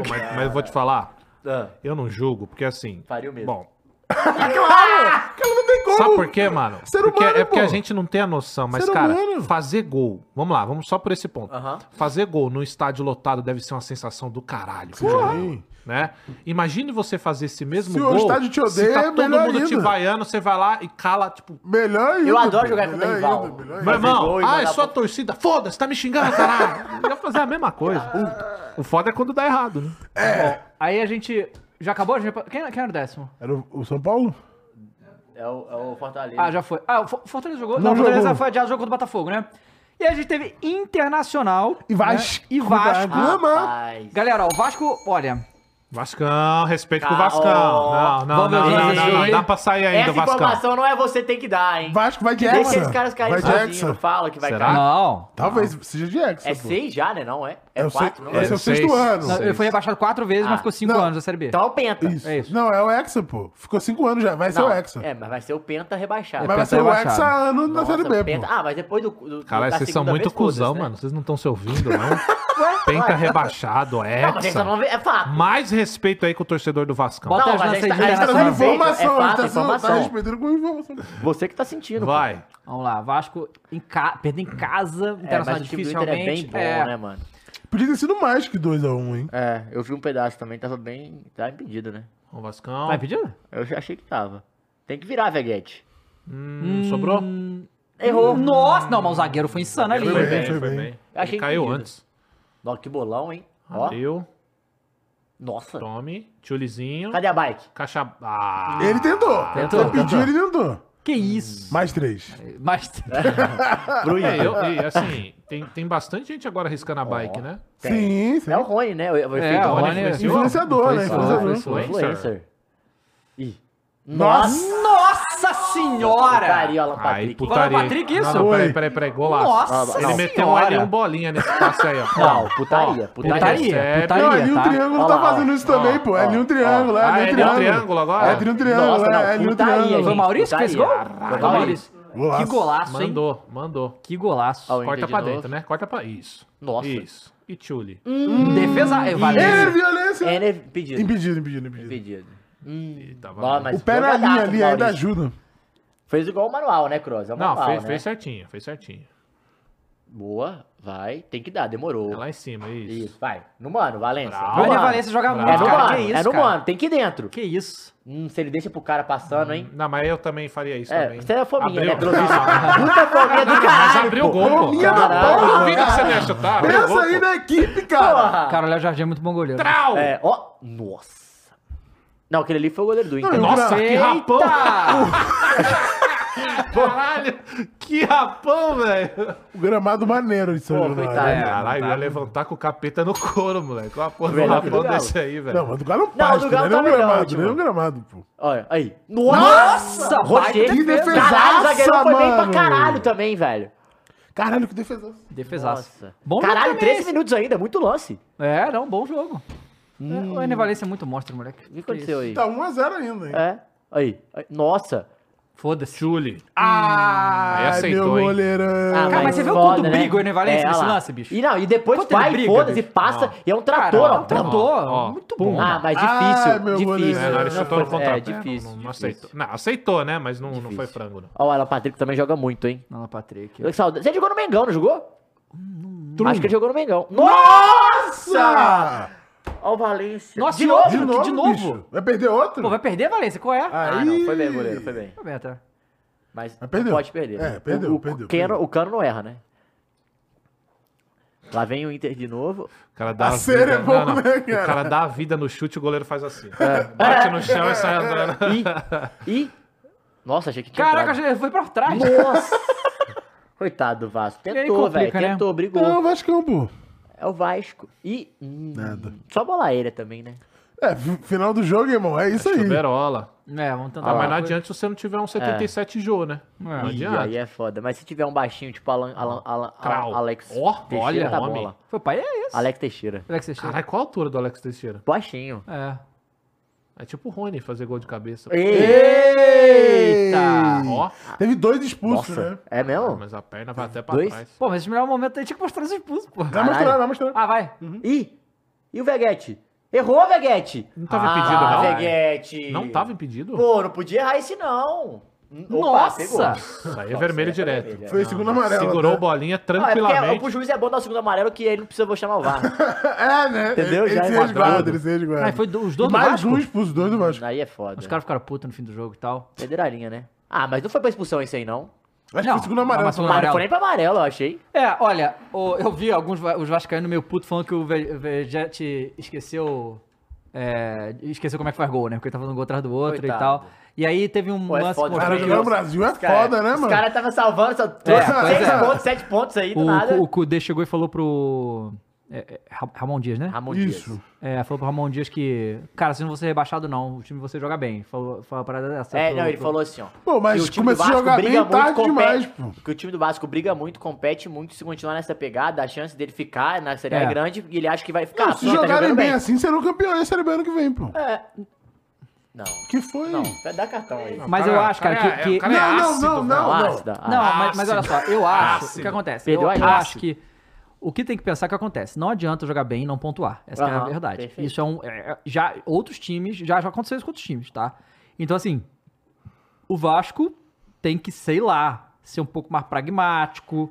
D: Pô, mas, mas eu vou te falar,
B: Ah,
D: eu não julgo, porque assim.
B: Faria o mesmo.
D: Bom,
C: Cara, não tem como.
D: sabe por quê, mano?
C: Ser
D: porque
C: humano,
D: é porque
C: pô.
D: a gente não tem a noção, mas,
C: Ser
D: cara,
C: humano.
D: fazer gol. Vamos lá, vamos só por esse ponto.
B: Aham.
D: Fazer gol num estádio lotado deve ser uma sensação do caralho.
C: Sim.
D: né? Imagine você fazer esse mesmo
C: Se o
D: gol.
C: estádio te
D: se
C: odeia,
D: tá
C: é
D: todo
C: melhor
D: mundo te
C: ainda.
D: vaiando, você vai lá e cala, tipo,
C: Melhor ainda.
B: Eu adoro
C: pô,
B: jogar contra
C: melhor
B: rival.
C: ainda, melhor
D: Meu
C: ainda.
D: irmão,
B: gol e
D: ah, é
B: mandar
D: só a
B: pra-
D: torcida. Foda-se, tá me xingando, caralho. Eu ia fazer a mesma coisa. O, o foda é quando dá errado, né?
A: Aí a gente. Já acabou? Já- Quem, quem era o décimo?
C: Era o o São Paulo?
B: É o, é o Fortaleza.
A: Ah, já foi. Ah, o Fo- Fortaleza jogou?
C: Não
A: Não, o Fortaleza
C: jogou.
A: foi adiado, jogou contra o Botafogo, né? E a gente teve Internacional.
C: E Vasco.
A: Né? E Vasco.
C: Ah. Ama.
B: Rapaz.
A: Galera, ó, o Vasco, olha.
D: Vascão, respeito com o
B: Ah,
D: Vascão.
B: ó.
D: Não, não, não,
A: Vamos ver,
D: não,
A: gente,
D: não, não,
A: hein?
D: Dá pra sair ainda,
B: Essa
D: Vascão.
B: informação não é você que tem que dar, hein?
C: Vasco vai de
B: Deixa
C: Hexa.
B: esses caras caírem
C: Vai de
B: sozinhos, não
C: Hexa.
B: fala que vai
D: Será?
B: cair.
A: Não.
C: Talvez seja de Hexa.
B: É
C: pô.
B: seis já, né? Não é? É
C: É o
B: quatro,
C: sexto,
B: não
D: é?
C: esse é o sexto
D: Seis.
C: ano.
A: Não, ele foi rebaixado quatro vezes,
B: Ah.
A: mas ficou cinco
C: Não.
A: anos da Série B.
B: Então é o Penta.
C: Isso.
A: É isso.
C: Não, é o Hexa, pô. Ficou cinco anos já, vai ser
B: Não,
C: o Hexa.
B: É, mas vai ser o Penta rebaixado.
C: Mas vai
A: Penta
C: ser o
A: rebaixado.
C: Hexa ano da
B: Nossa,
C: Série B,
B: Penta-
C: pô.
B: Ah, mas depois do. do
D: Caralho,
B: da
D: vocês são
B: segunda
D: muito
B: vez, foda-se,
D: cuzão,
B: né?
D: mano. Vocês não estão se ouvindo, não. Penta rebaixado,
B: Não, mas essa
D: Hexa.
B: não é fato.
D: Mais respeito aí com o torcedor do Vascão.
A: Bota
B: Não,
A: as
B: mas a
A: nossas
B: gente tá- a gente tá
C: Tá
A: internacionais.
C: dando
B: Não, respeito.
C: informação,
B: é
C: a gente tá
B: fato,
C: sendo- tá
B: informação.
C: respeitando com informação.
B: Você que tá sentindo. pô.
D: Vai.
A: Vamos lá, Vasco em ca... perdendo em casa,
B: É,
A: Internacional
B: mas o time do
A: difícil
B: Inter é bem
A: realmente.
B: bom, né, mano?
C: Podia ter sido mais que 2x1, hein?
B: É, eu vi um pedaço também, tava bem. Tava impedido, né?
D: O Vascão.
A: Vai pedido?
B: Eu já achei que tava. Tem que virar, Veguete.
D: Hum, sobrou?
B: Errou.
A: Nossa, não, mas o zagueiro foi
B: tá
A: insano ali.
C: Foi bem,
D: foi
C: foi
D: bem.
C: bem.
D: Ele
B: né? Achei
D: caiu
B: impedido.
D: antes.
B: Nossa, que bolão, hein? Ó.
D: Abriu.
B: Nossa.
D: Tome. Tchulizinho.
B: Cadê a bike?
D: Caixa. Ah.
C: Ele tentou.
A: Tentou,
C: Ele pediu,
A: tentou.
C: ele tentou.
A: Que isso?
C: Mais três.
B: Hum.
A: Mas...
D: É, eu, e, assim, tem, tem bastante gente agora arriscando a bike, né? Então,
C: Sim, sim.
B: É o Rony, né? O, o efeito
A: o
B: Rony.
A: Rony é
D: influenciou?
C: Influenciador, né?
A: Influenciador.
C: Influenciador.
B: Influencer.
D: Influencer.
B: Ih.
C: Nossa!
A: Nossa senhora!
B: Putaria, Alan
D: Aí,
B: Patrick.
D: putaria.
A: Agora o Patrick, isso?
D: Não, não, peraí,
C: Oi.
D: peraí, peraí, golaço.
A: Nossa
D: Ele meteu um
A: senhora!
D: L1 bolinha nesse passe aí, ó.
B: Não, putaria, putaria.
A: Putaria,
D: Recebe.
C: Não,
A: putaria,
C: ali um
A: tá?
C: triângulo
B: Ó
C: tá
B: lá, ó.
C: fazendo isso também, pô. É ali um triângulo, é
D: Ah,
C: ali
D: é
C: um
D: ali um
C: triângulo.
D: triângulo agora?
C: É ali um triângulo,
B: Nossa, não,
C: é ali um
B: putaria,
A: Foi
C: triângulo.
A: o Maurício que fez gol?
B: Putaria.
A: Foi o
B: Caralho.
A: Maurício.
C: Golaço.
A: Que golaço, hein?
D: Mandou, mandou.
A: Que golaço.
B: Ó, o
D: Corta
B: Inter de
D: pra
B: novo.
D: dentro, né? Corta pra. Isso.
B: Nossa.
D: Isso. E Tchuli.
A: Hum. Defesa. é,
C: É,
A: Valência.
C: violência.
B: Ele né, pedido.
C: Impedido, impedido, impedido.
B: Pedido.
D: E tava-
B: Ó, mas
C: O pé na
B: jogadaço
C: linha
B: do
C: ali ainda
B: Maurício.
C: ajuda.
B: Fez igual o manual, né, Cross? É o
D: Não,
B: manual,
D: fez,
B: né?
D: fez certinho, fez certinho.
B: Boa, vai. Tem que dar, demorou.
D: É lá em cima, isso.
B: Isso, vai. No mano, Valência.
D: Bravo.
B: No
A: Olha,
B: mano.
A: Valência joga muito,
B: É no
A: cara.
B: mano,
A: Que isso,
B: é no
A: cara.
B: mano. Tem que ir dentro.
A: Que isso?
B: Hum, se ele deixa pro cara passando, hein?
D: Não, mas eu também faria isso
B: É,
D: também.
B: você é fominha,
D: Abriu.
B: né, pelo visto.
D: Não, não, não.
B: Puta fominha do
D: Mas
B: caralho,
D: abriu o
B: pô.
D: gol, pô.
C: Minha
B: Caralho.
D: Eu
C: porra.
D: duvido que você não ia chutar. abriu o gol,
C: Pensa aí né?
D: Ah, pô.
C: na equipe, cara.
B: Porra.
A: Cara, o Léo Jardim é muito bom goleiro.
D: Trau!
B: É, ó. Nossa. Não, aquele ali foi o goleiro do Inter.
C: Não,
D: Nossa, que
A: Eita!
D: rapão! Caralho, que rapão, velho!
C: O gramado maneiro de São
B: Pô,
C: Leonardo.
B: coitado. É,
D: Caralho, ia levantar com o capeta no couro, moleque. Olha a porra do
B: Velho,
D: rapão
B: do Galo.
D: desse aí,
C: Não,
D: velho.
C: mas do Galo é um
B: do
C: pasto,
B: Galo
C: né? Não é um
B: tá melhor,
C: gramado,
B: ótimo.
C: nem um gramado, pô.
B: Olha, aí.
A: Nossa, baita
B: Rocher.
A: defesa.
C: Que defesaça,
B: Caralho, o zagueirão foi bem pra
C: mano.
B: caralho também, velho.
C: Caralho, que defesa.
D: Tá
A: Defesaço.
B: Nossa.
A: Bom
B: caralho,
A: jogo
B: 13
A: também
B: minutos ainda, muito lance.
A: esse. É, não, bom jogo. É, O Ené Valência é muito monstro, moleque.
B: O que aconteceu aí?
C: Tá 1x0 ainda, hein?
B: É. Aí. aí, Nossa.
A: Foda-se.
D: Tchule. Aí
C: Ah,
D: aceitou,
C: meu
D: hein?
C: goleirão.
B: Ah,
A: Cara, mas você viu
B: foda,
A: quanto
B: né?
A: briga o Ené Valência
B: É,
A: nesse
B: olha lá.
A: lance, bicho?
B: E não, e depois
A: Quanto ele
B: vai,
A: briga,
B: foda-se,
A: bicho?
B: passa.
D: Não.
B: E é um
A: Cara,
B: trator,
A: é
B: ó.
A: um trator,
D: Ó, ó,
A: muito
D: pum.
A: bom.
B: Ah, mas
C: Ah,
B: difícil,
C: meu goleiro.
B: difícil.
D: É, não, ele
B: Não
D: chutou
B: foi-
D: no contrapé.
B: é, difícil.
D: não, não
B: difícil.
D: aceitou. Não, aceitou, né? Mas não, não foi
B: Difícil.
D: frango, não.
B: Ó, o Alan Patrick também joga muito, hein?
A: Não, Patrick.
B: Que saudade. Você jogou no Mengão, não jogou? Acho que ele jogou no Mengão. Nossa!
C: Nossa!
B: Ó o Valência.
A: Nossa,
B: de novo?
C: De
A: Que
C: novo,
A: de novo?
C: bicho. Vai perder outro?
A: Pô, vai perder, Valência? Qual é?
C: Aí...
B: Ah, não, foi bem, goleiro, foi bem.
A: Roberta.
B: Mas,
C: Mas perdeu.
B: pode perder.
C: É, perdeu,
B: o, o,
C: perdeu,
B: Cano,
C: perdeu.
B: o Cano não erra, né? Lá vem o Inter de novo.
D: O cara dá
C: A cera é bom,
D: não, não.
C: né,
D: O cara
C: cara?
D: dá a vida no chute e o goleiro faz assim.
B: É.
D: Bate no chão e sai andando.
B: E. e... Nossa, achei que tinha.
A: Caraca,
B: entrado.
A: ele foi pra trás.
B: Nossa! Coitado do Vasco.
A: aí
B: Tentou, velho.
A: complica, né?
B: Tentou, brigou.
C: Não, Vascão, pô.
B: É o Vasco. E. hum,
C: Nada.
B: Só bola aérea também, né?
C: É, fi- final do jogo, irmão. É isso aí.
D: Berola.
A: É, vamos tentar.
D: Ah,
A: uma
D: mas não
A: coisa.
D: adianta se você não tiver um 77 Jô, né? Não
B: Ih,
D: adianta.
B: aí é foda. Mas se tiver um baixinho, tipo Alan, Alan, Alan,
D: Crau.
B: Alex
D: Ó, olha,
B: tá
D: homem.
B: bola.
A: Foi pra ele, é isso.
B: Alex Teixeira.
A: Alex Teixeira.
D: Caralho, qual a altura do Alex Teixeira?
B: Baixinho.
A: É.
D: É tipo o Rony fazer gol de cabeça.
B: Eita!
D: Ó,
C: Teve dois expulsos, né?
B: Nossa, é mesmo?
D: mas a perna vai até pra
B: Dois?
D: trás.
A: Pô, mas esse melhor momento aí tinha que mostrar os expulsos, pô.
C: Vai mostrar, vai mostrar.
A: Ah, vai.
B: Ih, e o Veguete? Errou, Veguete!
D: Não tava
A: Ah,
D: impedido,
B: Ah,
D: não?
B: Veguete!
D: Não tava impedido?
B: Pô, não podia errar esse não. Opa,
A: Nossa!
B: pegou.
D: Isso aí é vermelho
B: Nossa, é
D: direto.
B: vermelho, é.
C: Foi segundo amarelo.
D: Segurou
C: né?
D: a
B: Não,
D: bolinha
B: é porque
D: tranquilamente.
B: pro juiz é bom dar o segundo amarelo que ele não precisa chamar o VAR.
C: É, né?
B: Entendeu?
C: Ele,
B: Já
C: ele se
B: é
C: resguarda,
D: quadrado.
C: ele se resguarda.
A: Mas foi do- os dois do
C: Mais
A: Vasco?
C: um expulso, dois do Vasco.
B: Aí é foda.
A: Os caras ficaram putos no fim do jogo e tal.
B: Perderam a linha, né? Ah, mas não foi pra expulsão isso aí, não.
C: Acho que
A: Não,
C: foi segundo amarelo.
A: mas foi um
B: Mas não
A: Amarelo.
B: foi nem pra amarelo, eu achei.
A: É, olha, o- eu vi alguns va- os vascaínos meio puto falando que o Ve- Vegete esqueceu... é, esqueceu como é que faz gol, né? Porque ele tava fazendo gol atrás do outro e
B: Coitado.
A: tal. E aí teve um
B: Pô, é
A: lance
B: foda,
A: mostrando
C: Cara,
A: que
C: jogar no
A: o-
C: Brasil é foda, né,
B: os
C: mano?
B: caras estavam salvando, só trouxe
A: pois
B: 6
A: é.
B: pontos, 7 pontos aí, do
A: O,
B: nada.
A: o Kudê chegou e falou pro. é, é, Ra- Ramon Dias, né?
B: Ramon Dias.
C: Isso.
A: É, falou pro Ramon Dias que. Cara, vocês não vão ser rebaixado, não. O time de vocês joga bem. Falou, falou uma parada dessa.
B: É,
A: pro-
B: não, ele
A: pro-
B: falou assim, ó.
C: Pô, mas
B: que o time do
C: começou a
B: Vasco
C: jogar bem
B: briga muito,
C: tarde
B: compete-
C: demais, pô.
B: Que o time do Vasco briga muito, compete muito. Se continuar nessa pegada, a chance dele ficar na Série A é
A: É.
B: grande e ele acha que vai ficar.
C: Não,
B: Ah,
C: se
B: pô, tá
C: jogarem
B: jogando
C: bem assim, serão campeões da Série B ano que vem, pô. assim.
B: Não,
C: Que foi?
B: não, vai dar cartão aí.
A: Mas eu
D: Cara,
A: acho, cara,
D: cara,
A: que. que-
D: é- o cara é
C: Não, não,
D: ácido,
C: não,
D: velho.
C: não, não.
B: ácida.
A: Não,
B: Ah,
A: mas, mas olha só, eu acho.
D: Ácido.
A: O que acontece?
B: Perdeu
A: eu
B: a
A: acho
B: graça.
A: que. O que tem que pensar que acontece? Não adianta jogar bem e não pontuar. Essa que é a
B: Aham,
A: verdade.
B: perfeito.
A: Isso é um. é- é- já, outros times. Já, já aconteceu isso com outros times, tá? Então, assim. O Vasco tem que, sei lá, ser um pouco mais pragmático.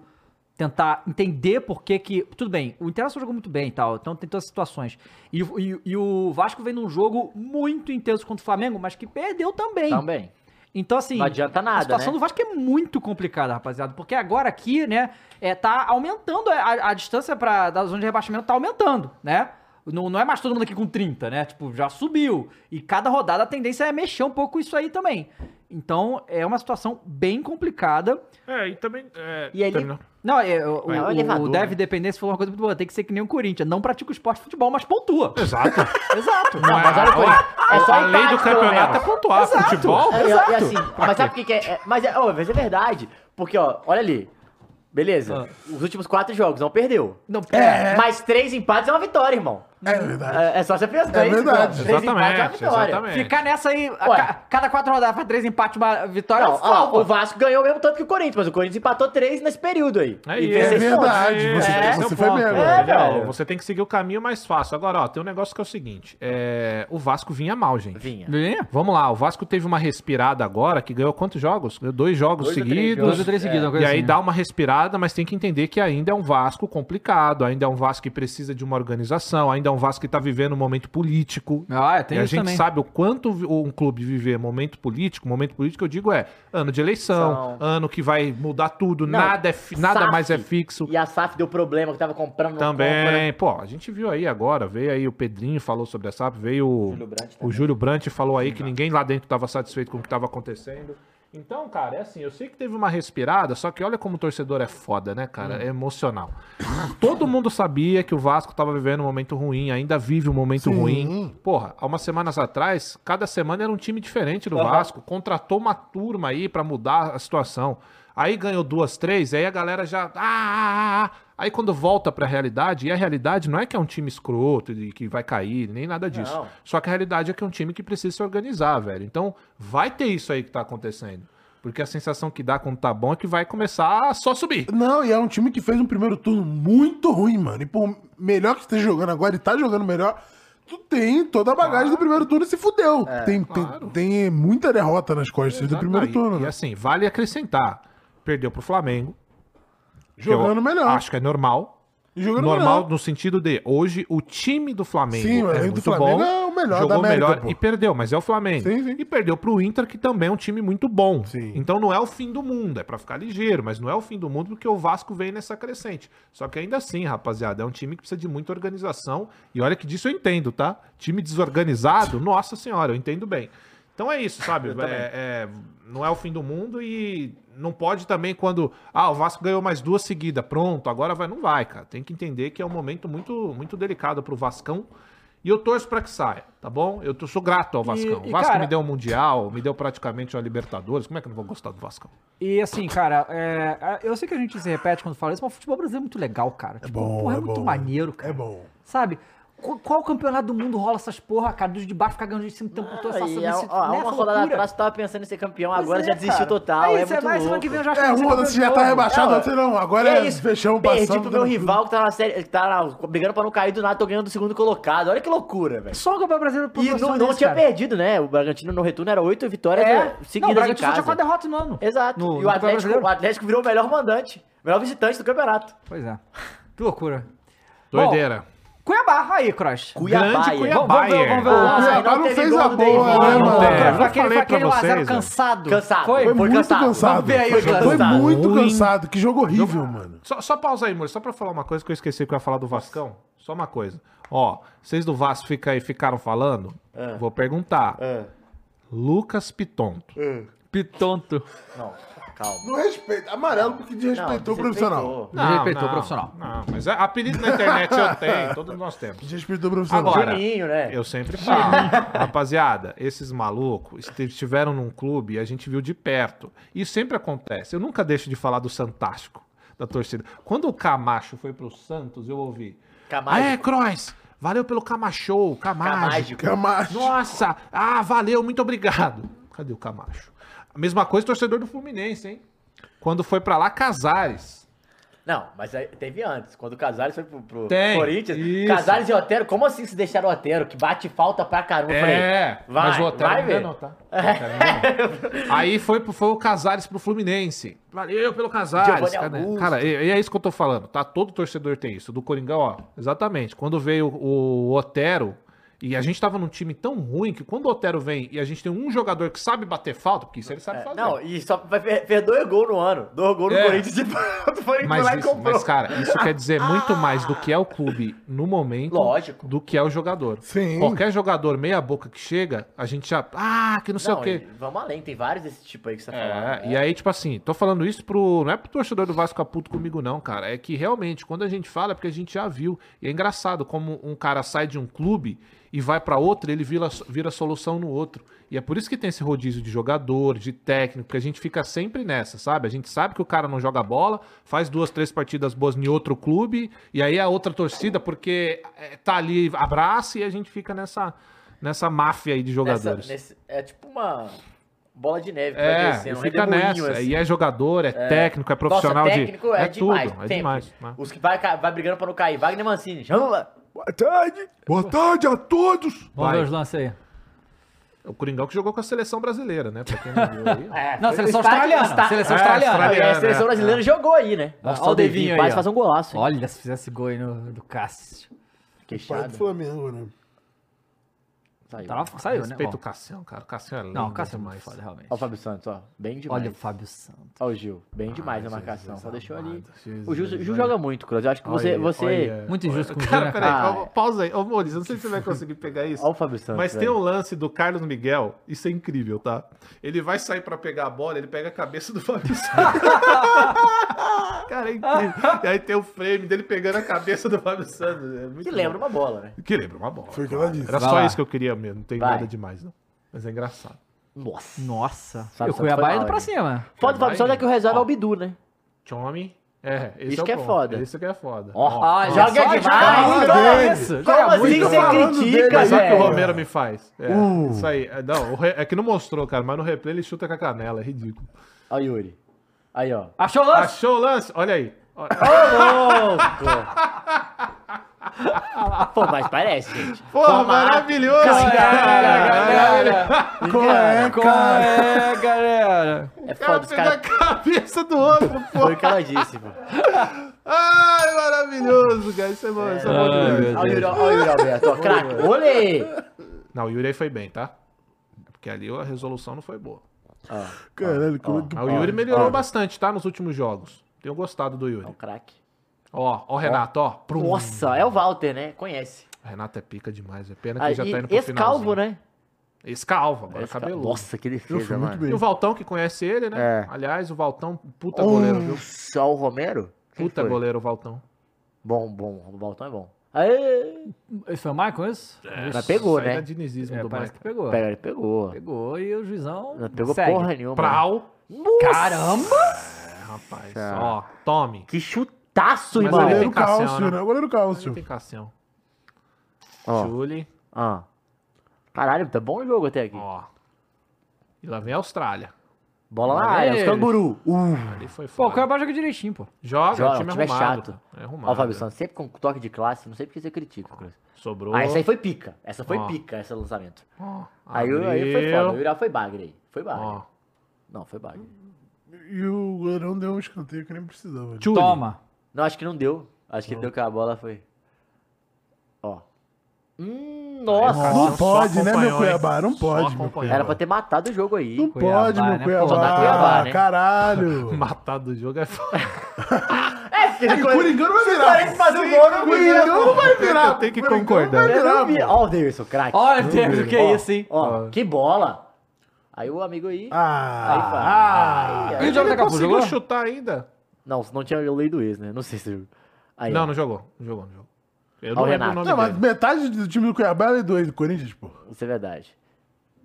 A: Tentar entender por que que. Tudo bem, o Internacional jogou muito bem e tal, então tem todas as situações. E, o- e o- e o Vasco vem num jogo muito intenso contra o Flamengo, mas que perdeu também.
B: Também.
A: Então, assim.
B: Não adianta nada,
A: A situação
B: né?
A: do Vasco é muito complicada, rapaziada. Porque agora aqui, né, é, tá aumentando a, a distância pra, da zona de rebaixamento, tá aumentando, né? Não, não é mais todo mundo aqui com 30, né? Tipo, já subiu. E cada rodada a tendência é mexer um pouco isso aí também. Então, é uma situação bem complicada.
D: É, e também. é,
B: E ele-
D: terminou.
A: Não, é, o,
D: É,
A: o,
D: o
B: um
A: o
B: elevador, né?
A: Dev Dependência falou uma coisa muito boa. Tem que ser que nem o Corinthians. Não pratica o esporte de futebol, mas pontua.
D: Exato.
A: Exato.
D: Não,
B: mas olha,
D: ó,
B: Corinthians, é só
D: a lei do
B: empate, pelo
D: campeonato é
B: menos.
D: pontuar.
A: Exato.
D: Futebol.
B: É,
A: Exato.
B: e assim, mas sabe o que, que é, é- Mas é, ô, mas é verdade. Porque, ó, olha ali. Beleza. Os últimos quatro jogos, não perdeu.
A: Ah. Não,
C: É,
B: Mais três empates é uma vitória, irmão.
C: é verdade.
B: É, é só você pensar.
C: É verdade.
B: Três empates é uma
D: Exatamente,
B: vitória.
D: exatamente.
A: Ficar nessa aí, a ca- cada quatro rodadas pra três empates, uma vitória,
B: Não,
A: é
B: ó,
A: foda.
B: o Vasco ganhou o mesmo tanto que o Corinthians, mas o Corinthians empatou três nesse período aí.
D: É
B: E
D: isso.
B: fez
C: É
B: seis pontos.
C: verdade, você,
B: É,
C: você
D: Esse é o
C: foi
D: ponto,
C: mesmo.
B: É,
D: entendeu?
B: velho.
D: Você tem que seguir o caminho mais fácil. Agora, ó, tem um negócio que é o seguinte: é, o Vasco vinha mal, gente.
B: Vinha.
A: Vinha?
D: Vamos lá, o Vasco teve uma respirada agora que ganhou quantos jogos? Ganhou dois jogos
B: Dois ou três
D: seguidos.
A: Dois ou três seguidos, uma
D: É, E
A: coisa
D: aí
A: assim.
D: dá uma respirada, mas tem que entender que ainda é um Vasco complicado, ainda é um Vasco que precisa de uma organização, ainda é um Vasco que tá vivendo um momento político.
A: Ah, é, tem
D: e a
A: isso
D: gente
A: também.
D: sabe o quanto vi- um clube viver momento político, momento político eu digo é ano de eleição,
B: São.
D: ano que vai mudar tudo,
B: Não,
D: nada, é fi- nada
B: SAF.
D: mais é fixo.
B: E a SAF deu problema que tava comprando. não compra. né?
D: Também, pô, a gente viu aí agora, veio aí o Pedrinho falou sobre a SAP, veio o, o Júlio Brant falou aí que ninguém lá dentro estava satisfeito com o que estava acontecendo. Então, cara, é assim, eu sei que teve uma respirada, só que olha como o torcedor é foda, né, cara? É emocional. Todo mundo sabia que o Vasco tava vivendo um momento ruim, ainda vive um momento ruim. Porra, há umas semanas atrás, cada semana era um time diferente do Vasco, contratou uma turma aí pra mudar a situação. Aí ganhou duas, três, aí a galera já. Ah, ah, ah, ah. Aí quando volta pra realidade, e a realidade não é que é um time escroto e que vai cair, nem nada disso.
B: Não.
D: Só que a realidade é que é um time que precisa se organizar, velho. Então vai ter isso aí que tá acontecendo. Porque a sensação que dá quando tá bom é que vai começar a só subir.
C: Não, e é um time que fez um primeiro turno muito ruim, mano. E por melhor que esteja jogando agora e tá jogando melhor, tu tem toda a bagagem do primeiro turno e se fudeu.
B: É,
C: tem, tem- tem, muita derrota nas costas do
D: Exato,
C: primeiro
D: e-
C: turno.
D: E
C: né?
D: assim, vale acrescentar. Perdeu pro Flamengo. que
C: Jogando
D: eu
C: melhor.
D: Acho que é normal.
C: E jogando
D: normal
C: melhor.
D: no sentido de hoje o time do Flamengo
C: Sim, mas
D: é
C: o
D: muito
C: do Flamengo
D: bom,
C: é o melhor da
D: jogou
C: América,
D: melhor
C: pô.
D: e perdeu, mas é o Flamengo.
C: Sim, sim.
D: E perdeu pro Inter que também é um time muito bom.
C: Sim.
D: Então não é o fim do mundo, é pra ficar ligeiro, mas não é o fim do mundo porque o Vasco vem nessa crescente. Só que ainda assim, rapaziada, é um time que precisa de muita organização e olha que disso eu entendo, tá? Time desorganizado, nossa senhora, eu entendo bem. Então é isso, sabe? É- é- não é o fim do mundo e não pode também quando. Ah, o Vasco ganhou mais duas seguidas, pronto, agora vai. Não vai, cara. Tem que entender que é um momento muito, muito delicado pro Vascão. E eu torço pra que saia, tá bom? Eu tô- sou grato ao Vascão.
A: e,
D: o Vasco
A: cara-
D: me deu um Mundial, me deu praticamente uma Libertadores. Como é que eu não vou gostar do Vascão?
A: E assim, cara, é, a- eu sei que a gente se repete quando fala isso, mas o futebol brasileiro é muito legal, cara. Tipo,
C: bom,
A: porra, é,
C: é
A: muito
C: bom.
A: maneiro, cara.
C: É bom.
A: Sabe? Qu- Qual campeonato do mundo rola essas porra, cara? Dos de baixo ficar ganhando de cima o tempo todo, essa
B: Aí,
A: essa-
B: há
A: essa-
B: há
A: nessa
B: uma rodada
A: loucura.
B: atrás tu tava pensando em ser campeão,
A: Pois
B: agora
A: é,
B: já desistiu
A: cara.
B: total.
A: Aí
B: É,
A: você
B: muito
A: vai,
B: louco.
A: semana que vem eu já acho
C: É,
A: que você
C: o Rodas já tá rebaixado,
B: Não,
C: você não. Agora
B: Que
C: é,
B: isso?
C: fechamos
B: Perdi
C: passando.
B: pro meu rival que tá na série, que tá na- brigando pra não cair do nada, tô ganhando do segundo colocado. Olha que loucura, velho.
A: Só o Campeonato Brasileiro por
B: E
A: noção
B: não, não
A: desse,
B: tinha
A: cara.
B: perdido, né? O Bragantino no retorno era oito vitórias
A: É.
B: né,
A: não, o
B: seguidas em
A: Bragantino só
B: casa.
A: tinha quatro derrotas no ano.
B: Exato.
A: No- no
B: e o
A: Campeonato
B: Atlético,
A: Brasileiro.
B: o Atlético virou o melhor mandante, o melhor visitante do campeonato.
A: Pois é. Que loucura.
D: Doideira.
A: Bom, Cuiabá, aí, Cross.
B: Cuiabá.
D: Cuiabá.
A: Vamos ver, vamos ver.
B: Ah,
A: Vamos ver.
B: aí
C: Cuiabá não
B: teve
C: fez
B: gol
C: a
B: do
C: boa,
B: David.
C: né,
B: Não,
C: mano?
A: Ô,
D: É,
A: Cross,
D: eu
A: aquele-
D: falei pra
A: aquele 1 a 0
D: vocês, ó.
A: cansado.
B: Cansado.
A: Foi?
C: Foi
B: Foi
C: muito
B: cansado.
C: cansado.
A: Vamos ver aí,
C: Foi
A: Douglas.
C: foi
B: Cansado.
C: muito
D: Ruim.
C: cansado. Que jogo horrível, mano.
D: Só, só pausa aí, Murilo, só pra falar uma coisa que eu esqueci que eu ia falar do Vascão. Só uma coisa. Ó, vocês do Vasco fica aí, ficaram falando? Vou perguntar. Lucas Pitonto.
A: Pitonto.
B: Não, calma.
C: Não respeita. Amarelo porque desrespeitou o profissional.
B: respeitou.
A: respeitou o profissional.
D: Não, mas é- apelido na internet eu tenho, todos nós temos.
C: Desrespeitou o profissional.
D: Agora,
B: Ah, Juninho, né?
D: Eu sempre falo, rapaziada, esses malucos este- estiveram num clube e a gente viu de perto. E sempre acontece. Eu nunca deixo de falar do Santástico, da torcida. Quando o Camacho foi pro Santos, eu ouvi.
B: Camacho.
D: É, Crois, valeu pelo Camachou,
C: Ah,
D: Camacho.
B: Camágico.
C: Camacho.
D: Nossa, ah, valeu, muito obrigado. Cadê o Camacho? A mesma coisa, torcedor do Fluminense, hein? Quando foi pra lá, Casares.
B: Não, mas aí teve antes. Quando o Casares foi pro, pro
D: Tem,
B: Corinthians,
D: isso.
B: Casares e Otero, como assim se deixaram o Otero? Que bate falta pra caramba. Eu falei,
D: É,
B: vai,
D: mas o hotel
B: vai
D: não
B: ver. É.
D: enganou, tá? Aí foi, pro- foi o Casares pro Fluminense. Valeu pelo Casares.
B: Giovanni
D: Cara,
B: Augusto.
D: cara, e, e é isso que eu tô falando, tá? Todo torcedor tem isso. Do Coringão, ó. Exatamente. Quando veio o, o Otero, e a gente tava num time tão ruim que quando o Otero vem e a gente tem um jogador que sabe bater falta, porque isso ele sabe fazer.
B: É, Não, e só vai- fez fez dois gols no ano. Dois gols no
D: Tá É.
B: Corinthians e o Corinthians foi lá
D: mas,
B: e
D: isso,
B: comprou.
D: mas, cara, isso quer dizer muito mais do que é o clube no momento
B: Lógico.
D: do que é o jogador.
C: Sim.
D: Qualquer jogador meia-boca que chega, a gente já. Ah, que não sei
B: não,
D: o quê.
B: e vamos além, tem vários desse tipo aí que você tá falando.
D: É,
B: né?
D: e aí, tipo assim, tô falando isso pro. Não é pro torcedor do Vasco ficar puto comigo, não, cara. É que realmente, quando a gente fala, é porque a gente já viu. E é engraçado como um cara sai de um clube e vai pra outro, ele vira, vira solução no outro. E é por isso que tem esse rodízio de jogador, de técnico, que a gente fica sempre nessa, sabe? A gente sabe que o cara não joga bola, faz duas, três partidas boas em outro clube, e aí a outra torcida, porque é, tá ali, abraça e a gente fica nessa, nessa máfia aí de
B: Nessa-
D: jogadores.
B: nesse- é tipo uma bola de neve que vai
D: É,
B: descendo, um
D: fica
B: redemoinho,
D: nessa.
B: assim.
D: E é jogador, é, técnico, é profissional
B: Nossa,
D: de.
B: técnico é, demais,
D: tudo, é
B: sempre.
D: demais. né?
B: Os que vai, ca- vai brigando pra não cair. Wagner Mancini, chama lá.
C: Boa tarde. Boa tarde a todos.
A: Vamos
D: Vai.
A: ver os lances aí.
D: O Coringão que jogou com a seleção brasileira, né? Pra quem não viu aí.
B: É,
A: Não,
B: foi-
A: seleção
B: está-
A: australiana,
B: está-
A: seleção
D: É,
A: australiana.
B: Não, e
D: australiana. é.
B: a seleção brasileira jogou aí, né?
A: Nossa, olha o Devinho aí,
B: quase
A: ó.
B: faz um golaço, hein?
A: Olha, se fizesse gol aí no, do Cássio.
C: Pai do
B: Queixado.
C: Flamengo, né?
B: Saiu.
A: Tá lá, saiu, né?
D: Respeito o
A: Bom,
D: Cassião, cara. O Cassião é lindo
A: Não, o Cássio é
D: demais.
A: muito foda, realmente.
B: Olha o Fábio Santos, ó. Bem demais.
A: Olha o
B: Olha,
A: Fábio Santos.
B: o Gil. Bem demais a marcação. Só deixou ali.
D: Jesus,
B: O Gil, o Gil joga muito, Cruz. Eu acho que você. você... Olha,
A: Muito injusto com o Gil,
D: Cara,
A: né,
D: peraí,
A: cara?
B: cara?
D: ó, pausa aí. Ô, Maurício, eu não sei se você vai conseguir pegar isso.
B: o Fábio Santos.
D: Mas tem
B: velho.
D: um lance do Carlos Miguel, isso é incrível, tá? Ele vai sair pra pegar a bola, ele pega a cabeça do Fábio Santos. Cara, é incrível. E aí tem o frame dele pegando a cabeça do Fábio Santos. É muito
B: Que lembra
D: bom.
B: uma bola, né?
D: Que lembra uma bola.
C: Foi o que ela disse.
D: Era
A: Vai
D: só
A: lá.
D: isso que eu queria mesmo, não tem
B: Vai.
D: nada demais, não. Mas é engraçado.
B: Nossa.
A: Nossa.
B: Fábio
A: e o
B: Santos
A: Cuiabá
B: foi
A: indo
B: mal,
A: pra
B: hein?
A: cima.
B: Foda do Fábio Santos é que o resolve é
D: Ó.
B: o Bidu, né?
D: Tome. É, esse
B: Isso
D: é o
B: que é
D: ponto.
B: foda.
D: Esse que é foda.
B: Ó,
A: Olha
B: Ah, joga
A: só, tipo,
B: demais,
A: joga muito,
C: joga muito.
A: isso,
B: Como
A: joga
B: assim
A: muito.
B: você
C: falando dele,
B: critica,
D: Mas sabe o que o
B: velho?
D: Romero me faz? É,
C: Uh.
D: Isso aí. É, Não, o re- é que não mostrou, cara, mas no replay ele chuta com a canela, é ridículo.
B: Olha o Yuri. Aí, ó.
A: Achou o lance?
D: Achou o lance? Olha aí. Olha.
B: Tá Louco! Pô, mas parece, gente.
D: Pô, maravilhoso!
A: Galera, galera.
C: Qual é,
A: Qual
C: cara?
A: é, galera?
B: É
D: O cara
B: foda, os
D: pegou a
B: caras.
D: cabeça do outro,
B: Foi o
D: pô.
B: que ela disse, pô.
D: Ai, maravilhoso, cara. Isso é bom, isso é bom
A: Ai,
D: demais.
A: meu
B: Olha o Yuri, olha o Yuri Alberto, ó. Craque. Olê!
D: Não, o Yuri aí foi bem, tá? Porque ali a resolução não foi boa.
C: Caralho, como é que
D: Mas o Yuri melhorou bastante, tá? Nos últimos jogos. Tenho gostado do
B: É um
D: Yuri.
B: craque.
D: Ó, ó o Renato, ó. Prum.
B: Nossa, é o Walter, né? Conhece.
D: O Renato é pica demais. É pena que
B: Ah,
D: ele já tá indo
B: e
D: pro
B: esse
D: final.
B: calvo, né?
D: Ex-calvo, agora é
B: Esse ca-
D: cabeludo.
B: Nossa, que
C: eu
B: defesa,
C: fui muito
B: mano.
D: E
C: bem.
D: o Valtão, que conhece ele, né?
B: É.
D: Aliás, o Valtão, puta tá goleiro, viu?
B: Oh, só o Romero? Quem
D: Puta
B: foi?
D: goleiro, o Valtão.
B: Bom, bom. O Baltão é bom. Aê!
A: Esse foi o Michael, é isso?
B: Mas pegou,
D: Isso aí
B: né?
D: é dinizismo
A: É,
D: do
A: parece
D: Mike.
A: que pegou.
B: Pega, ele pegou.
A: Pegou e o juizão
B: Não pegou
A: segue.
B: porra nenhuma.
D: Prau.
B: Nossa,
A: Caramba!
D: É, rapaz.
B: Tá.
D: Ó, tome.
B: Que chutaço,
D: Mas
B: irmão.
D: ele- é
C: Goleiro
D: Tem Cassiano,
C: Cálcio,
D: né?
C: né? Goleiro Cálcio.
D: Tem Cassião.
B: Ó.
D: Julie.
B: Ah. Caralho, tá bom o jogo até aqui.
D: Ó. E lá vem a Austrália.
B: Bola na área, os
A: eles.
B: canguru. Uh.
D: Ali foi
A: Pô, o
D: foda.
A: Cuiabá joga direitinho, pô.
D: Joga,
B: Joga,
D: o time,
B: o time é
D: arrumado.
B: chato.
D: É arrumado. né?
B: Ó, Fábio Santos, sempre com toque de classe, não sei porque você critica, Cruz.
D: Sobrou.
B: Ah, essa aí foi pica. Essa foi
D: Ó.
B: pica, esse lançamento.
D: Ó,
B: Aí, o- aí foi foda. O
D: abriu.
B: Viral foi bagre aí. Foi bagre.
D: Ó.
B: Não, foi bagre.
C: E o goleirão deu um escanteio que nem precisava.
D: Tchule.
A: Toma.
B: Não, acho que não deu. Acho que deu que a bola foi. Ó. Hum, nossa!
C: Não
D: Só
C: pode, né, meu
D: acompanhou, hein?
C: Cuiabá? Não
D: Só
C: pode, meu
D: acompanhou.
C: Cuiabá.
B: Era pra ter matado o jogo aí.
C: Não
A: Cuiabá,
C: pode, meu
A: né?
C: Cuiabá.
A: Pô,
B: dá Cuiabá, né?
C: Caralho.
D: Matar do jogo é foda.
B: É, porque ele
C: Coringano vai virar.
B: Parece fazer o gol, não
D: né?
C: Coringano vai virar.
D: Tem que
C: Coringano
D: concordar.
C: vai virar, pô.
B: Ó, o Davidson, craque.
A: Olha, Deus, o que é isso, hein?
B: Ó, que bola! Aí o amigo aí. Aí vai.
C: Ah, ah.
B: Aí,
A: E o
B: aí.
A: jogo
D: Ele
A: da Capu
D: conseguiu
A: jogou?
D: chutar ainda?
B: Não, não tinha o lei do ex, né? Não sei se. Aí,
D: Não,
B: ó.
D: não jogou. Não jogou, não jogou. Eu
B: Ó,
D: não
B: o
D: lembro o
B: Renato.
D: nome
C: Não, mas
D: dele.
C: metade do time do Cuiabá é dois do Corinthians, pô.
B: Isso é verdade.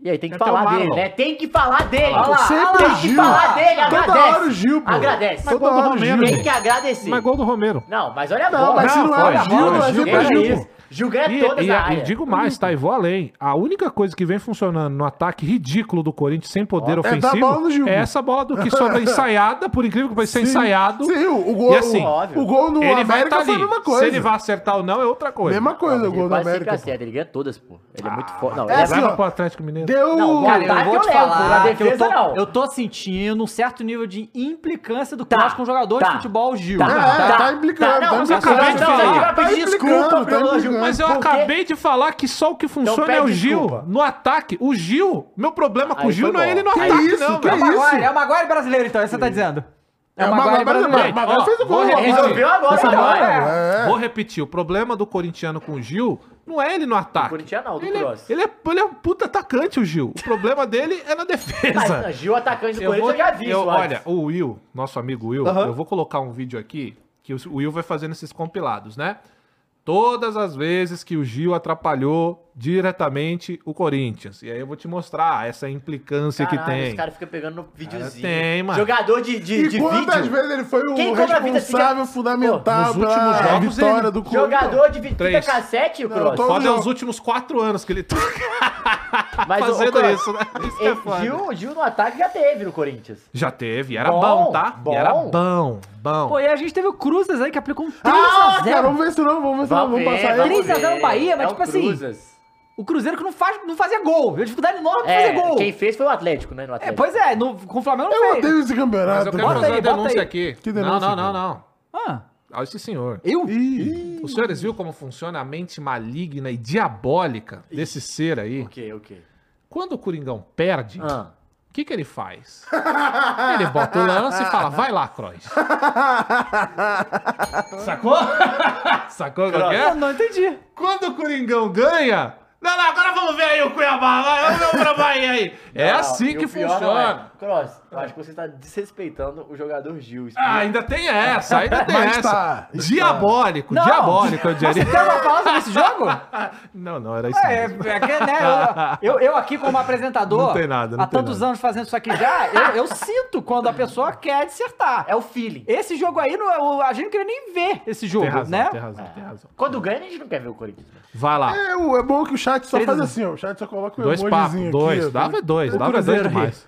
B: E aí, tem que
D: Até o
B: falar
D: Marlon.
B: dele, né? Tem que falar dele!
D: Ah,
B: Olha lá,
C: sempre
B: olha lá,
C: o
B: tem que
C: Gil.
B: falar dele,
C: Toda
B: agradece!
C: hora o Gil, pô.
B: Agradece!
D: Mas gol do
C: Toda hora o Gil.
D: Romero,
B: Tem que
D: gente.
B: agradecer!
C: é
D: Mas gol do Romero.
B: Não, mas olha a
C: Não,
B: bola!
C: mas se
D: Não,
C: não era
D: foi,
C: Gil,
D: foi,
C: é Gil
B: Gilga
C: pra
B: é
C: Gil,
B: isso.
C: pô.
B: Gilga é
D: E,
B: toda
D: e-
B: na
D: e
B: área.
D: digo mais, tá? E vou além. A única coisa que vem funcionando no ataque ridículo do Corinthians sem
C: dar
D: poder
C: bola no
D: ofensivo
C: Gil.
D: é, essa bola do que sobra ensaiada, por incrível que pareça,
C: Sim.
D: ensaiado.
C: Sim, o o gol,
D: E assim,
C: o, o gol no
D: Ele vai
C: América foi
D: estar
C: a
D: ali.
C: mesma coisa.
D: Se ele vai acertar ou não, é outra coisa.
C: Mesma coisa, o gol
B: Ele
C: do
B: quase sempre
C: América. pô.
B: acerta, ele ganha todas, pô. Ele é muito forte. Não,
C: é
B: ele é
C: assim,
D: Leva
C: ó.
D: pro Atlético Mineiro.
C: Deu...
B: Não,
A: Cara,
B: Tá,
A: eu vou
B: eu
A: te
B: levo, na
A: falar que eu
B: defesa, não.
A: tô, eu tô sentindo um certo nível de implicância do
B: Tá,
A: Cross com o jogador
B: tá,
A: de futebol Gil.
B: tá,
C: É,
A: Não,
C: tá,
B: Tá,
C: tá
B: tá,
C: implicando,
B: não,
C: tá
B: mas eu
C: implicando.
A: acabei de falar.
C: Tá
A: Eu
B: acabei de
C: implicando,
B: desculpa
C: tá
B: pro elogio,
C: implicando.
D: Mas eu
B: Por quê? Então
D: acabei de falar que só o que funciona é
B: pede
D: o Gil.
B: desculpa.
D: No ataque, o Gil, meu problema com
B: Aí
D: o Gil
B: foi
D: não é
B: bom.
D: ele no
C: Que
D: ataque,
C: isso,
D: não,
C: que
D: velho.
A: É o Maguire, é o Maguire brasileiro, então, é isso que você tá dizendo.
C: É o Maguire brasileiro. O Maguire
D: Ó,
C: fez o gol.
D: vou
C: ó.
D: repetir.
B: Resolveu agora,
A: Esse
B: agora.
A: agora é-
C: É.
D: Vou repetir, o problema do corintiano com o Gil não é ele no ataque.
B: corintiano não, do
D: ele, é,
B: Kroos.
D: ele, é, ele é um puta atacante, o Gil. O problema dele é na defesa.
B: Mas, Gil, atacante do
D: Eu
B: Corinthians,
D: vou,
B: eu já vi
D: eu-
B: isso.
D: olha,
B: antes.
D: o Will, nosso amigo Will, eu vou colocar um vídeo aqui que o Will vai fazendo esses compilados, né? Todas as vezes que o Gil atrapalhou diretamente o Corinthians. E aí eu vou te mostrar essa implicância
B: Caralho,
D: que tem.
B: Os caras ficam pegando no videozinho.
D: tem, mano.
B: Jogador de, de,
C: E
B: de
C: quantas
B: vídeo.
C: vezes ele foi o
B: Quem compra a vida
C: responsável
B: fica-
C: fundamental
D: Pô, nos últimos
C: pela
D: jogos
C: vitória
D: ele-
C: do Corinthians?
B: Jogador de vídeo. Fita
D: Três.
B: cassete, o
C: Não,
B: Cross.
C: tô-
D: Foda é
C: jogo.
D: os últimos quatro anos que ele tá
B: Mas o- o
D: fazendo
B: Kroos,
D: isso, né? Isso que é
B: ele-
D: foda.
B: Gil, Gil no ataque já teve no Corinthians.
D: Já teve, e era
B: Bom,
D: bom, tá?
B: bom.
D: E era bom, bom.
A: Pô, e a gente teve o Cruzes aí que aplicou um
C: Ah, cara,
A: 3x0.
C: vamos ver se não, vamos ver se não, vamos passar
A: vamos
C: ele.
A: ver. 3x0 Bahia, mas
B: É o
A: tipo assim,
B: Cruzas.
A: o Cruzeiro que não, faz, não fazia gol. Viu? Dificuldade enorme pra
B: É,
A: fazer gol.
B: quem fez foi o Atlético, né? No
A: É,
B: Atlético.
A: pois é, no- com o Flamengo não
C: Eu
A: fez.
C: odeio esse
D: Mas eu
C: campeonato.
D: quero
C: cara.
A: é, Bota
D: fazer
A: aí,
D: uma
A: bota
D: denúncia
A: aí.
D: aqui.
C: Que denúncia,
D: não,
C: cara?
D: não, não, não.
A: Ah,
D: Ah, esse senhor.
A: eu?
D: Os senhores viram como funciona a mente maligna e diabólica desse ser aí?
B: é. Ok, ok.
D: Quando o Coringão perde, o
B: Ah.
D: que, que ele faz? ele bota o lance e fala, vai lá, Croix. Sacou? Sacou como que
A: Eu
D: é?
A: não entendi.
D: Quando o Coringão ganha... Não, não, agora vamos ver aí o Cuiabá, vai, vamos ver o Bahia aí. É
B: Não,
D: assim
B: Ah, e
D: que
B: o pior não
D: funciona.
B: é. Cross, eu acho que você está desrespeitando o jogador Gil. Isso
D: Ah, ainda tem essa, ainda tem
C: Mas
D: essa.
C: tá, está.
D: Diabólico,
A: Não.
D: diabólico, eu diria.
A: Você tem alguma palavra nesse jogo?
D: Não, não, era isso
A: É,
D: mesmo.
A: é que, né, eu, eu- eu aqui como apresentador,
D: Não tem nada, não
A: há
D: tem
A: tantos
D: nada.
A: anos fazendo isso aqui já, eu, eu sinto quando a pessoa quer dissertar.
B: é o feeling.
A: Esse jogo aí, não, eu- a gente não queria nem ver esse jogo,
D: Tem razão,
A: né?
D: tem razão, tem razão.
B: Quando ganha, a gente não quer ver o Corinthians.
D: Vai lá.
C: É, o- é bom que o chat só
A: Três
C: faz
A: a-
C: assim, ó. O chat só coloca o
D: Dois papos,
C: emojizinho
D: dois.
C: aqui. assim. ó.
D: Dava dois,
A: O
D: dava dois
A: Cruzeiro
D: demais.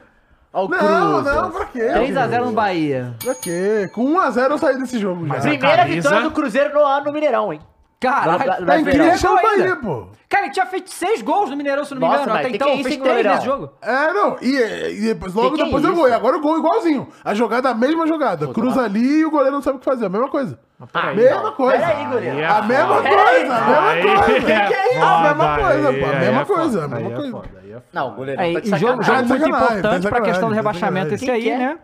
B: Ó, o
C: Não,
B: Cruzas.
C: não, pra quê?
A: 3x0 no Bahia.
C: Pra quê? Com 1x0 eu saí desse jogo já.
D: Mas é-
C: Tá
B: Primeira
D: Camisa.
B: vitória do Cruzeiro no ano no Mineirão, hein?
A: Caralho,
B: Tá
C: em
B: Mas Mineirão.
A: Mineirão
C: quinto pelo
A: ainda.
C: Bahia, pô.
A: Cara, ele tinha feito seis gols no Mineirão, se não me
B: Nossa,
A: engano.
B: mas
A: Até
B: que
A: então,
B: que é isso,
A: fez
B: hein,
A: três
B: Mineirão?
A: nesse jogo.
C: É, não. E, e depois, logo
B: que é
C: depois eu
B: isso?
C: gol. E agora o gol igualzinho. A jogada, a mesma jogada. Cruza ali e o goleiro não sabe o que fazer. A mesma coisa.
D: tá peraí,
C: mesma coisa.
B: Peraí, goleiro. Ah,
D: Yeah.
C: A mesma
B: Peraí.
C: coisa, a
D: Aí
C: mesma coisa.
D: é
C: Que que é isso?
D: foda,
C: A mesma coisa,
D: aí
C: pô. A
D: é
C: mesma
D: foda,
C: coisa, a
D: aí
C: mesma
D: é
C: coisa.
D: foda, aí é foda.
B: Não, o goleiro
A: Aí,
B: tá de
A: e jogo,
B: sacanagem.
A: jogo
C: de
A: muito
C: sacanagem, tá de
A: importante pra questão do
C: sacanagem, tá de
A: rebaixamento esse aí,
B: sacanagem. Quem que é?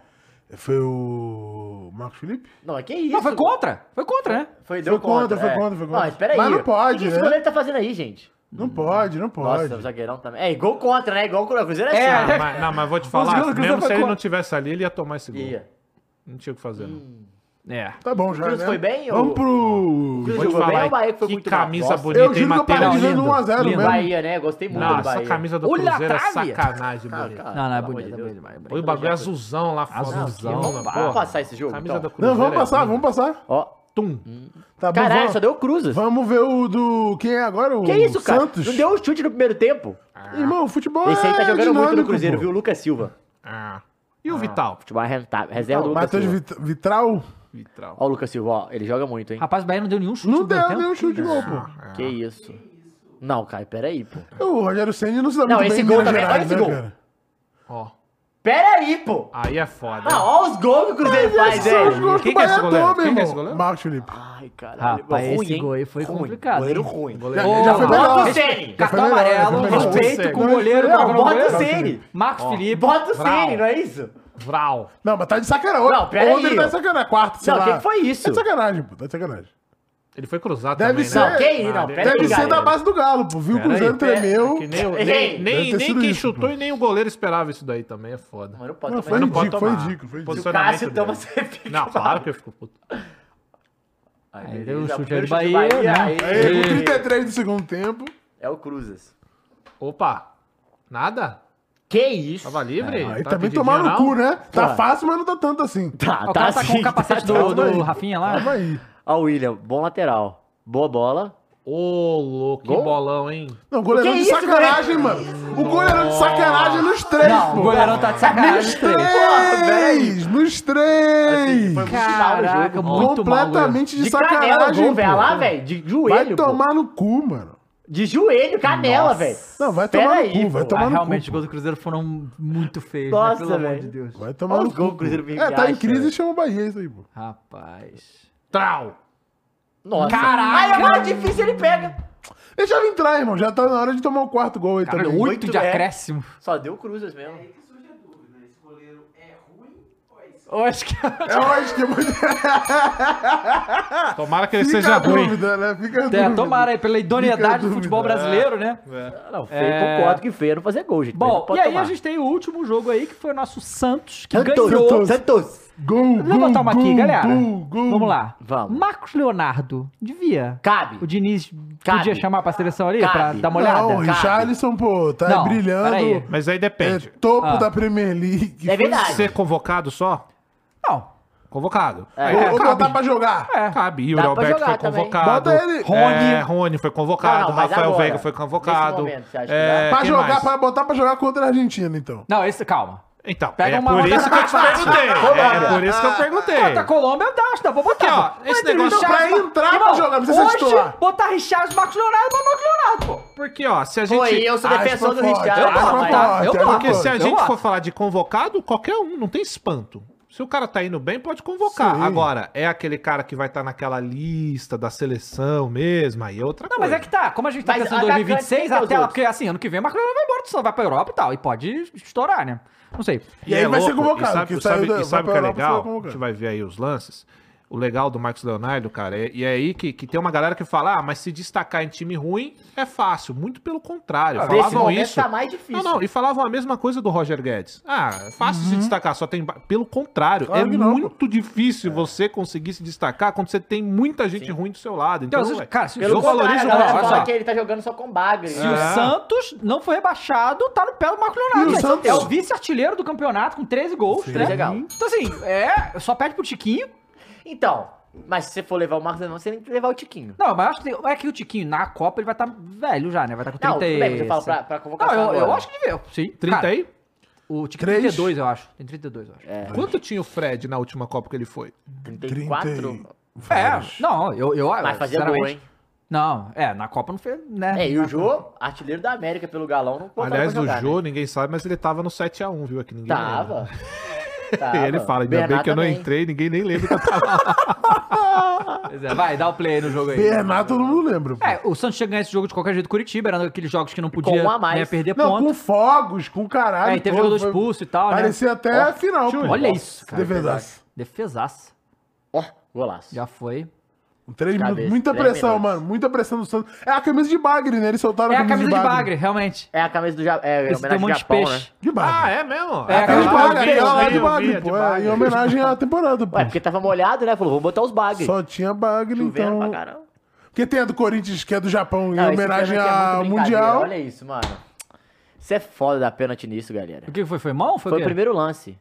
A: né?
C: Foi o Marcos Felipe?
B: Não, é que isso.
A: Não, foi contra. Foi contra, né?
B: Foi,
C: Foi contra, foi
B: é.
C: contra, foi contra.
B: Não, mas peraí.
C: Mas não
B: O
C: pode,
B: que que esse
C: né?
B: goleiro tá fazendo aí, gente?
C: Não
D: Hum.
C: pode, não pode.
B: Nossa, o zagueirão também. É, igual contra, né? Igual o Cruzeiro
A: É,
B: é assim.
D: Ah, mas, não, mas vou te
A: Os gols
D: falar,
A: que
D: mesmo
A: você
D: se
A: foi
D: ele
A: contra.
D: não tivesse ali, ele ia tomar esse gol.
B: Ia.
D: Não tinha o que fazer, não. É.
C: Tá bom já,
B: Cruz
C: né?
B: foi bem ou-
C: Vamos pro...
B: Cruz
D: Vou te
B: jogou bem
D: falar,
B: ou o Bahia que foi
D: que
B: muito mal?
D: camisa
B: Nossa,
D: bonita,
C: Eu
D: hein,
C: juro que eu parei de
D: Matheus?
C: ver no 1x0
A: lindo.
C: mesmo.
B: Bahia, né? Gostei muito
D: Não,
B: do Bahia.
D: essa camisa do
A: Olha a
D: Cruzeiro é
A: trave.
D: sacanagem,
B: Ah,
D: bonito.
B: cara,
A: Não, não, é
B: pelo
A: bonito,
B: amor
A: é
B: de Deus.
A: bonito, é bonito.
D: Foi o bagulho azulzão lá fora.
A: Azulzão,
D: Não,
A: pá.
D: porra.
B: Vamos passar esse jogo,
D: Camisa
B: então.
D: do
C: Não,
D: Cruzeiro
C: vamos
D: é
C: passar,
D: linda.
C: vamos passar.
B: Ó,
D: Tum.
C: Tá bom,
B: Caralho,
C: vamos-
B: só deu cruzes.
C: Vamos ver o do. Quem é agora? O
B: Que isso, cara?
C: Santos?
B: Não deu um chute no primeiro tempo.
C: Irmão, o futebol.
B: Esse aí tá
C: é
B: jogando muito no
C: dinâmico,
B: Cruzeiro,
C: pô.
B: viu? Lucas Silva.
D: Ah. E o Vital?
B: Futebol é rentável. Reserva do Lucas
C: Matheus
B: Silva.
C: Vit- Vitral.
D: Vital.
B: Ó, o Lucas Silva, ó. Ele joga muito, hein?
A: Rapaz, o Bahia não deu nenhum chute
C: Não
A: no primeiro
C: deu
A: tempo.
C: nenhum chute de gol, pô.
D: Ah.
B: Que isso. Não, cara, peraí, pô.
C: O Rogério Senna não se dá
B: Não,
C: muito
B: esse
C: bem em
B: gol
C: Minas
B: também- olha
C: Gerais,
B: esse
C: né,
B: gol.
C: cara?
D: Ó.
B: Peraí, pô.
D: Aí é foda.
B: Não, Ah, ó os gols que o Cruzeiro faz,
C: São os
B: velho.
C: gols que
D: Quem
C: o
D: que é esse
C: Bahia
D: goleiro?
C: toma,
D: Quem que é esse
C: irmão.
D: goleiro?
C: Marcos Felipe.
B: Ai, caralho.
A: Rapaz,
B: ruim,
A: esse
B: hein?
A: gol aí foi
B: É Ruim.
A: complicado,
B: Goleiro
A: hein?
B: ruim.
C: Já-
A: Ô,
C: já
A: Marcos,
C: foi
B: Bota o
C: melhor.
B: Sene.
C: Já foi
A: Cartão
C: melhor,
A: amarelo,
C: já foi melhor.
A: respeito com o
C: Não,
A: goleiro.
C: não,
A: com o
B: Bota
A: goleiro.
B: o Sene.
A: Marcos Felipe.
B: Bota o
D: Brau.
B: Sene, não é isso?
D: Vral.
C: Não, mas tá de sacanagem.
B: Não, pera
C: Ontem
B: aí,
C: ele tá
B: ó.
C: de sacanagem. Quarto, sei
B: Não,
C: lá.
B: que que foi isso?
C: Tá de sacanagem, pô. Tá de sacanagem.
D: Ele foi cruzado
C: Deve
D: também,
C: ser-
D: né?
B: Não, que isso? Não, pera
C: Deve
B: aí,
C: ser da
B: galera.
C: base do Galo, pô. Viu o
D: Pera
C: Cruzeiro
D: aí, pera-
C: tremeu.
D: Que nem, o-
B: Ei,
D: nem,
C: deve
D: nem,
C: ter
D: nem
C: sido
D: quem
C: isso,
D: chutou e nem o goleiro esperava isso daí também, é foda.
B: Mano, pode
C: Não,
B: tomar.
C: foi
D: não pode
C: ridículo, foi
D: tomar.
C: ridículo, foi ridículo.
B: Se o Cássio
D: posicionamento
B: toma,
D: dele.
B: você fica.
D: Não, claro que eu fico puto.
A: Aí
B: Aí,
A: deu um
B: beleza,
A: chute aí do
B: é primeiro
A: Bahia, né?
C: Aí, com
B: Aê.
C: 33 do segundo tempo.
B: É o Cruzes.
D: Opa, nada?
B: Que isso?
D: Tava livre?
C: É, Aí
D: Tá
C: também
D: pedidinho,
C: tomaram no
D: não?
C: cu, né? Tá
B: Pô.
C: fácil, mas não tá tanto assim.
B: Tá,
A: O cara tá com
B: sim,
A: o capacete
B: tá,
A: do,
B: tá.
A: do Rafinha lá.
C: Calma aí.
B: Ó, o William, bom lateral. Boa bola.
D: Ô, louco, que
B: Gol?
D: bolão, hein?
C: Não, o goleirão
B: Que
C: de
B: isso,
C: sacanagem, mano. O goleirão de sacanagem nos três,
A: Não,
C: pô.
A: o goleirão tá de sacanagem.
C: Nos três! Nos três!
B: Assim, Foi muito mal no
A: Caraca,
B: jogo.
A: muito mal. goleiro.
C: completamente de,
B: De canela, o
C: é sacanagem,
B: gol, velho. Olha
C: pô.
B: lá, velho. De joelho.
C: Vai
B: pô.
C: tomar no cu, mano.
B: De joelho, canela, velho.
C: Não, vai
B: Pera
C: tomar no
B: aí,
C: cu, vai
B: pô.
C: tomar
A: Ah,
C: no
A: realmente,
C: cu.
A: os gols do Cruzeiro foram muito feios, né?
B: Nossa,
A: Pelo amor
B: velho.
A: de Deus.
C: Vai tomar
B: Olha
C: no
B: os gols
C: cu.
B: que o Cruzeiro
C: pô. É, tá em
B: engacha,
C: crise
B: velho.
C: e chama o Bahia isso aí, pô.
A: Rapaz.
D: Trau!
B: Nossa.
A: Caraca.
B: Aí é mais difícil ele pega.
C: Deixa ele entrar, irmão. Já tá na hora de tomar o quarto gol aí também.
A: Oito
B: muito
A: de
B: é.
A: acréscimo.
B: Só deu cruzes mesmo.
A: Eu acho que...
C: Eu acho que é muito-
D: Tomara que ele
C: Fica
D: seja
C: a
D: ruim.
C: dúvida, né? Fica a
A: É,
C: dúvida.
A: tomara aí, pela
C: Fica a
A: idoneidade do
C: dúvida.
A: futebol brasileiro, né?
B: Ah, Não, feio,
A: É.
B: concordo que feio é não fazer gol, gente. mas não
A: Bom, e
B: pode
A: aí
B: tomar.
A: a gente tem o último jogo aí, que foi o nosso Santos, que
B: Santos,
A: ganhou.
B: Santos, Santos.
C: Gol, gol,
A: Vamos botar uma aqui,
C: gol,
A: galera.
C: gol, gol.
A: Vamos lá.
B: Vamos.
A: Marcos Leonardo, devia. O
B: Cabe.
A: Diniz
B: Cabe.
A: podia chamar pra seleção ali,
B: Cabe.
A: pra dar uma olhada?
C: Não, o Richarlison, pô, tá
A: Não, peraí.
C: brilhando.
D: Mas aí
C: É
D: depende.
C: topo
A: Ah.
C: da Premier League.
B: É verdade.
D: Ser convocado só?
A: Não.
D: Convocado. Aí
C: Vou,
D: é
C: vou
D: cabe. É.
C: botar pra jogar.
D: Cabe. Yuri
B: É. Dá pra
D: Alberto foi
B: jogar também.
D: convocado.
C: Bota ele.
D: Rony. Rony foi convocado.
B: Não, não, mas
D: Rafael
B: agora,
D: Veiga foi convocado.
B: nesse momento, você acha que
D: É,
C: pra
D: quem
C: jogar,
D: mais?
C: pra botar pra jogar contra a Argentina, então.
A: Não, esse, calma.
D: Então,
A: Pega
D: é
A: uma
D: por
A: rodada
D: isso que eu te
A: mais
D: perguntei. É por isso que eu perguntei.
A: Contra a Colômbia, eu acho, dá pra botar.
D: Aqui, ó,
A: pô.
D: esse
A: Mas entre
D: negócio-
A: Richarlison-
C: Pra entrar pra
A: Irmão,
C: jogar, não precisa ser
A: hoje,
C: titular.
A: botar Richard, Marcos Leonardo, bota Marcos Leonardo, pô.
D: Porque, ó, se a gente. Ah,
B: Pô, e eu sou
C: Acho
B: defensor
C: que
B: do
C: foi forte,
B: Richard.
C: acho que foi
A: mas
B: rapaz.
A: tá,
C: forte,
A: eu
C: acho que
A: gosto.
C: foi
D: Porque se a
A: Eu
D: gente
A: gosto.
D: for falar de convocado, qualquer um, não tem espanto. Se o cara tá indo bem, pode convocar.
C: Sim.
D: Agora, é aquele cara que vai estar naquela lista da seleção mesmo, aí é outra
A: Não, mas
D: coisa.
A: é que tá. Como a gente tá
B: Mas
A: pensando em
B: atacante tem
A: 2026,
B: que ter os
A: até lá,
B: outros.
A: porque assim, ano que vem o Marcos Leonardo vai embora, só vai pra Europa e tal. E pode estourar, né? Não sei.
C: E aí vai ser convocado,
D: é E sabe,
C: porque
D: e sabe,
C: saiu da-
D: e sabe o
C: vai
D: que é
C: pra Europa, saiu
D: legal? A
C: convocado.
D: gente vai ver aí os lances. O legal do Marcos Leonardo, cara, é, e é aí que, que tem uma galera que fala, ah, mas se destacar em time ruim é fácil. Muito pelo contrário.
C: Ah,
B: Nesse
D: falavam
B: momento
D: isso.
B: tá mais difícil.
D: Não, não, e falavam a mesma coisa do Roger Guedes. Ah, é fácil se destacar, só tem. ba- Pelo contrário,
C: Uhum. Claro
D: é
C: que não, pô. É.
D: muito difícil você conseguir se destacar quando você tem muita gente ruim do seu lado. Então,
A: Então, se-
D: velho,
A: cara, se-
D: eu
A: pelo
B: contrário,
D: valorizo
A: contrário,
B: a
D: o
B: galera
A: não, olha só.
B: fala que ele tá jogando só com bagre. né?
A: Se o Santos não foi rebaixado, tá no pé do Marco Leonardo.
C: E o
A: velho.
C: Santos?
A: É É. o vice-artilheiro do campeonato com 13 gols, né?
B: 13 é galo.
A: Então, assim, é. Só perde pro Tiquinho.
B: Então, mas se você for levar o Marcos Leonardo, você tem que levar o Tiquinho.
A: Não, mas eu acho que tem- é que o Tiquinho na Copa ele vai estar velho já, né? Vai estar
B: Não,
A: com 30
B: tudo
A: e-
B: bem, mas eu falo pra, pra
A: Não,
B: convocação
A: eu, eu
B: agora.
A: acho que devia. Sim.
D: 30
A: Cara,
D: aí?
A: O Tiquinho
C: Três?
A: tem 32, eu acho. Tem 32, eu acho. É,
D: Quanto tinha o Fred na última Copa que ele foi?
C: 30
B: 34.
C: e... vários.
A: É. não, eu. eu
B: Mas fazia
A: sinceramente-
B: gol, hein?
A: Não, é, na Copa não fez, né?
B: É, e o Jô, artilheiro da América pelo galão, não pode
D: Aliás,
B: pra
D: o
B: jogar,
D: Jô,
B: né?
D: ninguém sabe, mas ele tava no 7x1, viu? Aqui ninguém
B: Tava.
D: lembra.
B: Tava.
D: Ele fala, ainda bem
B: Bernat
D: que eu não
B: também.
D: entrei, ninguém nem lembra que eu tava.
A: Pois é, vai, dá o play aí no jogo aí.
C: Bernardo, todo mundo lembra. pô.
A: É, o Santos tinha ganhado esse jogo de qualquer jeito do Curitiba, era daqueles jogos que não podia
B: um a mais. um
A: né, perder
C: Não,
A: ponto.
C: com fogos, com caralho.
A: É, e teve
C: todo,
A: jogador
C: foi-
A: expulso e tal, né?
C: Parecia até a final, pô.
A: Olha isso, cara.
C: Defesaço.
A: Defesaço.
B: Ó, golaço.
A: Já foi.
C: Três
B: Cabeça,
C: minutos. Muita
B: três
C: pressão,
B: minutos.
C: mano. Muita pressão do Santos. É a camisa de Bagre, né? Eles soltaram
A: É a camisa de bagre, realmente.
B: É a camisa do Japão. É, em
A: Esse tem um
B: homenagem
A: monte
B: ao
A: de
B: Japão, né?
A: peixe.
C: De
D: Ah,
C: Bagre.
D: é
A: É,
D: mesmo? Ah,
A: aquele
D: tá.
A: bagre,
D: Eu vi, eu
C: lá
D: vi,
C: de
D: eu vi,
C: Bagre,
D: é de
C: pô. É,
D: bagre.
C: em homenagem à temporada, pô.
B: né? Ué, porque tava molhado, né? Falou, vamos botar os bagre.
C: Só tinha Bagre,
B: Chovendo pra
C: então.
B: caramba.
C: Porque tem a do Corinthians, que é do Japão, em
B: Não, esse
C: homenagem
B: pênalti é muito
C: ao
B: brincadeira.
C: Mundial.
B: Olha isso, mano. Você é foda da pênalti nisso, galera.
A: O que foi? Foi mão? Foi,
B: Foi
A: quê?
B: o primeiro lance.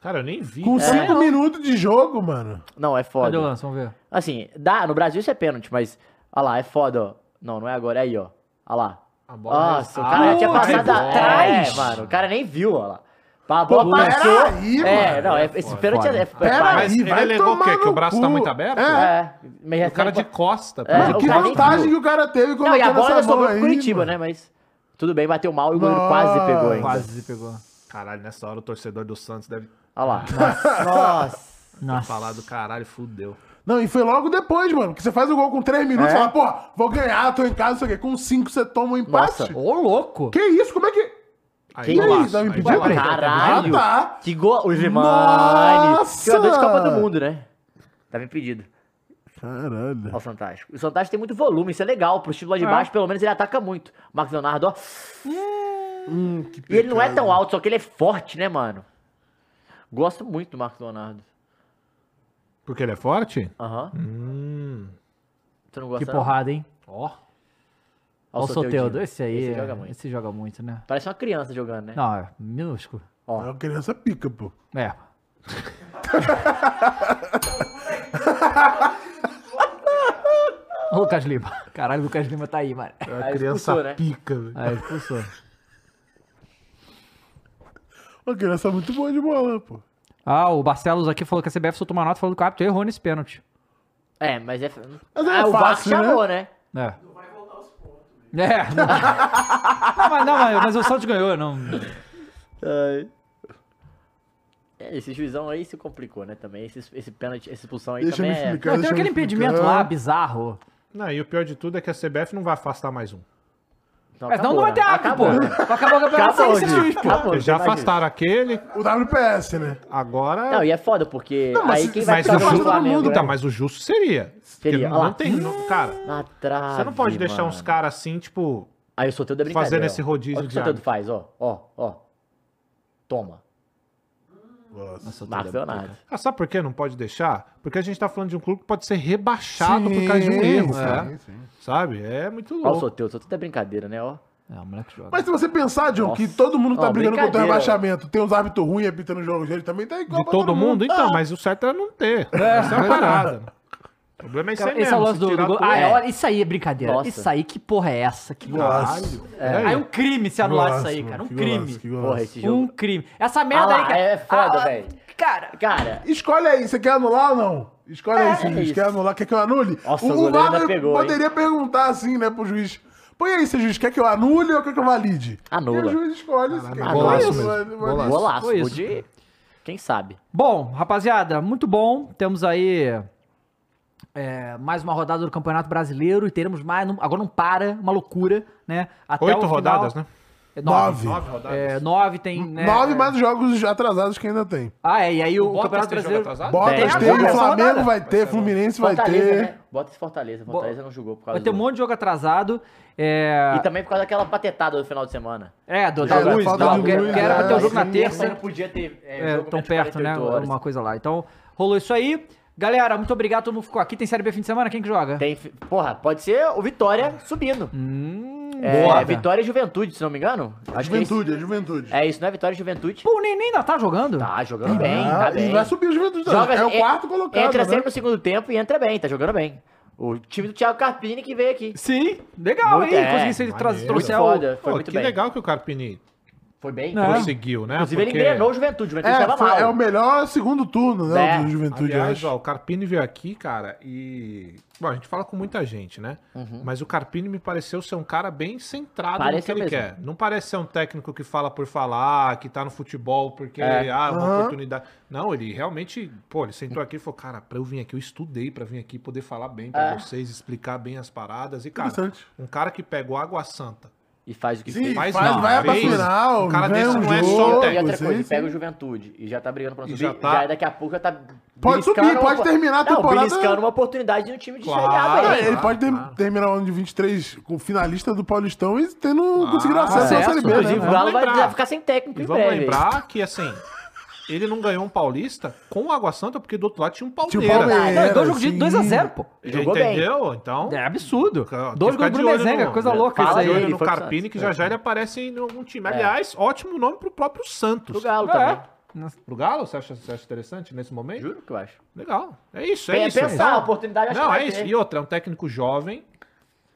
D: Cara, eu nem vi.
B: É.
C: Com cinco minutos de jogo, mano.
B: Não, é
A: Cadê o
B: foda.
A: lance? Vamos ver.
B: Assim, dá, no Brasil isso é pênalti, mas. Olha lá, é foda, ó. Não, não é agora, é aí, ó. Olha lá.
D: A bola
B: Nossa, o
D: ah,
B: cara já tinha
A: putz,
B: passado
A: bola.
B: atrás, mano. O cara nem viu, ó lá. A bola passou.
C: peraí,
B: é,
C: mano.
B: não, é, esse pênalti é. é, é
C: Pera
D: Mas
C: aí,
D: ele
C: vai
D: alegou o
C: tomar
D: quê? Que
C: no
D: o braço
C: cu.
D: tá muito aberto?
C: É.
B: é, meio
D: O cara de
B: recente-
D: costa.
B: É,
D: pô.
B: o
C: que
B: cara nem
C: vantagem
B: viu.
C: que o cara teve
B: Não, e a
C: colocando
B: bola
C: essa
B: ainda sobrou
C: bola aí.
B: pro Curitiba,
C: mano.
B: né? Mas tudo bem, bateu mal e o goleiro quase pegou ainda.
A: Quase pegou.
D: Caralho, nessa hora o torcedor do Santos deve ter
B: Olha lá. Nossa.
A: Nossa.
D: falado, caralho, fudeu.
C: Não, e foi logo depois, mano. Porque você faz o gol com três minutos e fala, pô, vou ganhar, tô em casa, não sei o quê. Com cinco você toma um empate.
B: Nossa.
A: Ô, louco!
C: Que isso? Como é que.
D: Aí
B: Que
C: E aí,
D: golaço,
C: Davi
D: aí
C: pediu?
D: golaço.
B: Caralho.
C: Ah, tá.
B: Que gol. O Gimani.
C: Nossa!
B: Jogador de Copa do Mundo, né? Tava impedido.
C: Caralho.
B: Ó, o Fantástico. O Fantástico tem muito volume, isso é legal. Pro time lá de
A: Ah.
B: baixo, pelo menos ele ataca muito. O Marcos Leonardo, ó.
A: Hum.
C: Hum,
B: e ele não é tão alto, só que ele é forte, né, mano? Gosto muito do Marcos Leonardo.
D: Porque ele é forte?
B: Aham.
C: Hum.
B: Tu não gosta
A: Que
B: não?
A: porrada, hein?
D: Ó.
B: Ó
A: Olha o Soteudo. Esse aí.
B: Esse
A: Esse
B: joga muito.
A: Esse joga muito, né?
B: Parece uma criança jogando, né?
A: Não, é minúsculo.
C: É uma criança pica, pô.
A: É. Ô, Lucas Lima. Caralho, o Lucas Lima tá aí, mano.
D: É uma
B: Aí
D: criança
B: expulsou, né?
D: pica, velho.
A: Aí expulsou.
C: Uma criança muito boa de bola, pô.
A: Ah, o Barcelos aqui falou que a CBF soltou uma nota falando que o árbitro errou nesse pênalti.
B: É, mas é.
C: Mas é
B: ah, o
C: fácil,
B: VAR chamou, né?
A: É. É, não. não, mas, não, mas- mas o Santos ganhou, não.
B: É, esse juizão aí se complicou, né? Também. Esse, esse pênalti, essa expulsão aí
C: Deixa eu me
B: também é.
C: explicar.
A: Não, tem
C: deixa eu me
A: aquele impedimento
C: explicar.
A: lá, bizarro.
D: Não, e o pior de tudo é que a CBF não vai afastar mais um.
B: Não,
A: Mas não, não vai ter
B: né?
A: árbitro, pô.
B: Acabou, né?
A: Acabou o campeonato sem
B: Acabou,
A: esse
B: gente.
A: juiz, pô.
B: Acabou,
D: Eles já
B: não tem mais
D: afastaram aquele,
C: O WPS, né?
D: agora.
B: Não, e é foda, porque
C: mas
B: aí
C: se-
B: quem vai
D: mas
B: ficar
D: o
B: jogando
C: no jogo
D: justo
B: o Flamengo,
D: mundo,
B: né?
D: tá, mas o justo seria. Porque
B: Seria,
D: Não,
B: olha lá.
D: não tem. não- cara,
B: Na trave,
D: você não pode deixar
B: mano.
D: uns caras assim, tipo.
B: Aí o Soteldo é brincadeira.
D: fazendo
B: ó.
D: esse rodízio
B: Olha o que o
D: de
B: Soteldo
D: árbitro.
B: faz, ó. Ó, ó. Toma. Marcos Leonardo.
D: Ah, sabe por que não pode deixar? Porque a gente tá falando de um clube que pode ser rebaixado por causa de um
C: Sim, é.
D: erro,
C: sim,
D: cara. Sabe? É muito
B: Olha o
D: louco.
B: Soteldo. Soteldo é brincadeira, né, ó.
A: É, o moleque joga.
C: Mas se você pensar, John, que
B: Nossa.
C: todo mundo tá
B: Não,
C: brigando contra o
B: brincadeira.
C: rebaixamento, tem uns árbitros ruins apitando jogos, ele também tá igual
D: De todo mundo, então, mas o certo é não ter. Essa é a parada. O problema é isso aí
A: Esse é o
D: mesmo,
A: lance
D: se
A: do,
D: tirar
A: do gol.
D: tudo-
A: Ah, é,
B: É.
A: olha, isso aí é brincadeira.
B: Nossa.
A: Isso aí, que porra é essa? Que golaço.
D: Caralho.
A: É. Aí é um crime se anular isso aí, cara. Um crime.
B: Porra, esse
A: Um
B: jogo.
A: crime. Essa merda
B: Ah
A: aí,
B: lá,
A: cara.
B: é foda,
A: Ah,
B: velho.
A: Cara,
B: Cara,
C: Escolhe aí, você quer anular ou não? Escolhe aí, se o juiz
B: É, isso.
C: quer anular, quer que eu anule?
B: Nossa, o
C: o
B: goleiro
C: VAR
B: ainda pegou,
C: poderia perguntar assim, né, pro juiz. Põe aí, seu juiz, quer que eu anule ou quer que eu valide?
B: Anula.
C: E o juiz escolhe. se quer que
D: golaço
C: eu
D: mesmo,
C: valide.
D: golaço.
B: golaço.
A: foi
B: gol
A: isso.
B: de- Quem sabe?
A: Bom, rapaziada, muito bom. Temos aí é, mais uma rodada do Campeonato Brasileiro e teremos mais. não- agora não para, uma loucura, né? Até o
D: Oito
A: final-
D: rodadas, né?
A: É, nove.
C: Nove.
D: Nove rodadas.
A: É, nove tem. né?
C: Nove mais os jogos atrasados que ainda tem.
A: Ah, é, e aí o,
D: Bottas
A: Campeonato
D: tem jogo
A: Brasileiro.
D: atrasado?
C: Botas
A: Tem
C: tem,
A: agora,
C: o
A: essa rodada.
C: Flamengo vai ter, Fluminense vai
B: Fortaleza,
C: ter.
B: né? Bota esse Fortaleza. Fortaleza não jogou por causa
A: Vai ter um
B: do-
A: monte de jogo atrasado. É,
B: E também por causa daquela patetada do final de semana.
A: é do,
C: É,
A: da
C: da
A: luz,
C: falta
A: da,
C: de
A: que,
C: luz,
A: que era pra ter o
D: né?
C: é,
A: jogo na
C: sim.
A: terça.
B: Mas não podia ter.
A: É,
B: jogo
A: tão
B: menos de
A: perto, né?
B: 48 horas.
A: Alguma coisa lá. Então, rolou isso aí. Galera, muito obrigado, todo mundo ficou aqui. Tem Série B fim de semana? Quem que joga?
B: Tem, porra, pode ser o Vitória subindo.
D: Hum,
B: é,
A: boa.
B: Vitória e Juventude, se não me engano. Acho que é isso.
C: Juventude, é Juventude.
B: É isso, não é Vitória e Juventude?
A: Pô, o Neném ainda tá jogando?
B: Tá jogando bem,
C: Ah,
B: tá
C: e
B: bem.
C: vai subir o Juventude também.
B: Joga-
C: é o
B: en-
C: quarto colocado,
B: Entra
C: né?
B: sempre no segundo tempo e entra bem, tá jogando bem. O time do Thiago Carpini que veio aqui.
A: Sim, legal,
B: Muito-
A: hein?
B: é,
A: Consegui se trazer,
D: maneiro.
A: trouxer
B: Muito foda,
A: o...
B: foi
D: Pô,
B: muito
D: que
B: bem.
D: legal que o Carpini
B: Foi bem.
A: Não.
B: Foi-
D: conseguiu, né?
B: É. Inclusive, ele
D: Porque-
B: engrenou o Juventude, o Juventude
C: É,
B: tava
C: foi-
B: mal.
C: é o melhor segundo turno, né?
B: É.
C: Do Juventude, eu
D: Aliás,
C: acho.
D: ó, o Carpini veio aqui, cara, e. Bom, a gente fala com muita gente, né? Mas o Carpini me pareceu ser um cara bem centrado
B: Uhum. Pareceu
D: no que ele
B: mesmo.
D: quer. Não parece ser um técnico que fala por falar, que tá no futebol porque
B: É.
D: ah, uma
C: Aham.
D: oportunidade. Não, ele realmente, pô, ele sentou aqui e falou: cara, pra eu vir aqui, eu estudei pra vir aqui e poder falar bem pra
B: É.
D: vocês, explicar bem as paradas. E, cara,
C: Interessante.
D: um cara que pegou Água Santa.
B: E faz o que
C: Sim,
B: fez.
D: Mas
C: faz,
D: não,
C: vai pra
D: fez.
C: final.
D: Um cara
C: ganha
D: desse
C: um
D: não é
C: jogo,
D: só o
B: E outra
C: sim,
B: coisa,
C: sim.
B: pega o Juventude e já tá brigando pra não
D: E
B: subir.
D: já
B: Já,
D: tá-
B: daqui a pouco já tá.
C: Pode
B: beliscando
C: subir, pode
B: uma-
C: terminar a
B: Não,
C: temporada-
B: beliscando uma oportunidade no time de
D: Claro.
B: chegar
C: Ah,
B: bem.
C: ele pode ter-
D: claro.
C: terminar o ano de 23 com finalista do Paulistão e tendo conseguido
D: Ah,
C: acesso à
A: acesso,
C: Série B, né?
B: Tá Inclusive, o Galo vai,
D: lembrar.
B: vai ficar sem técnico
D: E
B: em
D: vamos
B: breve.
D: lembrar que, assim, ele não ganhou um paulista com o Água Santa, porque do outro lado tinha um Palmeiras.
C: Tinha o Palmeiras.
A: Não, é dois jogos de
C: sim.
A: 2x0, pô.
B: Jogou bem.
D: Entendeu? Então.
A: É absurdo.
D: Cara,
A: Dois gols
D: tem que
A: do
D: ficar de
A: Bruno
D: olho
A: Mezenga,
D: no-
A: coisa louca
B: Fala
A: isso
B: aí,
D: Ficar de
A: aí.
D: olho
B: ele
D: no
B: foi pro
D: Carpini, que já
B: Santos.
D: já ele aparece em algum time. Aliás, ótimo nome pro próprio Santos.
B: Pro Galo
A: É,
B: também.
A: Nossa.
D: Pro Galo? Você acha, você acha interessante nesse momento?
B: Juro que eu acho.
D: Legal. É isso, é
B: Tem
D: isso.
B: pensar,
D: então.
B: a oportunidade eu acho
D: Não,
B: que
D: é
B: vai
D: isso.
B: ter.
D: E outra, é um técnico jovem.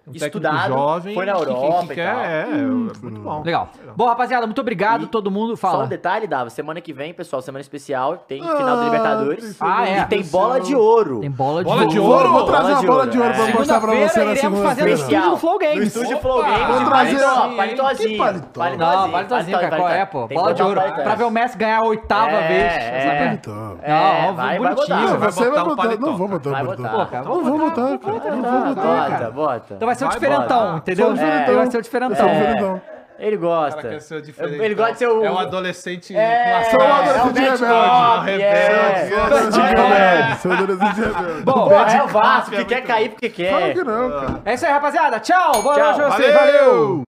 D: Um
B: Estudado,
D: técnico jovem.
B: foi na
D: que- que-
B: Europa
D: que
B: e
D: quer,
B: tal.
D: É, é muito bom.
A: Hum. Legal. Bom, rapaziada, muito obrigado. todo mundo
B: Só
A: fala.
B: um detalhe, Dava. Semana que vem, pessoal, semana especial, tem
D: Ah,
B: final da Libertadores.
A: Ah, é.
B: E tem bola de ouro.
A: Tem bola de
D: Bola de
A: ouro.
D: ouro.
C: vou trazer
B: Bola
C: uma
B: de
C: bola
B: ouro,
C: de ouro
B: é.
C: pra mostrar pra
A: Segunda-feira
C: você na
A: iremos fazer
C: segunda-feira.
A: no estúdio do Flow
B: No
A: Games.
B: estúdio
D: Opa!
B: Flow Games,
C: Vou
B: de
C: trazer,
D: é
B: paletó,
C: ó,
B: palitozinho.
C: que paletó?
A: Não, vale
B: tá,
A: sozinho, cara. Qual é, pô? Bola de ouro. Pra ver o Messi ganhar a oitava
B: É,
A: vez.
B: é.
A: sabe?
C: Então.
A: Não, ó,
B: vai- vai
A: bonitinho.
B: botar.
C: Não,
D: vai
C: você
D: botar
C: vai
D: um
C: botar.
D: paletó,
C: Não vou
D: cara.
C: botar
B: Vai
C: o paletó.
B: botar.
A: Pô, cara,
C: Não vou botar, cara. Não vou botar,
B: Bota,
C: cara.
B: bota.
A: Então vai ser o
D: Vai
A: diferentão,
D: botar.
A: entendeu? É,
C: Só o diferentão.
A: Vai ser o diferentão.
C: Sou um
B: É.
C: verdão.
B: Ele
D: O
B: gosta.
D: cara quer ser o diferente.
B: Ele gosta de ser o...
D: É um adolescente
B: É,
D: com
C: Sou um
D: acesso.
B: é o
C: adolescente
B: Matt
C: rebelde.
B: Cobb,
D: Rebelde. né?
B: é.
C: Adolescente
B: É.
C: rebelde, Sou adolescente rebelde.
A: Bom,
B: Pô, é o Vasco
D: é
B: que
D: muito
B: quer cair porque quer.
C: Claro que não, cara.
A: é isso aí, rapaziada. Tchau. Boa
B: Tchau.
A: noite pra vocês. Valeu.